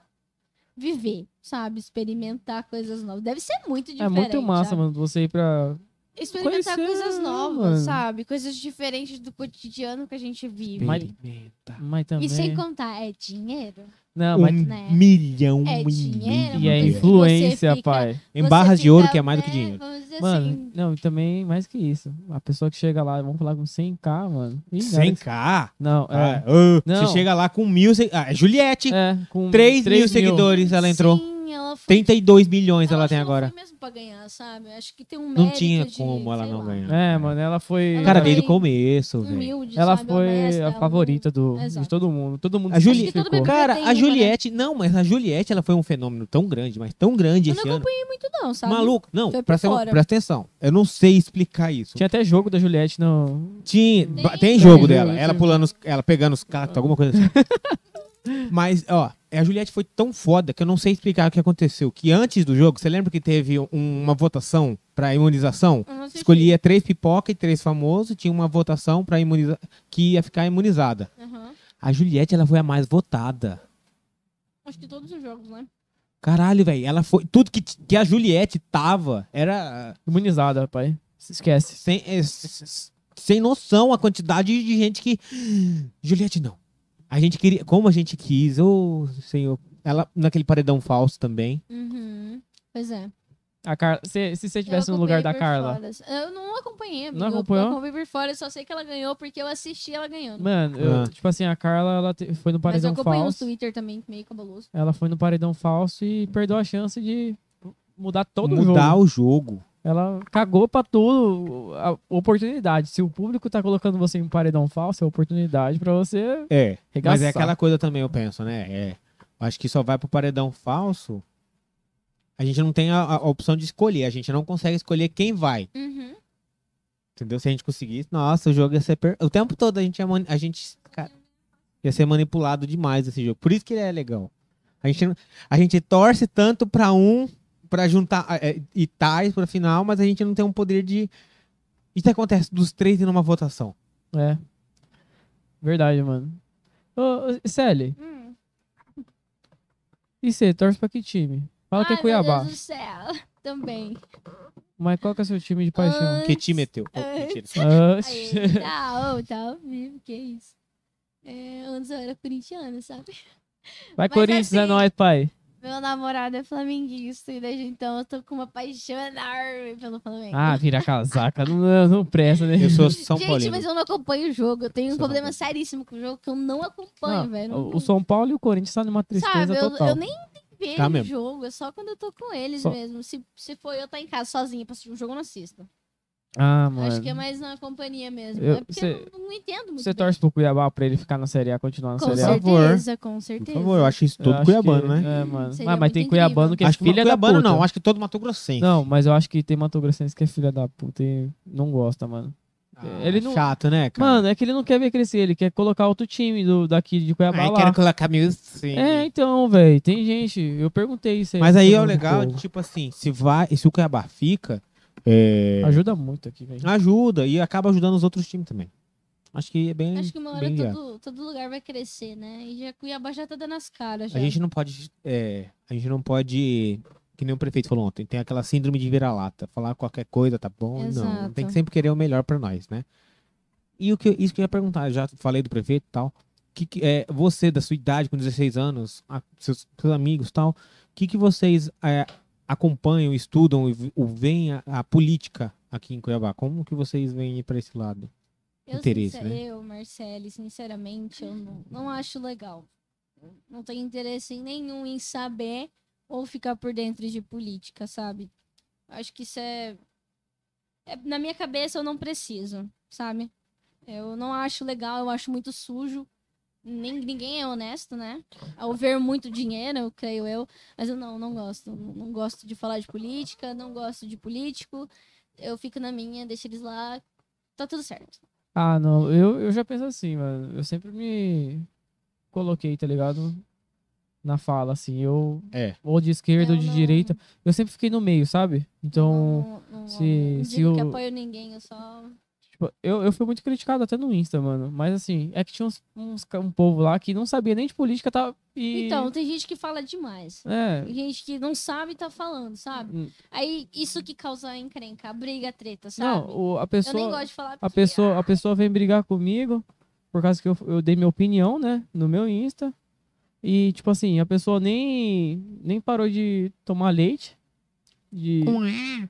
viver, sabe? Experimentar coisas novas. Deve ser muito
É
diferente.
muito massa,
sabe?
mano, você ir pra.
Experimentar
Conhecer,
coisas novas,
mano.
sabe? Coisas diferentes do cotidiano que a gente vive.
Mas-
Experimenta.
Mas também.
E sem contar, é dinheiro?
Não,
Um
mas.
né?
milhão
É
e
dinheiro,
meio.
E a
Você
influência,
fica- assim,
pai.
Em
Você
barras de
fica,
ouro, que é mais do que
né,
dinheiro.
Vamos dizer
Mano,
assim,
não, e também mais que isso. A pessoa que chega lá, vamos falar com 100k, mano. Ih, nada que-
100k?
Não,
Ah,
é.
ô,
Não.
Você chega lá com mil... se- Ah, é Juliette.
é com
3, mil
3
seguidores ela entrou.
Sim, ela foi
32 milhões ela,
acho que
tem agora.
Foi mesmo pra ganhar, sabe? Acho que tem um
Não
mérito
tinha
de,
como ela
sei
não
lá,
ganhar.
É, mano, ela foi.
Ela
Cara,
foi
desde o
um
começo, velho.
Humilde,
Ela
sabe?
foi
Honesta,
a
ela-
favorita do, de
Exato.
todo mundo. Todo mundo
A
se
Juli-
Acho que todo
identificou.
bebê-
Cara,
tem
a
uma, né?
Juliette... Não, mas a Juliette, ela foi um fenômeno tão grande, mas tão grande
Eu
esse
não
ano.
acompanhei muito, não, sabe?
Maluco, não,
Tá Foi por
presta,
fora.
presta atenção. Eu não sei explicar isso.
Tinha até jogo da Juliette no.
Tinha,
Tem-
ba- tem, jogo
tem
dela.
jogo,
Ela
tem
pulando, os- ela pegando os cactos, alguma coisa assim.
[LAUGHS]
Mas, ó, a Juliette foi tão foda que eu não sei explicar o que aconteceu. Que antes do jogo, você lembra que teve um- uma votação pra imunização?
Eu não assisti.
Escolhia três pipoca e três famosos, tinha uma votação para imunizar que ia ficar imunizada.
Aham.
A Juliette, ela foi a mais votada.
Acho que todos os jogos, né?
Caralho, velho, ela foi tudo que, t- que a Juliette tava era
Imunizada, pai. Se esquece.
sem, é, s- s- sem noção a quantidade de gente que. Juliette, não. A gente queria. Como a gente quis, ô senhor. Ela naquele paredão falso também.
Uhum. Pois é.
A Car... se, se você
Eu
estivesse no lugar da
acompanhei por
Carla.
fora. Eu não acompanhei, amigo.
Não
Eu-
acompanhou?
Eu acompanhei por fora, eu só sei que ela ganhou porque eu assisti ela ganhando.
Mano, eu-
Ah.
tipo assim, a Carla ela te- foi no
Mas eu
um
paredão
acompanhei no
falso.
Twitter também, meio cabuloso.
Ela foi no paredão falso e perdeu a chance de mudar todo o
mudar
jogo.
o jogo.
Ela cagou pra tudo a oportunidade. Se o público tá colocando você em paredão falso, é oportunidade pra você
É.
regaçar.
Mas é aquela coisa também, eu penso, né? É. Acho que só vai pro paredão falso. A gente não tem a, a- a opção de escolher. A gente não consegue escolher quem vai.
Uhum.
Entendeu? Se a gente conseguisse, nossa, o jogo ia ser. Per... O tempo todo a gente ia, mani- a gente, cara, ia ser manipulado demais esse jogo. Por isso que ele é legal. A gente, não- a gente torce tanto pra um, pra juntar é, é, e tais pra final, mas a gente não tem um poder de. Isso acontece dos três em uma votação.
É. Verdade, mano. Ô, ô, Celi,
Hum.
e você, torce pra que time? Fala que é
Ai,
Cuiabá.
Meu Deus do céu. [LAUGHS] Também.
Mas qual que é o seu time de paixão?
Que time é teu? Oh, mentira.
Oxi.
Aí,
[LAUGHS]
tá, ô, tá ao vivo, que isso. É, antes eu era corintiana, sabe?
Vai,
Mas
Corinthians, é
assim-
nóis, pai.
Meu namorado é flamenguista e desde então eu tô com uma paixão enorme pelo Flamengo.
Ah, vira casaca. não, não
[LAUGHS]
presta, né?
Eu sou São
Gente,
Paulino.
mas eu não acompanho o jogo. Eu tenho um
Você não
problema
acompanha.
seríssimo com o jogo que eu não acompanho,
Ah,
velho.
o- o São Paulo e o Corinthians tá numa tristeza
Sabe, eu,
total.
eu nem vejo
Tá
o
mesmo.
jogo, é só quando eu tô com eles
Só-
mesmo. Se, se for eu tá em casa sozinha pra assistir um jogo, eu não assisto.
Ah,
Eu
mano.
Acho que é mais na companhia mesmo.
Eu-
é porque
cê-
eu não, não entendo muito.
Você
bem.
torce pro Cuiabá pra ele ficar na Série A, continuar na
Com
Série A?
Por favor.
certeza, com
Por
certeza.
favor, eu acho isso
Eu
todo
acho
cuiabano,
que-
né?
É, mano. Mas,
Seria
mas
muito
tem cuiabano
incrível.
que é
acho que
filha da
cuiabano
puta.
não, acho que todo Mato Grossense.
Não, mas eu acho que tem Mato Grossense que é filha da puta e não gosta, mano.
Ah,
ele não-
Chato, né, cara?
Mano, é que ele não quer ver crescer, ele quer colocar outro time do, daqui de Cuiabá
Aí
lá.
quero colocar meu sim.
É, então, velho, tem gente, eu perguntei isso aí.
Mas aí é o
pro
legal,
povo.
tipo assim, se vai, se o Cuiabá fica, é,
Ajuda muito aqui, velho.
ajuda e acaba ajudando os outros times também. Acho que é bem.
Acho que uma hora
bem viável.
todo, todo lugar vai crescer, né? E já Cuiabá já tá dando as caras. Já.
A gente não pode, é, a gente não pode, que nem o prefeito falou ontem, tem aquela síndrome de vira-lata, falar qualquer coisa, tá bom? Não,
Exato.
tem que sempre querer o melhor pra nós, né? E o que isso que eu ia perguntar, já falei do prefeito e tal. Que, que é você da sua idade, com 16 anos, a- seus, seus amigos e tal, o que que vocês é, acompanham, estudam e vi- ou veem a, a política aqui em Cuiabá? Como que vocês veem para esse lado?
eu,
interesse,
sincer-
né?
Eu, Marcele, sinceramente, eu não, não acho legal. Eu Não tenho interesse em nenhum em saber ou ficar por dentro de política, sabe? Acho que isso é... é- Na minha cabeça, eu não preciso, sabe? Eu não acho legal, eu acho muito sujo. Nem, ninguém é honesto, né? Ao ver muito dinheiro, eu creio eu. Mas eu não, não gosto. Não, não gosto de falar de política, não gosto de político. Eu fico na minha, deixo eles lá. Tá tudo certo.
Ah, não, eu, eu já penso assim, mano. Eu sempre me coloquei, tá ligado? Na fala, assim, eu.
É.
Ou de esquerda ou
Eu
de
não- Uhum.
direita. Eu sempre fiquei no meio, sabe? Então,
não, não,
se-
não
se
digo que
o-
apoio ninguém, eu só.
tipo, Tipo, eu, eu fui muito criticado até no Insta, mano. Mas assim, é que tinha uns, uns ca- um povo lá que não sabia nem de política, tá? E...
Então, tem gente que fala demais.
É.
Tem gente que não sabe e tá falando, sabe?
Hum.
Aí, isso que causa encrenca, a briga, a treta, sabe?
Não, o- a
eu nem
pessoa.
gosto de falar
A
porque-
é
pessoa, a pessoa vem brigar comigo por causa que eu, eu dei minha opinião, né? No meu Insta. E, tipo assim, a pessoa nem, nem parou de tomar leite. De,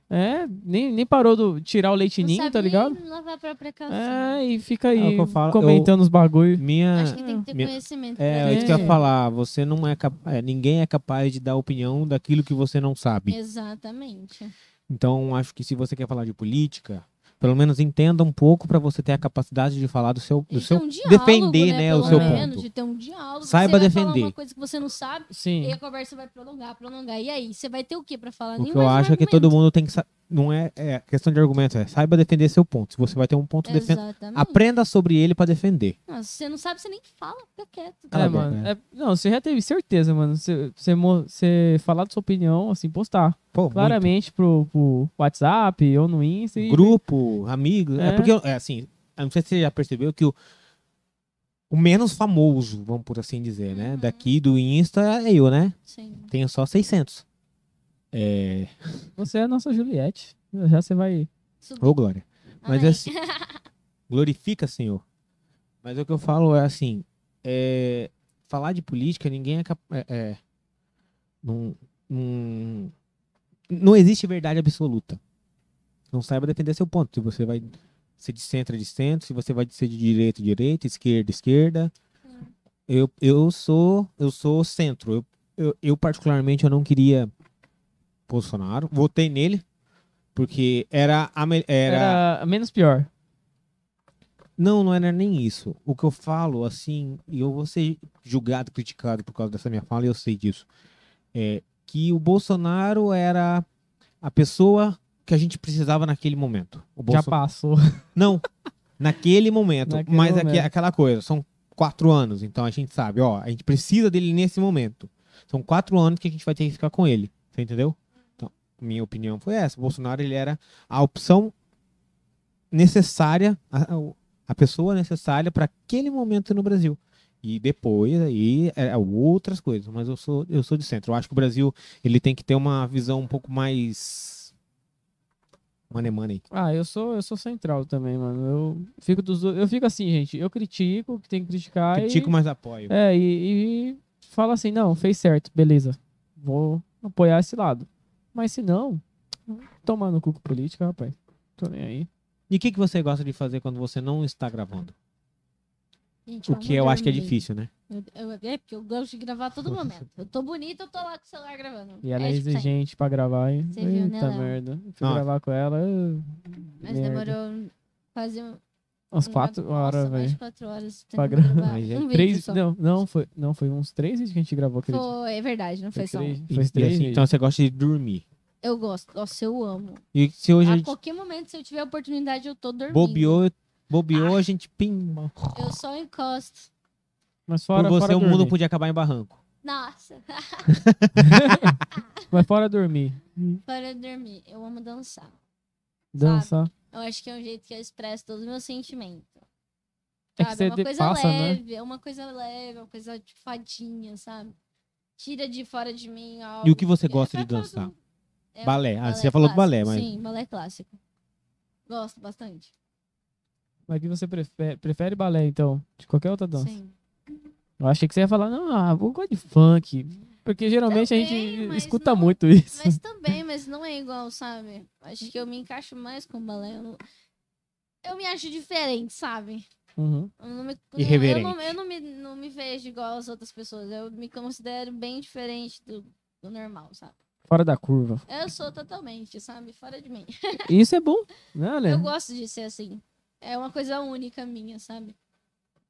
é, nem, nem parou do- de tirar o leite
Não
ninho,
sabe
tá
nem
ligado?
lavar a própria calça. né?
É, e fica
É o
aí
que eu falo,
comentando os bagulho.
Minha.
Acho que tem que ter
É. Minha-
conhecimento.
É,
né?
é isso que eu ia
É.
falar. Você não é capaz. Ninguém é capaz de dar opinião daquilo que você não
É.
sabe.
Exatamente.
Então, acho que se você quer falar de política, pelo menos entenda um pouco para você ter a capacidade de falar do seu. Do
De
seu...
ter um diálogo,
defender, né, o
pelo
seu
menos,
ponto.
De ter um diálogo.
Saiba
você Vai falar
defender.
uma coisa que você não sabe
Sim. É,
e a conversa vai prolongar, prolongar. E aí, você vai ter o que pra falar?
O
Nem
que eu
mais um
acho é que todo
argumento.
mundo tem que. sa- Não é, é questão de argumento, é saiba defender seu ponto. Se você vai ter um ponto, defenda.
Exatamente.
Aprenda sobre ele para defender.
Nossa, você não sabe, você nem fala, fica quieto. tá?
Cala
é,
a boca,
mano.
né?
é- não, você já teve certeza, mano. Você, você, mo- você falar da sua opinião, assim, postar.
Pô, muito.
Claramente pro, pro WhatsApp ou no Insta. e-
Grupo, amigos. É,
É.
porque, é assim, eu não sei se você já percebeu que o, o menos famoso, vamos por assim dizer, né? Daqui do Insta é eu, né?
Sim.
Tenho só 600. É.
Você é a nossa Juliette. Já você vai.
Ô, Glória. Mas
[LAUGHS] Amém.
assim. glorifica, Senhor. Mas o que eu falo é assim: é, falar de política, ninguém é capaz. não, não, não existe verdade absoluta. Não saiba defender seu ponto. Se você vai ser de centro, é de centro. Se você vai ser de direita, é direita, esquerda, esquerda. Eu, eu sou eu sou centro. Eu, eu, eu, particularmente, eu não queria Bolsonaro. Votei nele. Porque era, a, me- era
Era, menos pior.
não, não era nem isso. O que eu falo, assim, e eu vou ser julgado, criticado por causa dessa minha fala, e eu sei disso. É que o Bolsonaro era a pessoa que a gente precisava naquele momento. O
Já
Bolso-
passou.
Não, naquele momento.
Naquele
mas aqui- é
momento.
aquela coisa, são quatro anos, então a gente sabe, ó, a gente precisa dele nesse momento. São quatro anos que a gente vai ter que ficar com ele. Você entendeu? Então, minha opinião foi essa. O Bolsonaro, ele era a opção necessária, a, a- a pessoa necessária para aquele momento no Brasil. E depois aí é, outras coisas, mas eu sou eu sou de centro. Eu acho que o Brasil ele tem que ter uma visão um pouco mais money money.
[LAUGHS] Ah, eu sou, eu sou central também, mano. Eu fico dos dois- Eu fico assim, gente. Eu critico o que tem que criticar.
Critico,
e,
mas apoio.
É, e, e falo assim, não, fez certo, beleza. Vou apoiar esse lado. Mas se não, tomar no cu com política, rapaz. Tô nem aí.
E o que, que você gosta de fazer quando você não está gravando?
Gente,
O
vamos
que eu acho que é
dormir.
difícil, né?
Eu- eu- é, porque eu gosto de gravar a todo momento. Eu tô bonita, eu tô lá com o celular gravando.
E ela é,
é tipo assim,
exigente pra gravar, hein?
Você viu, né,
Eita
Léo?
merda. Fui
Ah.
gravar com ela. eu-
Mas
merda.
demorou quase um-
Umas
um-
quatro
nossa,
horas,
mais
velho.
de quatro horas.
Pra
tentando
gravar.
gravar
Mas é
um vídeo
Três.
só.
Não, não, foi. Não, foi uns três vídeos que a gente gravou, acredito.
Foi, é verdade, não foi, só um.
três,
E-
foi
e
três
assim,
vídeos.
então você gosta de dormir.
Eu gosto, nossa, eu amo.
E se hoje a
A
gente
qualquer momento, se eu tiver oportunidade, eu tô dormindo.
bobeou,
Ah.
bobeou a gente pimba.
Eu só encosto.
Mas
Por
fora,
você
fora
o
dormir.
mundo podia acabar em barranco.
Nossa, [LAUGHS]
Mas fora dormir.
para dormir. Eu amo dançar.
Dança.
Eu acho que é um jeito que eu expresso todos os meus sentimentos.
É que
sabe? É
você
uma
de-
coisa
passa, né?
leve, é uma coisa leve, uma coisa de fadinha, sabe? Tira de fora de mim algo.
E o que você
é
gosta
pra
de dançar?
todo mundo. É,
Balé. Ah, você já falou do balé,
clássico,
mas.
Sim, balé clássico. Gosto bastante.
Mas que você prefere, prefere balé, então? De qualquer outra
[LAUGHS]
dança?
Sim.
Eu achei que você ia falar, não, ah, vou gosto de funk. Porque geralmente a
Também,
gente
mas
escuta
não-
muito isso.
Mas também, mas não é igual, sabe? Acho que eu me encaixo mais com balé. Eu, não- eu me acho diferente, sabe?
Uhum.
Eu não me,
Irreverente.
Eu, não, eu não me, não me vejo igual as outras pessoas. Eu me considero bem diferente do, do normal, sabe?
Fora da curva.
Eu sou totalmente, sabe? Fora de mim.
E isso é bom, né, Lê?
Eu gosto de ser assim. É uma coisa única minha, sabe?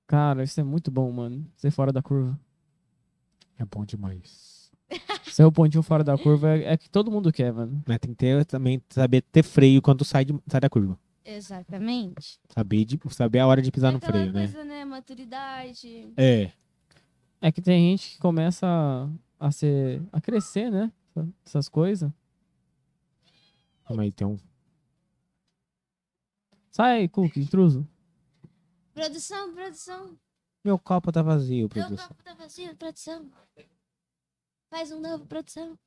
Cara, isso é muito bom, mano. Ser fora da curva.
É bom demais.
Ser o pontinho fora da curva é, é que todo mundo quer, mano.
Mas tem que ter também saber ter freio quando sai, de- sai da curva.
Exatamente.
Saber, de- saber a hora de pisar
é
no
aquela
freio, né?
coisa, né? Maturidade.
É.
É que tem gente que começa a, a ser. a crescer, né? Essas coisas.
Mas tem um.
Sai, Cook, intruso.
Produção, produção.
Meu copo tá
Meu
vazio, produção.
copo tá
assim,
vazio, produção. Faz um novo,
[LAUGHS]
produção.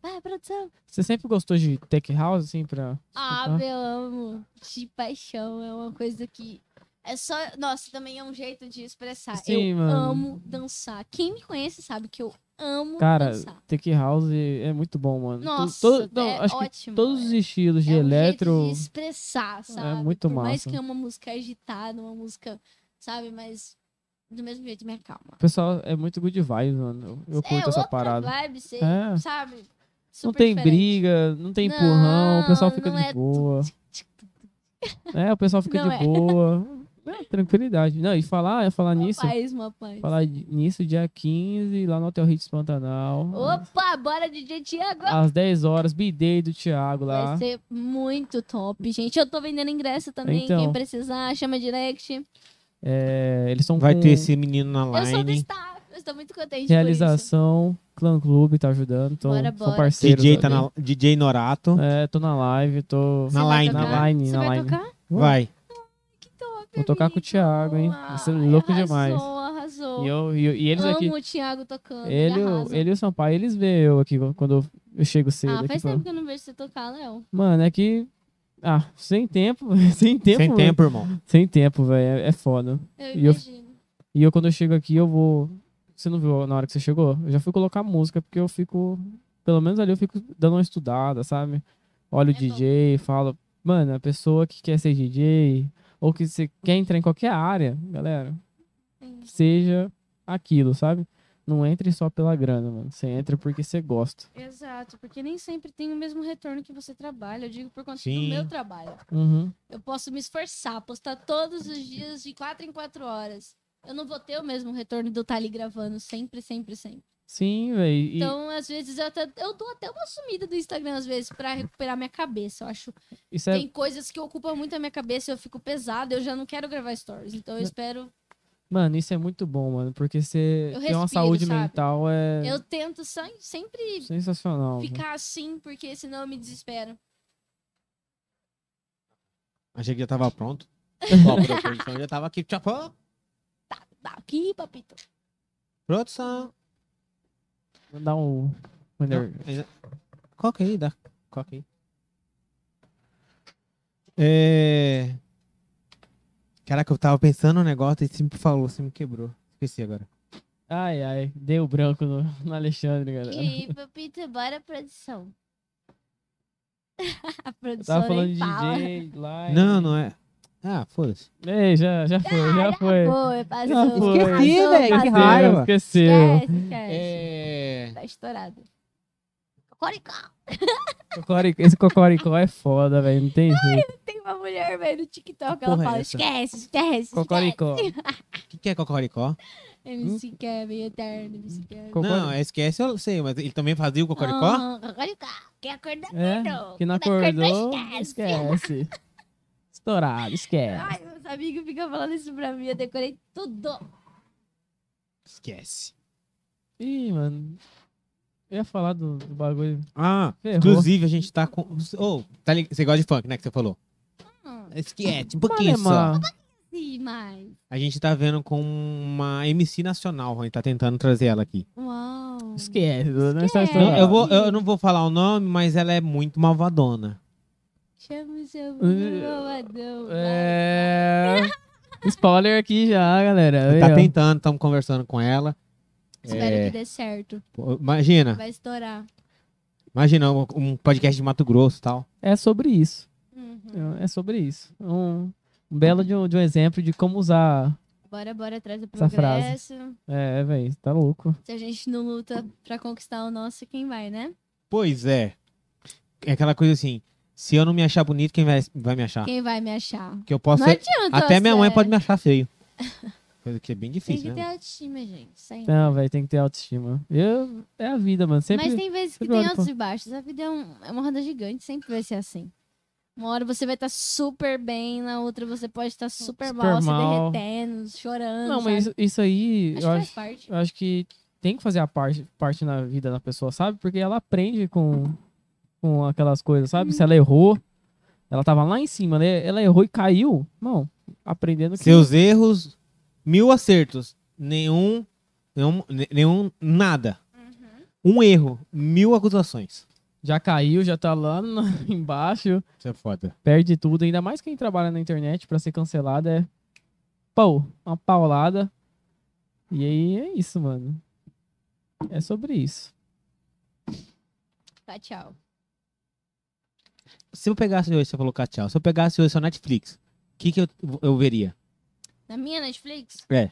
Vai, produção.
Você sempre gostou de tech house, assim, pra.
Ah,
escutar?
eu amo. De paixão. É uma coisa que.
É só. Nossa, também é um jeito de expressar.
Sim,
eu
mano.
amo dançar. Quem me conhece sabe que eu amo
Cara,
dançar.
tech house é muito bom, mano. Tu-
Nossa,
todo- não,
é
acho que
ótimo.
todos os estilos de
é um
eletro. É
jeito de expressar, sabe?
muito
Por mais
massa.
que é uma música agitada, uma música, sabe? Mas do mesmo jeito me acalma.
O pessoal é muito good vibe, mano. Eu, eu curto
é
essa
outra
parada.
vibe, você
É.
sabe?
Não
Super
tem
diferente.
briga, não tem empurrão, o pessoal
Não,
fica
não
de
é [LAUGHS]
boa. É, o pessoal fica
Não
de
é.
boa. É, tranquilidade. Não, e falar, é falar nisso.
Paz, uma paz.
Falar di- nisso dia 15, lá no Hotel Hits Pantanal.
Opa, bora DJ Tiago.
Às 10 horas, bidei do Thiago Ah, lá.
Vai ser muito top, gente. Eu tô vendendo ingresso também.
Então.
Quem precisar, chama direct.
É, eles estão
Vai
com
ter esse menino na
um. Eu sou do
line.
staff. Eu estou muito contente por isso.
realização, Clã Clube tá ajudando. Então,
Bora,
São
bora.
parceiros.
DJ, tá
ali.
na, DJ Norato.
É, tô na live, tô.
Na
vai
line.
tocar?
Na line,
Você
na
vai
line.
tocar?
Vai.
Vou tocar com o Thiago, hein?
Boa.
Vai ser louco
Arrasou,
demais.
Arrasou,
E, eu, e, eu- e eles
Amo
aqui.
o Thiago tocando.
Ele, é
ele
o-
arrasa.
ele é e o Sampaio, eles veem eu aqui quando eu- eu chego cedo.
Ah,
aqui
faz
pra-
tempo que eu não vejo você tocar, Léo.
Mano, é que. Ah, sem tempo, [LAUGHS] sem tempo.
Sem
velho.
tempo, irmão.
Sem tempo, velho. É, é foda.
Eu
E eu-
imagino.
E eu, quando eu chego aqui, eu vou. Você não viu na hora que você chegou? Eu já fui colocar música, porque eu fico. Pelo menos ali eu fico dando uma estudada, sabe?
É
Olho o DJ, falo. Mano, a pessoa que quer ser DJ, ou que você quer entrar em qualquer área, galera, seja aquilo, sabe? Não entre só pela grana, mano. Você entra porque você gosta.
Exato, porque nem sempre tem o mesmo retorno que você trabalha. Eu digo por conta
Sim.
do meu trabalho.
Uhum.
Eu posso me esforçar, postar todos os dias de 4 em 4 horas. Eu não vou ter o mesmo retorno do estar ali gravando sempre, sempre, sempre.
Sim, velho. e-
Então, às vezes, eu, até, eu dou até uma sumida do Instagram, às vezes, pra recuperar minha cabeça. Eu acho.
Isso é,
Tem coisas que ocupam muito a minha cabeça, eu fico pesada, eu já não quero gravar stories. Então,
Né,
eu espero.
mano, isso é muito bom, mano, porque você
Eu
tem uma
respiro,
saúde
sabe?
mental é
Eu tento sem- sempre
sensacional. velho.
ficar assim, porque senão eu me desespero.
Achei que já tava pronto. [LAUGHS] Ó, produção já tava aqui. Tchau, pô.
Tá, aqui, papito.
Produção.
Vou dar um um ener-
é- Coca aí, dá. Coca aí. É... Caraca, eu tava pensando um negócio e você me falou, você me quebrou. Esqueci agora.
Ai ai, deu branco no, no Alexandre, galera.
E, papito, bora produção. [LAUGHS] a
Eu
produção
tava falando
nem
de
fala.
DJ, live.
Não, não é. Ah, foda-se.
Ei, já já foi, já foi.
Foi, passou.
Já foi.
Esqueci,
passou,
velho, que
passou.
raiva.
Esqueceu, esqueceu.
Esquece, esquece.
É...
Tá estourado. Cocoricó.
Cocori- Esse cocoricó é foda, velho, não tem jeito.
Tem uma mulher, velho, no TikTok.
Que
Ela
porra é
fala:
essa?
esquece, esquece.
Cocoricó.
O que, que é cocoricó?
MC Kevin, é eterno, MC Kevin.
Cocori-
Não, é esquece, eu sei, mas ele também fazia o cocoricó?
Aham, Ah, Cocoricó. Quem acordar,
É,
acordou.
que não
Quem
acordou,
esquece.
esquece. Estourado, esquece.
Ai, meus amigos ficam falando isso pra mim. Eu decorei tudo.
Esquece.
Ih, mano. Eu ia falar do, do bagulho.
Ah,
Ferrou.
inclusive a gente tá com. Ô, tá lig- você gosta de funk, né? Que você falou. Esquece, um pouquinho só.
Malemar.
Sim, mas.
A gente tá vendo com uma MC nacional, a gente tá tentando trazer ela aqui.
Uau.
Esquece, não está
Não,
estourado.
eu, vou, eu não vou falar o nome, mas ela é muito malvadona.
Chama o seu
Uh,
voadão.
É... Spoiler aqui já, galera. Aí,
tá
ó.
tentando, estamos conversando com ela.
Espero
É,
que dê certo.
pô, Imagina,
Vai estourar.
imagina um- um podcast de Mato Grosso e tal.
É sobre isso.
Uhum.
É sobre isso. Um, um belo de um, de um exemplo de como usar.
Bora, bora atrás do
Essa frase.
progresso.
É, velho, tá louco.
Se a gente não luta pra conquistar o nosso, quem vai, né?
Pois é. É aquela coisa assim: se eu não me achar bonito, quem vai, vai me
Ah.
achar?
Quem vai me achar?
Que eu posso.
Não adianta.
Até minha mãe
você-
pode me achar feio. Coisa que é bem
Tem que
difícil,
ter
né?
autoestima, gente. Sempre.
Não, velho, tem que ter autoestima. Eu, é a vida, mano. É, Sempre.
Mas tem vezes que
sempre
tem
olho pra-
altos e baixos. A vida é, um- é uma roda gigante, sempre vai ser assim. Uma hora você vai estar super bem, na outra você pode estar super,
Super
mal,
mal.
se derretendo, chorando.
Não,
sabe?
mas isso, isso aí,
né? Acho que
eu,
faz
acho,
parte.
eu acho que tem que fazer a parte, parte na vida
Uhum.
da pessoa, sabe? Porque ela aprende com, com aquelas coisas, sabe? Se ela errou, Ela tava lá em cima, né? Ela errou e caiu. Mano, aprendendo que.
Seus erros, mil acertos. Nenhum, nenhum, ne- nenhum nada.
Uhum.
Um erro, mil acusações.
Já caiu, já tá lá [LAUGHS] na- embaixo,
Isso é foda.
perde tudo. Ainda mais quem trabalha na internet pra ser cancelado é. Pô, uma paulada. E aí é isso, mano. É sobre isso.
Tá, tchau.
Se eu pegasse hoje, você falou "Cá, tchau. Se eu pegasse hoje seu Netflix, o que, que eu, eu veria?
Na minha Netflix?
É.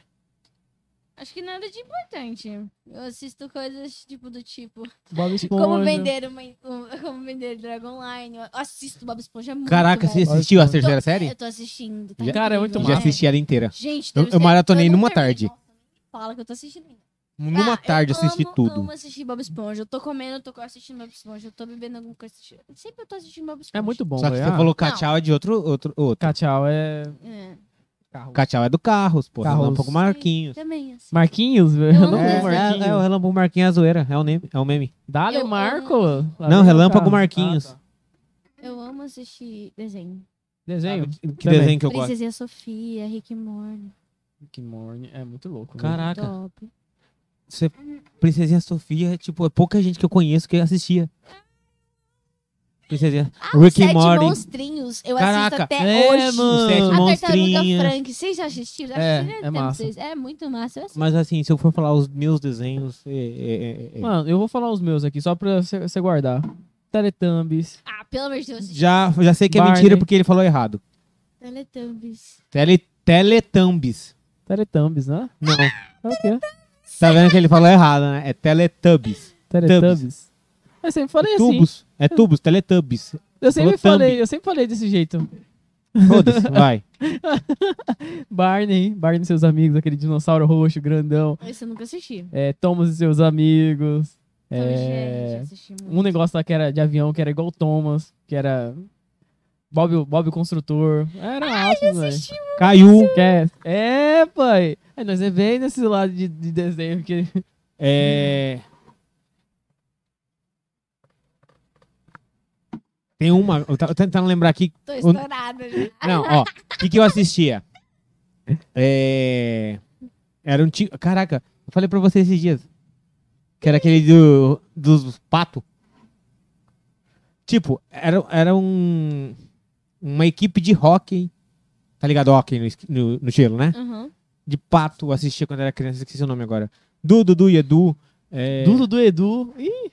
Acho que nada de importante. Eu assisto coisas tipo do tipo.
Bob Esponja.
Como vender uma, um- como vender Dragon Online. Eu assisto Bob Esponja muito.
Caraca, você
velho.
assistiu a
Olha,
terceira
Tô-
série?
Eu tô assistindo.
Já- Cara, é muito
incrível,
Já
né?
massa.
assisti ela inteira.
Gente,
Eu-
deve
eu
ser-
maratonei
não
numa
terminei.
tarde.
Nossa, Fala que eu tô assistindo ainda.
Numa
Ah,
tarde
eu
assisti
amo,
tudo.
amo assistir Bob Esponja. Eu tô comendo, eu tô assistindo Bob Esponja. Eu tô bebendo alguma coisa. assistindo- Sempre eu tô assistindo Bob Esponja.
É muito bom,
Só que
velho.
você
Ah,
falou "Cá,
Não.
tchau é de outro. outro, outro.
Cachau é.
É,
Carro.
Cá, tchau é do Carros, pô.
Carros.
Relâmpago Marquinhos.
também, assim.
Marquinhos, velho.
Eu
[LAUGHS]
amo
Relâmpago
esse.
Marquinhos.
É, é, é o Relâmpago Marquinhos é a zoeira, é o meme. É o meme.
Dale,
Eu amo.
Marco. Lá
Não,
vem o
Relâmpago
carro.
Marquinhos.
Ah, tá.
Eu amo assistir desenho.
Desenho.
Que
Também.
desenho que eu gosto.
Princesa e a Sofia, Rick e Morty.
Que morne. É muito louco. velho.
Caraca.
Top.
Você, Princesinha Sofia, tipo, é pouca gente que eu conheço que assistia. Princesinha. Rick and
Ah, Sete
Morty.
Monstrinhos. Eu assisto
Caraca.
até
É,
hoje.
mano.
Sete
A
A Tartaruga
Monstrinhas.
Frank. Vocês já assistiram?
É,
Assistiram?
é massa.
É muito massa. Eu assisto.
Mas assim, se eu for falar os meus desenhos. é- é- é- é-
Mano, eu vou falar os meus aqui, só pra você guardar. Teletubbies.
Ah, pelo amor de Deus.
Já, já sei que é
Barney.
mentira porque ele falou errado.
Teletubbies.
Tele, teletubbies.
Teletubbies, né?
Não.
É o quê?
Tá vendo que ele falou errado, né? É Teletubbies.
Teletubbies. Eu sempre falei assim.
Tubos. É tubos, Teletubbies.
Eu sempre
Falou thumb.
falei, eu sempre falei desse jeito.
Foda-se, vai.
Barney, Barney e seus amigos, aquele dinossauro roxo grandão.
Esse eu nunca assisti.
É, Thomas e seus amigos.
Então,
é,
gente, assisti muito.
um negócio lá que era de avião, que era igual o Thomas, que era Bob, o- Bob o Construtor. Era ótimo, velho.
Caiu.
Que É, é, pai. Aí nós é bem nesse lado de, de desenho, porque
É. Tem uma. Eu tava tentando lembrar aqui
Tô estourada. né? já.
Não, ó. O que, que eu assistia? É... Era um tipo. Caraca, eu falei pra você esses dias. Que era aquele do, dos pato. Tipo, era, era um. Uma equipe de hockey. Tá ligado? Hockey no, esqui- no, no gelo, né?
Aham.
De pato, eu assistia quando era criança, esqueci o nome agora. Du, Dudu e Edu. é,
Dudu do Edu. Ih,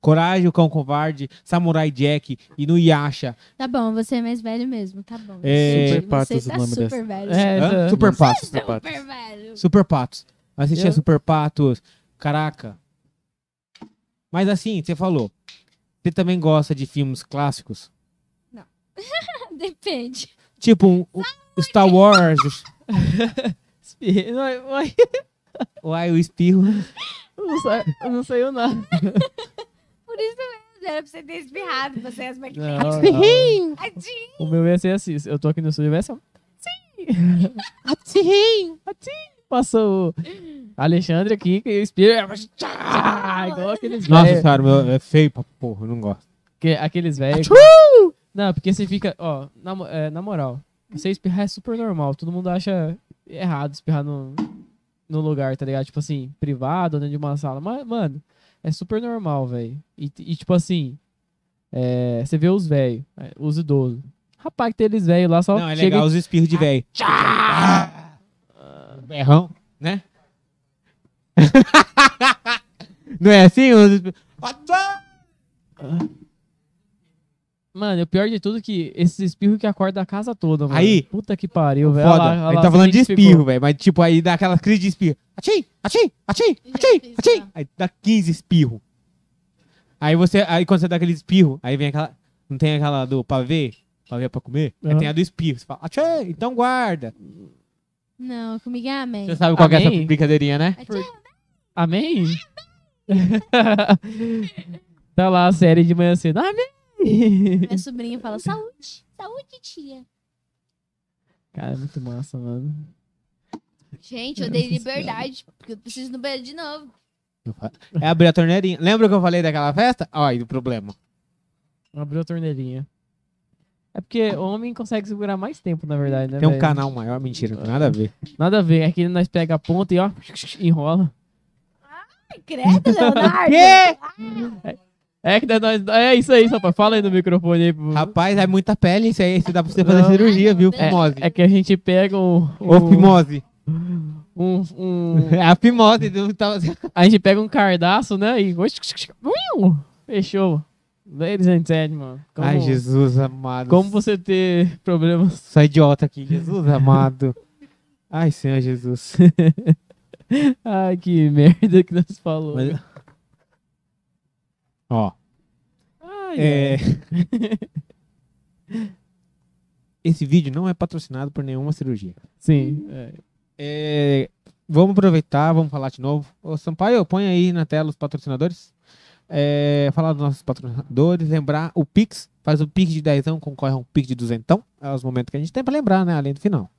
Coragem, o Cão Covarde, Samurai Jack, Inuyasha.
Tá bom, você é mais velho mesmo, tá bom.
É,
Entendi,
Super Patos,
Você tá
o nome
super
dessa.
velho.
é,
hã?
essa-
Super Pato.
Super Patos.
Super
[LAUGHS]
velho.
Super Patos. Assistia
Eu-
Super Patos. Caraca. Mas assim, você falou. Você também gosta de filmes clássicos?
Depende.
Tipo um, o- Star Wars.
espirrei. Não, eu- ai,
Uai, o espirro.
não, sa- não saiu nada.
Era pra você ter espirrado, você é as maquininhas.
Não, não. O meu ia ser assim. Eu tô aqui no estúdio, vai ser. um Sim! [LAUGHS] Atim! Passou o Alexandre aqui, que eu espiro. Tchá! Igual aqueles
Nossa
velhos.
senhora, meu, é feio pra porra, eu não gosto.
Aqueles velhos. Não, porque você fica. Ó, na, mo- é, na moral, você espirrar é super normal. Todo mundo acha errado espirrar no, no lugar, tá ligado? Tipo assim, privado, dentro de uma sala. Mas, mano, é super normal, velho. E, e tipo assim, é, você vê os velhos, é, os idosos. Rapaz, que tem eles velhos lá, só
não, é
chega
legal os espirros de velho. Berrão, né? [LAUGHS] não é assim? Os espirros-
e- Mano, e o pior de tudo é que esses espirros que acordam a casa toda, mano.
Aí.
Puta que pariu, velho. Olha lá, olha
Foda. A gente tá
lá, se
falando de
identificou.
espirro, velho. Mas, tipo, aí dá aquela crise de espirro. Atchim, atchim, atchim, atchim,
fiz,
atchim.
já.
Aí dá 15 espirro. Aí você, aí quando você dá aquele espirro, aí vem aquela, não tem aquela do pavê? Pavê é pra comer? Aí
Aham.
tem a do espirro. Você fala, atchim, então guarda.
Não, comigo é amém.
Você sabe qual que é essa
Amém.
brincadeirinha, né?
Amém? [LAUGHS] tá lá a série de manhã cedo. Amém! [LAUGHS]
Minha sobrinha fala, saúde, saúde, tia.
Cara, é muito massa, mano.
Gente, eu dei liberdade, porque eu preciso ir no banheiro de novo.
É abrir a torneirinha. Lembra que eu falei daquela festa? Olha aí o problema.
Abriu a torneirinha. É porque homem consegue segurar mais tempo, na verdade, né?
Tem um
velho?
canal maior, mentira, não tem nada a ver.
Nada a ver. É que nós pega a ponta e ó, [LAUGHS] enrola.
[LAUGHS] Credo, Leonardo!
É que nós. É isso aí, rapaz. Fala aí no microfone aí. pro-
Rapaz, é muita pele isso aí, isso dá pra você fazer
Não.
cirurgia, viu,
É-
fimose?
É que a gente pega o.
Ô, fimose.
um, um-
É a fimose. do- tá-
a gente pega um cardaço, né? E. Uiu! Fechou. Ladies and gentlemen. Como,
Ai, Jesus amado.
Como você ter problemas. [LAUGHS]
Só idiota aqui, Jesus amado. Ai, Senhor
[LAUGHS]
Jesus.
Ai, que merda que nós falou.
Mas- Ó,
Ai,
é... [LAUGHS] Esse vídeo não é patrocinado por nenhuma cirurgia.
Sim. é.
É, Vamos aproveitar, vamos falar de novo. Ô, Sampaio, põe aí na tela os patrocinadores. É, falar dos nossos patrocinadores, lembrar o Pix, faz o Pix de dezão, concorre a um Pix de duzentão. É os momentos que a gente tem pra lembrar, né? Além do final.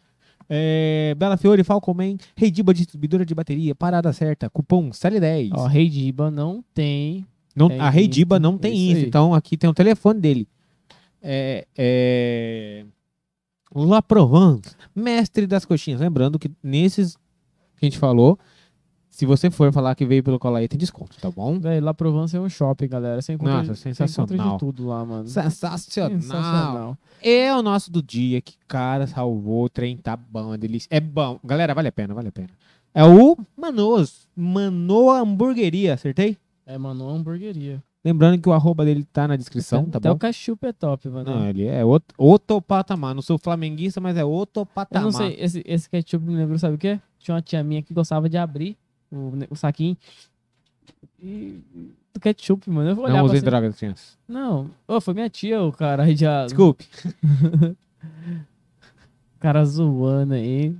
É, Bela Fiore, Falcoman, Reidiba distribuidora de bateria, parada certa, cupom CL10.
Ó, Rei Diba não tem.
Não-
Tem
a Reidiba
isso,
não tem
é isso
isso,
aí.
então aqui tem o telefone dele. É, é... La Provence, mestre das coxinhas. Lembrando que nesses que a gente falou, se você for falar que veio pelo Colaí, tem desconto, tá bom?
Velho, La Provence é um shopping, galera. Você encontra,
Nossa,
você encontra
sensacional.
de tudo lá, mano.
Sensacional.
Sensacional.
É o nosso do dia que, cara, salvou. O trem tá bom, é delícia. É bom. Galera, vale a pena, vale a pena. É o Manoas. Manoa Hamburgueria, acertei?
É, mano, uma hamburgueria.
Lembrando que o arroba dele tá na descrição,
até,
tá
até
bom?
o cachupa é top, mano.
Não, ele é outro, outro patamar. Não sou flamenguista, mas é outro
Eu
patamar.
não sei, esse, esse ketchup me lembrou, sabe o quê? Tinha uma tia minha que gostava de abrir o, ne- o saquinho e, do ketchup, mano. Eu vou olhar
Não
pra
usei
você-
drogas, crianças.
Não, Ô, foi minha tia, o cara aí já.
[LAUGHS] Desculpe.
O cara zoando aí.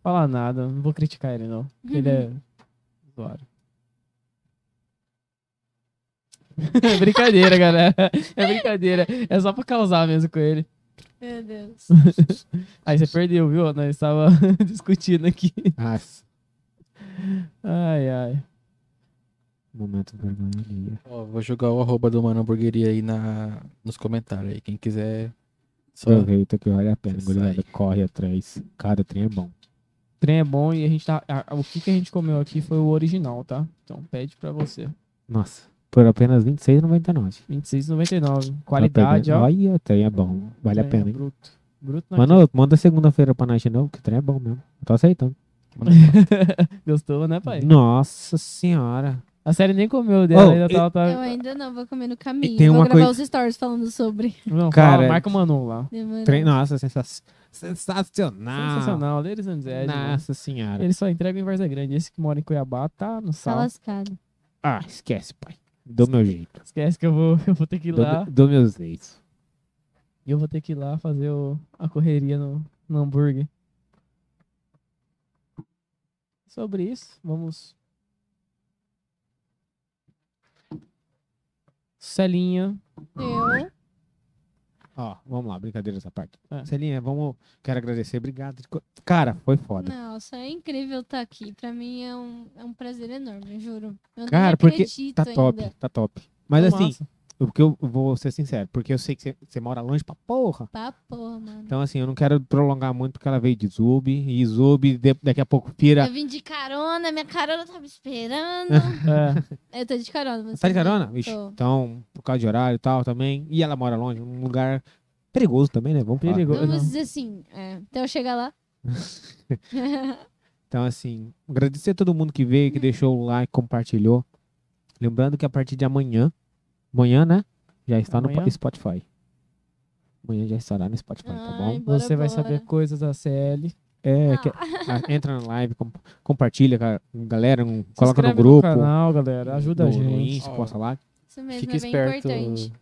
Fala nada, não vou criticar ele, não. porque Ele é.
Uhum.
Claro. é [LAUGHS] brincadeira, galera. É brincadeira. É só pra causar mesmo com ele.
Meu Deus.
Aí você perdeu, viu? Nós estava [LAUGHS] discutindo aqui.
Ah, esse
Ai, ai.
momento vergonha.
Ó, vou jogar o arroba do Mano Hamburgueria aí na, nos comentários aí. Quem quiser. Só...
Tá.
Aproveita tá que vale a pena.
Sai.
Gurizada, corre atrás. Cada trem é bom.
O trem é bom e a gente tá. a- a- o que, que a gente comeu aqui foi o original, tá? Então pede pra você.
Nossa, por apenas R$26,99.
26,99. Qualidade, ó.
Olha, o trem é bom. Vale a
Trem é
pena, hein?
Bruto. Bruto não é
Mano, manda segunda-feira pra nós de novo, que o trem é bom mesmo. Eu tô aceitando.
Gostou, né,
Uhum.
pai?
Nossa senhora.
A série nem comeu dela,
Oh,
ainda
eu-
tava. tava-
Eu ainda não vou comer no caminho.
tem
vou
uma
gravar
coisa-
os stories falando sobre.
Não,
Cara,
fala, marca o Manu lá.
Demorou.
Trem, nossa, sensa- Hum. sensacional. é
Sensacional, Ladies and Gentlemen.
Ah. Nossa senhora.
Ele só entrega em Varza Grande. Esse que mora em Cuiabá tá no
Tá
sal.
lascado.
Ah, esquece, pai. Do meu jeito.
Esquece que eu vou, [LAUGHS] eu vou ter que ir
Do,
lá.
do meu jeito.
E eu vou ter que ir lá fazer o- a correria no, no hambúrguer. Sobre isso, vamos. Celinha.
Eu.
Ó, vamos lá, brincadeira essa parte.
É.
Celinha, vamos. Quero agradecer, obrigado. de co- Cara, foi foda.
Nossa, é incrível estar aqui. Pra mim é um, é um prazer enorme, juro. Eu
Cara,
nem
porque
acredito
Tá top,
ainda.
tá top. Mas
Então,
assim,
massa.
o que eu vou ser sincero, porque eu sei que você- você mora longe pra porra.
Pá, Tá porra, mano.
Então, assim, eu não quero prolongar muito porque ela veio de Zub. E Zub, de- daqui a pouco, pira.
Eu vim de carona, minha carona tava
[LAUGHS]
esperando.
É,
eu tô de carona. Você
Tá de carona? Vixe.
Tô.
Então, por causa de horário e tal também. E ela mora longe, um lugar perigoso também, né? Vamos falar.
perigo-
Vamos
não.
dizer assim, é, até eu chegar lá.
Então, assim, agradecer a todo mundo que veio, que
Hum.
deixou o like, compartilhou. Lembrando que a partir de amanhã, amanhã, né? Já está
Amanhã?
no Spotify. Amanhã já estará no Spotify, tá
Ai,
bom?
bora,
Você vai saber
bora.
coisas da CL.
É, que- ah, entra na live, com- compartilha com a galera, um-
Se
coloca no
inscreve
grupo.
canal, galera. Ajuda a
no- No
gente.
Insta, posta lá.
[LAUGHS] Isso mesmo,
Fique
é bem
esperto.
importante.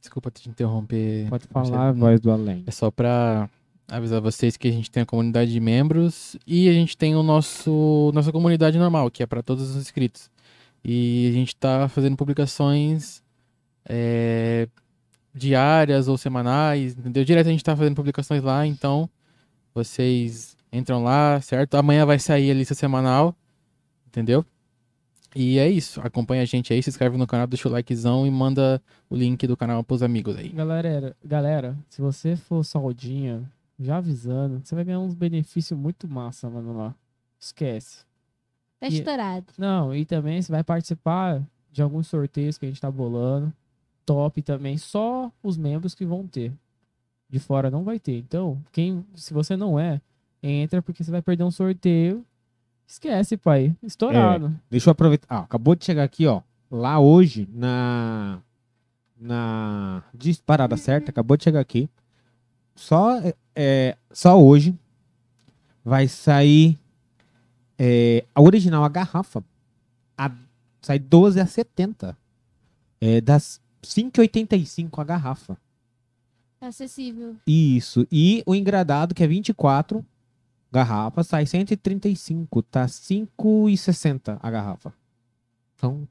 Desculpa te interromper.
Pode falar,
Marcelo.
voz do além.
É só pra avisar vocês que a gente tem a comunidade de membros e a gente tem o nosso nossa comunidade normal, que é para todos os inscritos. E a gente tá fazendo publicações é, diárias ou semanais, entendeu? Direto a gente tá fazendo publicações lá, então vocês entram lá, certo? Amanhã vai sair a lista semanal, entendeu? E é isso. Acompanha a gente aí, se inscreve no canal, deixa o likezão e manda o link do canal pros amigos aí.
Galera, galera, se você for soldinha, já avisando, você vai ganhar uns benefícios muito massa, mano, lá. Esquece.
Tá
E-
estourado.
Não, e também você vai participar de alguns sorteios que a gente tá bolando. Top também, só os membros que vão ter. De fora não vai ter. Então, quem, se você não é, entra porque você vai perder um sorteio. Esquece, pai. Estourado.
Deixa eu aproveitar. Ah, acabou de chegar aqui, ó. Lá hoje, na. Na. Diz parada certa, acabou de chegar aqui. Só, é, é, só hoje vai sair é, a original, a garrafa. A, sai 12 a 70. É, das 5,85 a garrafa.
Tá acessível.
Isso. E o engradado, que é 24 garrafas, sai 135. Tá 5,60 a garrafa. Então,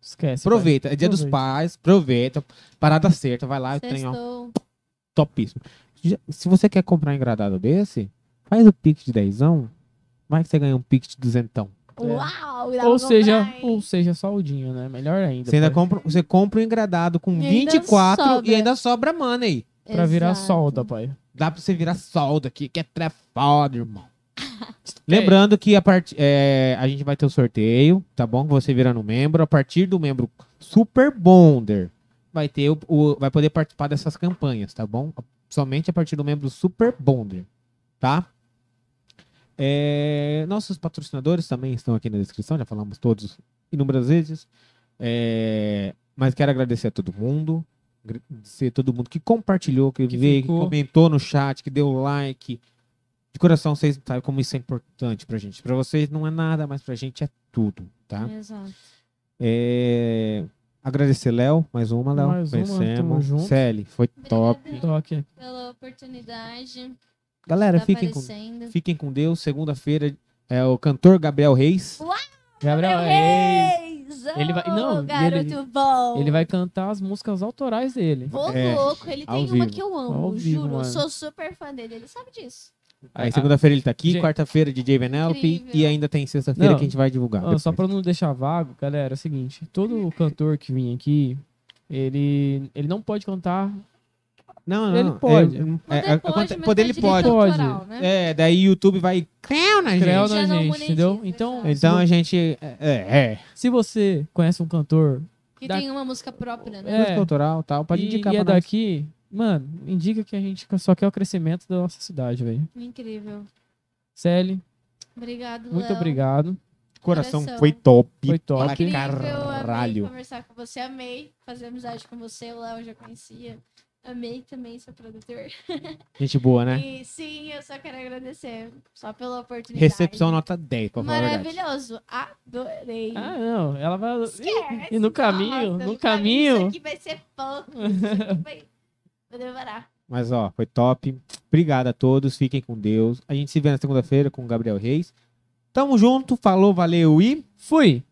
Esquece. pai.
aproveita. É dia dos
Aproveita.
pais, aproveita. Parada certa, vai lá, tem ó,
Sextou.
É.
topíssimo. Já- Se você quer comprar um engradado desse, faz o pix de dezão, vai que você ganha um pix de duzentão.
É.
Uau!
Ou seja, ou seja, soldinho, né? Melhor ainda.
Você ainda
pai.
compra, você compra um engradado com
E ainda
24 e
sobra.
ainda sobra money.
Pra virar
Exato.
solda, pai.
Dá pra você virar solda aqui, que é tré foda, irmão. Lembrando que a, part... é, a gente vai ter o sorteio, tá bom? Você virando membro. A partir do membro Super Bonder, vai, ter o, o- vai poder participar dessas campanhas, tá bom? Somente a partir do membro Super Bonder, tá? É, nossos patrocinadores também estão aqui na descrição, já falamos todos inúmeras vezes. É, mas quero agradecer a todo mundo. Agradecer a todo mundo que compartilhou, que,
Que
veio, que
ficou.
comentou no chat, que deu like. De coração, vocês sabem como isso é importante pra gente. Pra vocês não é nada, mas pra gente é tudo, tá?
né?
Exato.
É, Agradecer, Léo, mais uma, Léo.
Mais uma, tamo
Conhecemos.
junto.
Celi, foi top.
Obrigada
Toque
pela oportunidade.
Galera,
tá
fiquem com,
aparecendo.
fiquem com Deus. Segunda-feira é o cantor Gabriel Reis.
Gabriel Reis.
Reis!
Ele vai-
Ô,
não, e
garoto
ele-
bom!
Ele vai cantar as músicas autorais dele.
Ô,
É,
louco, ele
ao
tem uma
vivo.
que eu
Ao
amo,
vivo,
juro.
mano.
Sou super fã dele, ele sabe disso.
Aí
Ah,
segunda-feira ele tá aqui,
Gente.
quarta-feira DJ Venelope
Incrível.
e ainda tem sexta-feira
Não.
que a gente vai divulgar.
Ah, só
depois.
pra não deixar vago, galera, é o seguinte: todo cantor que vem aqui, ele, ele não pode cantar.
Não, não,
Ele
não.
pode.
É, é,
Poder
é,
pode,
aconte-
mas
poder
tá
ele
direito
pode.
autoral, né?
É, daí o YouTube vai creu na
Creu
gente.
na
Já não
gente,
monetiza,
entendeu? Então,
exato.
Então a gente. É, é.
se você conhece um cantor
Que
da-
tem uma música própria, né?
é. Música autoral e tal, pode
e,
indicar
e é
pra nós.
daqui, mano, indica que a gente só quer o crescimento da nossa cidade, velho.
Incrível.
Celi,
Obrigado,
muito
Léo.
obrigado.
Coração
Coração.
foi top.
Foi
Fala
top.
Incrível,
caralho.
amei conversar com você, amei fazer amizade com você, o Léo já conhecia. Amei também seu produtor.
Gente boa, né?
E sim, eu só quero agradecer, só pela oportunidade.
Recepção nota 10, pra falar a verdade.
Maravilhoso, adorei.
Ah, não, ela vai.
Esquece,
E no caminho,
nossa,
no caminho.
Isso aqui vai ser pouco, isso aqui vai... Vou demorar.
Mas ó, foi top. Obrigado a todos, fiquem com Deus. A gente se vê na segunda-feira com o Gabriel Reis. Tamo junto, falou, valeu e.
Fui!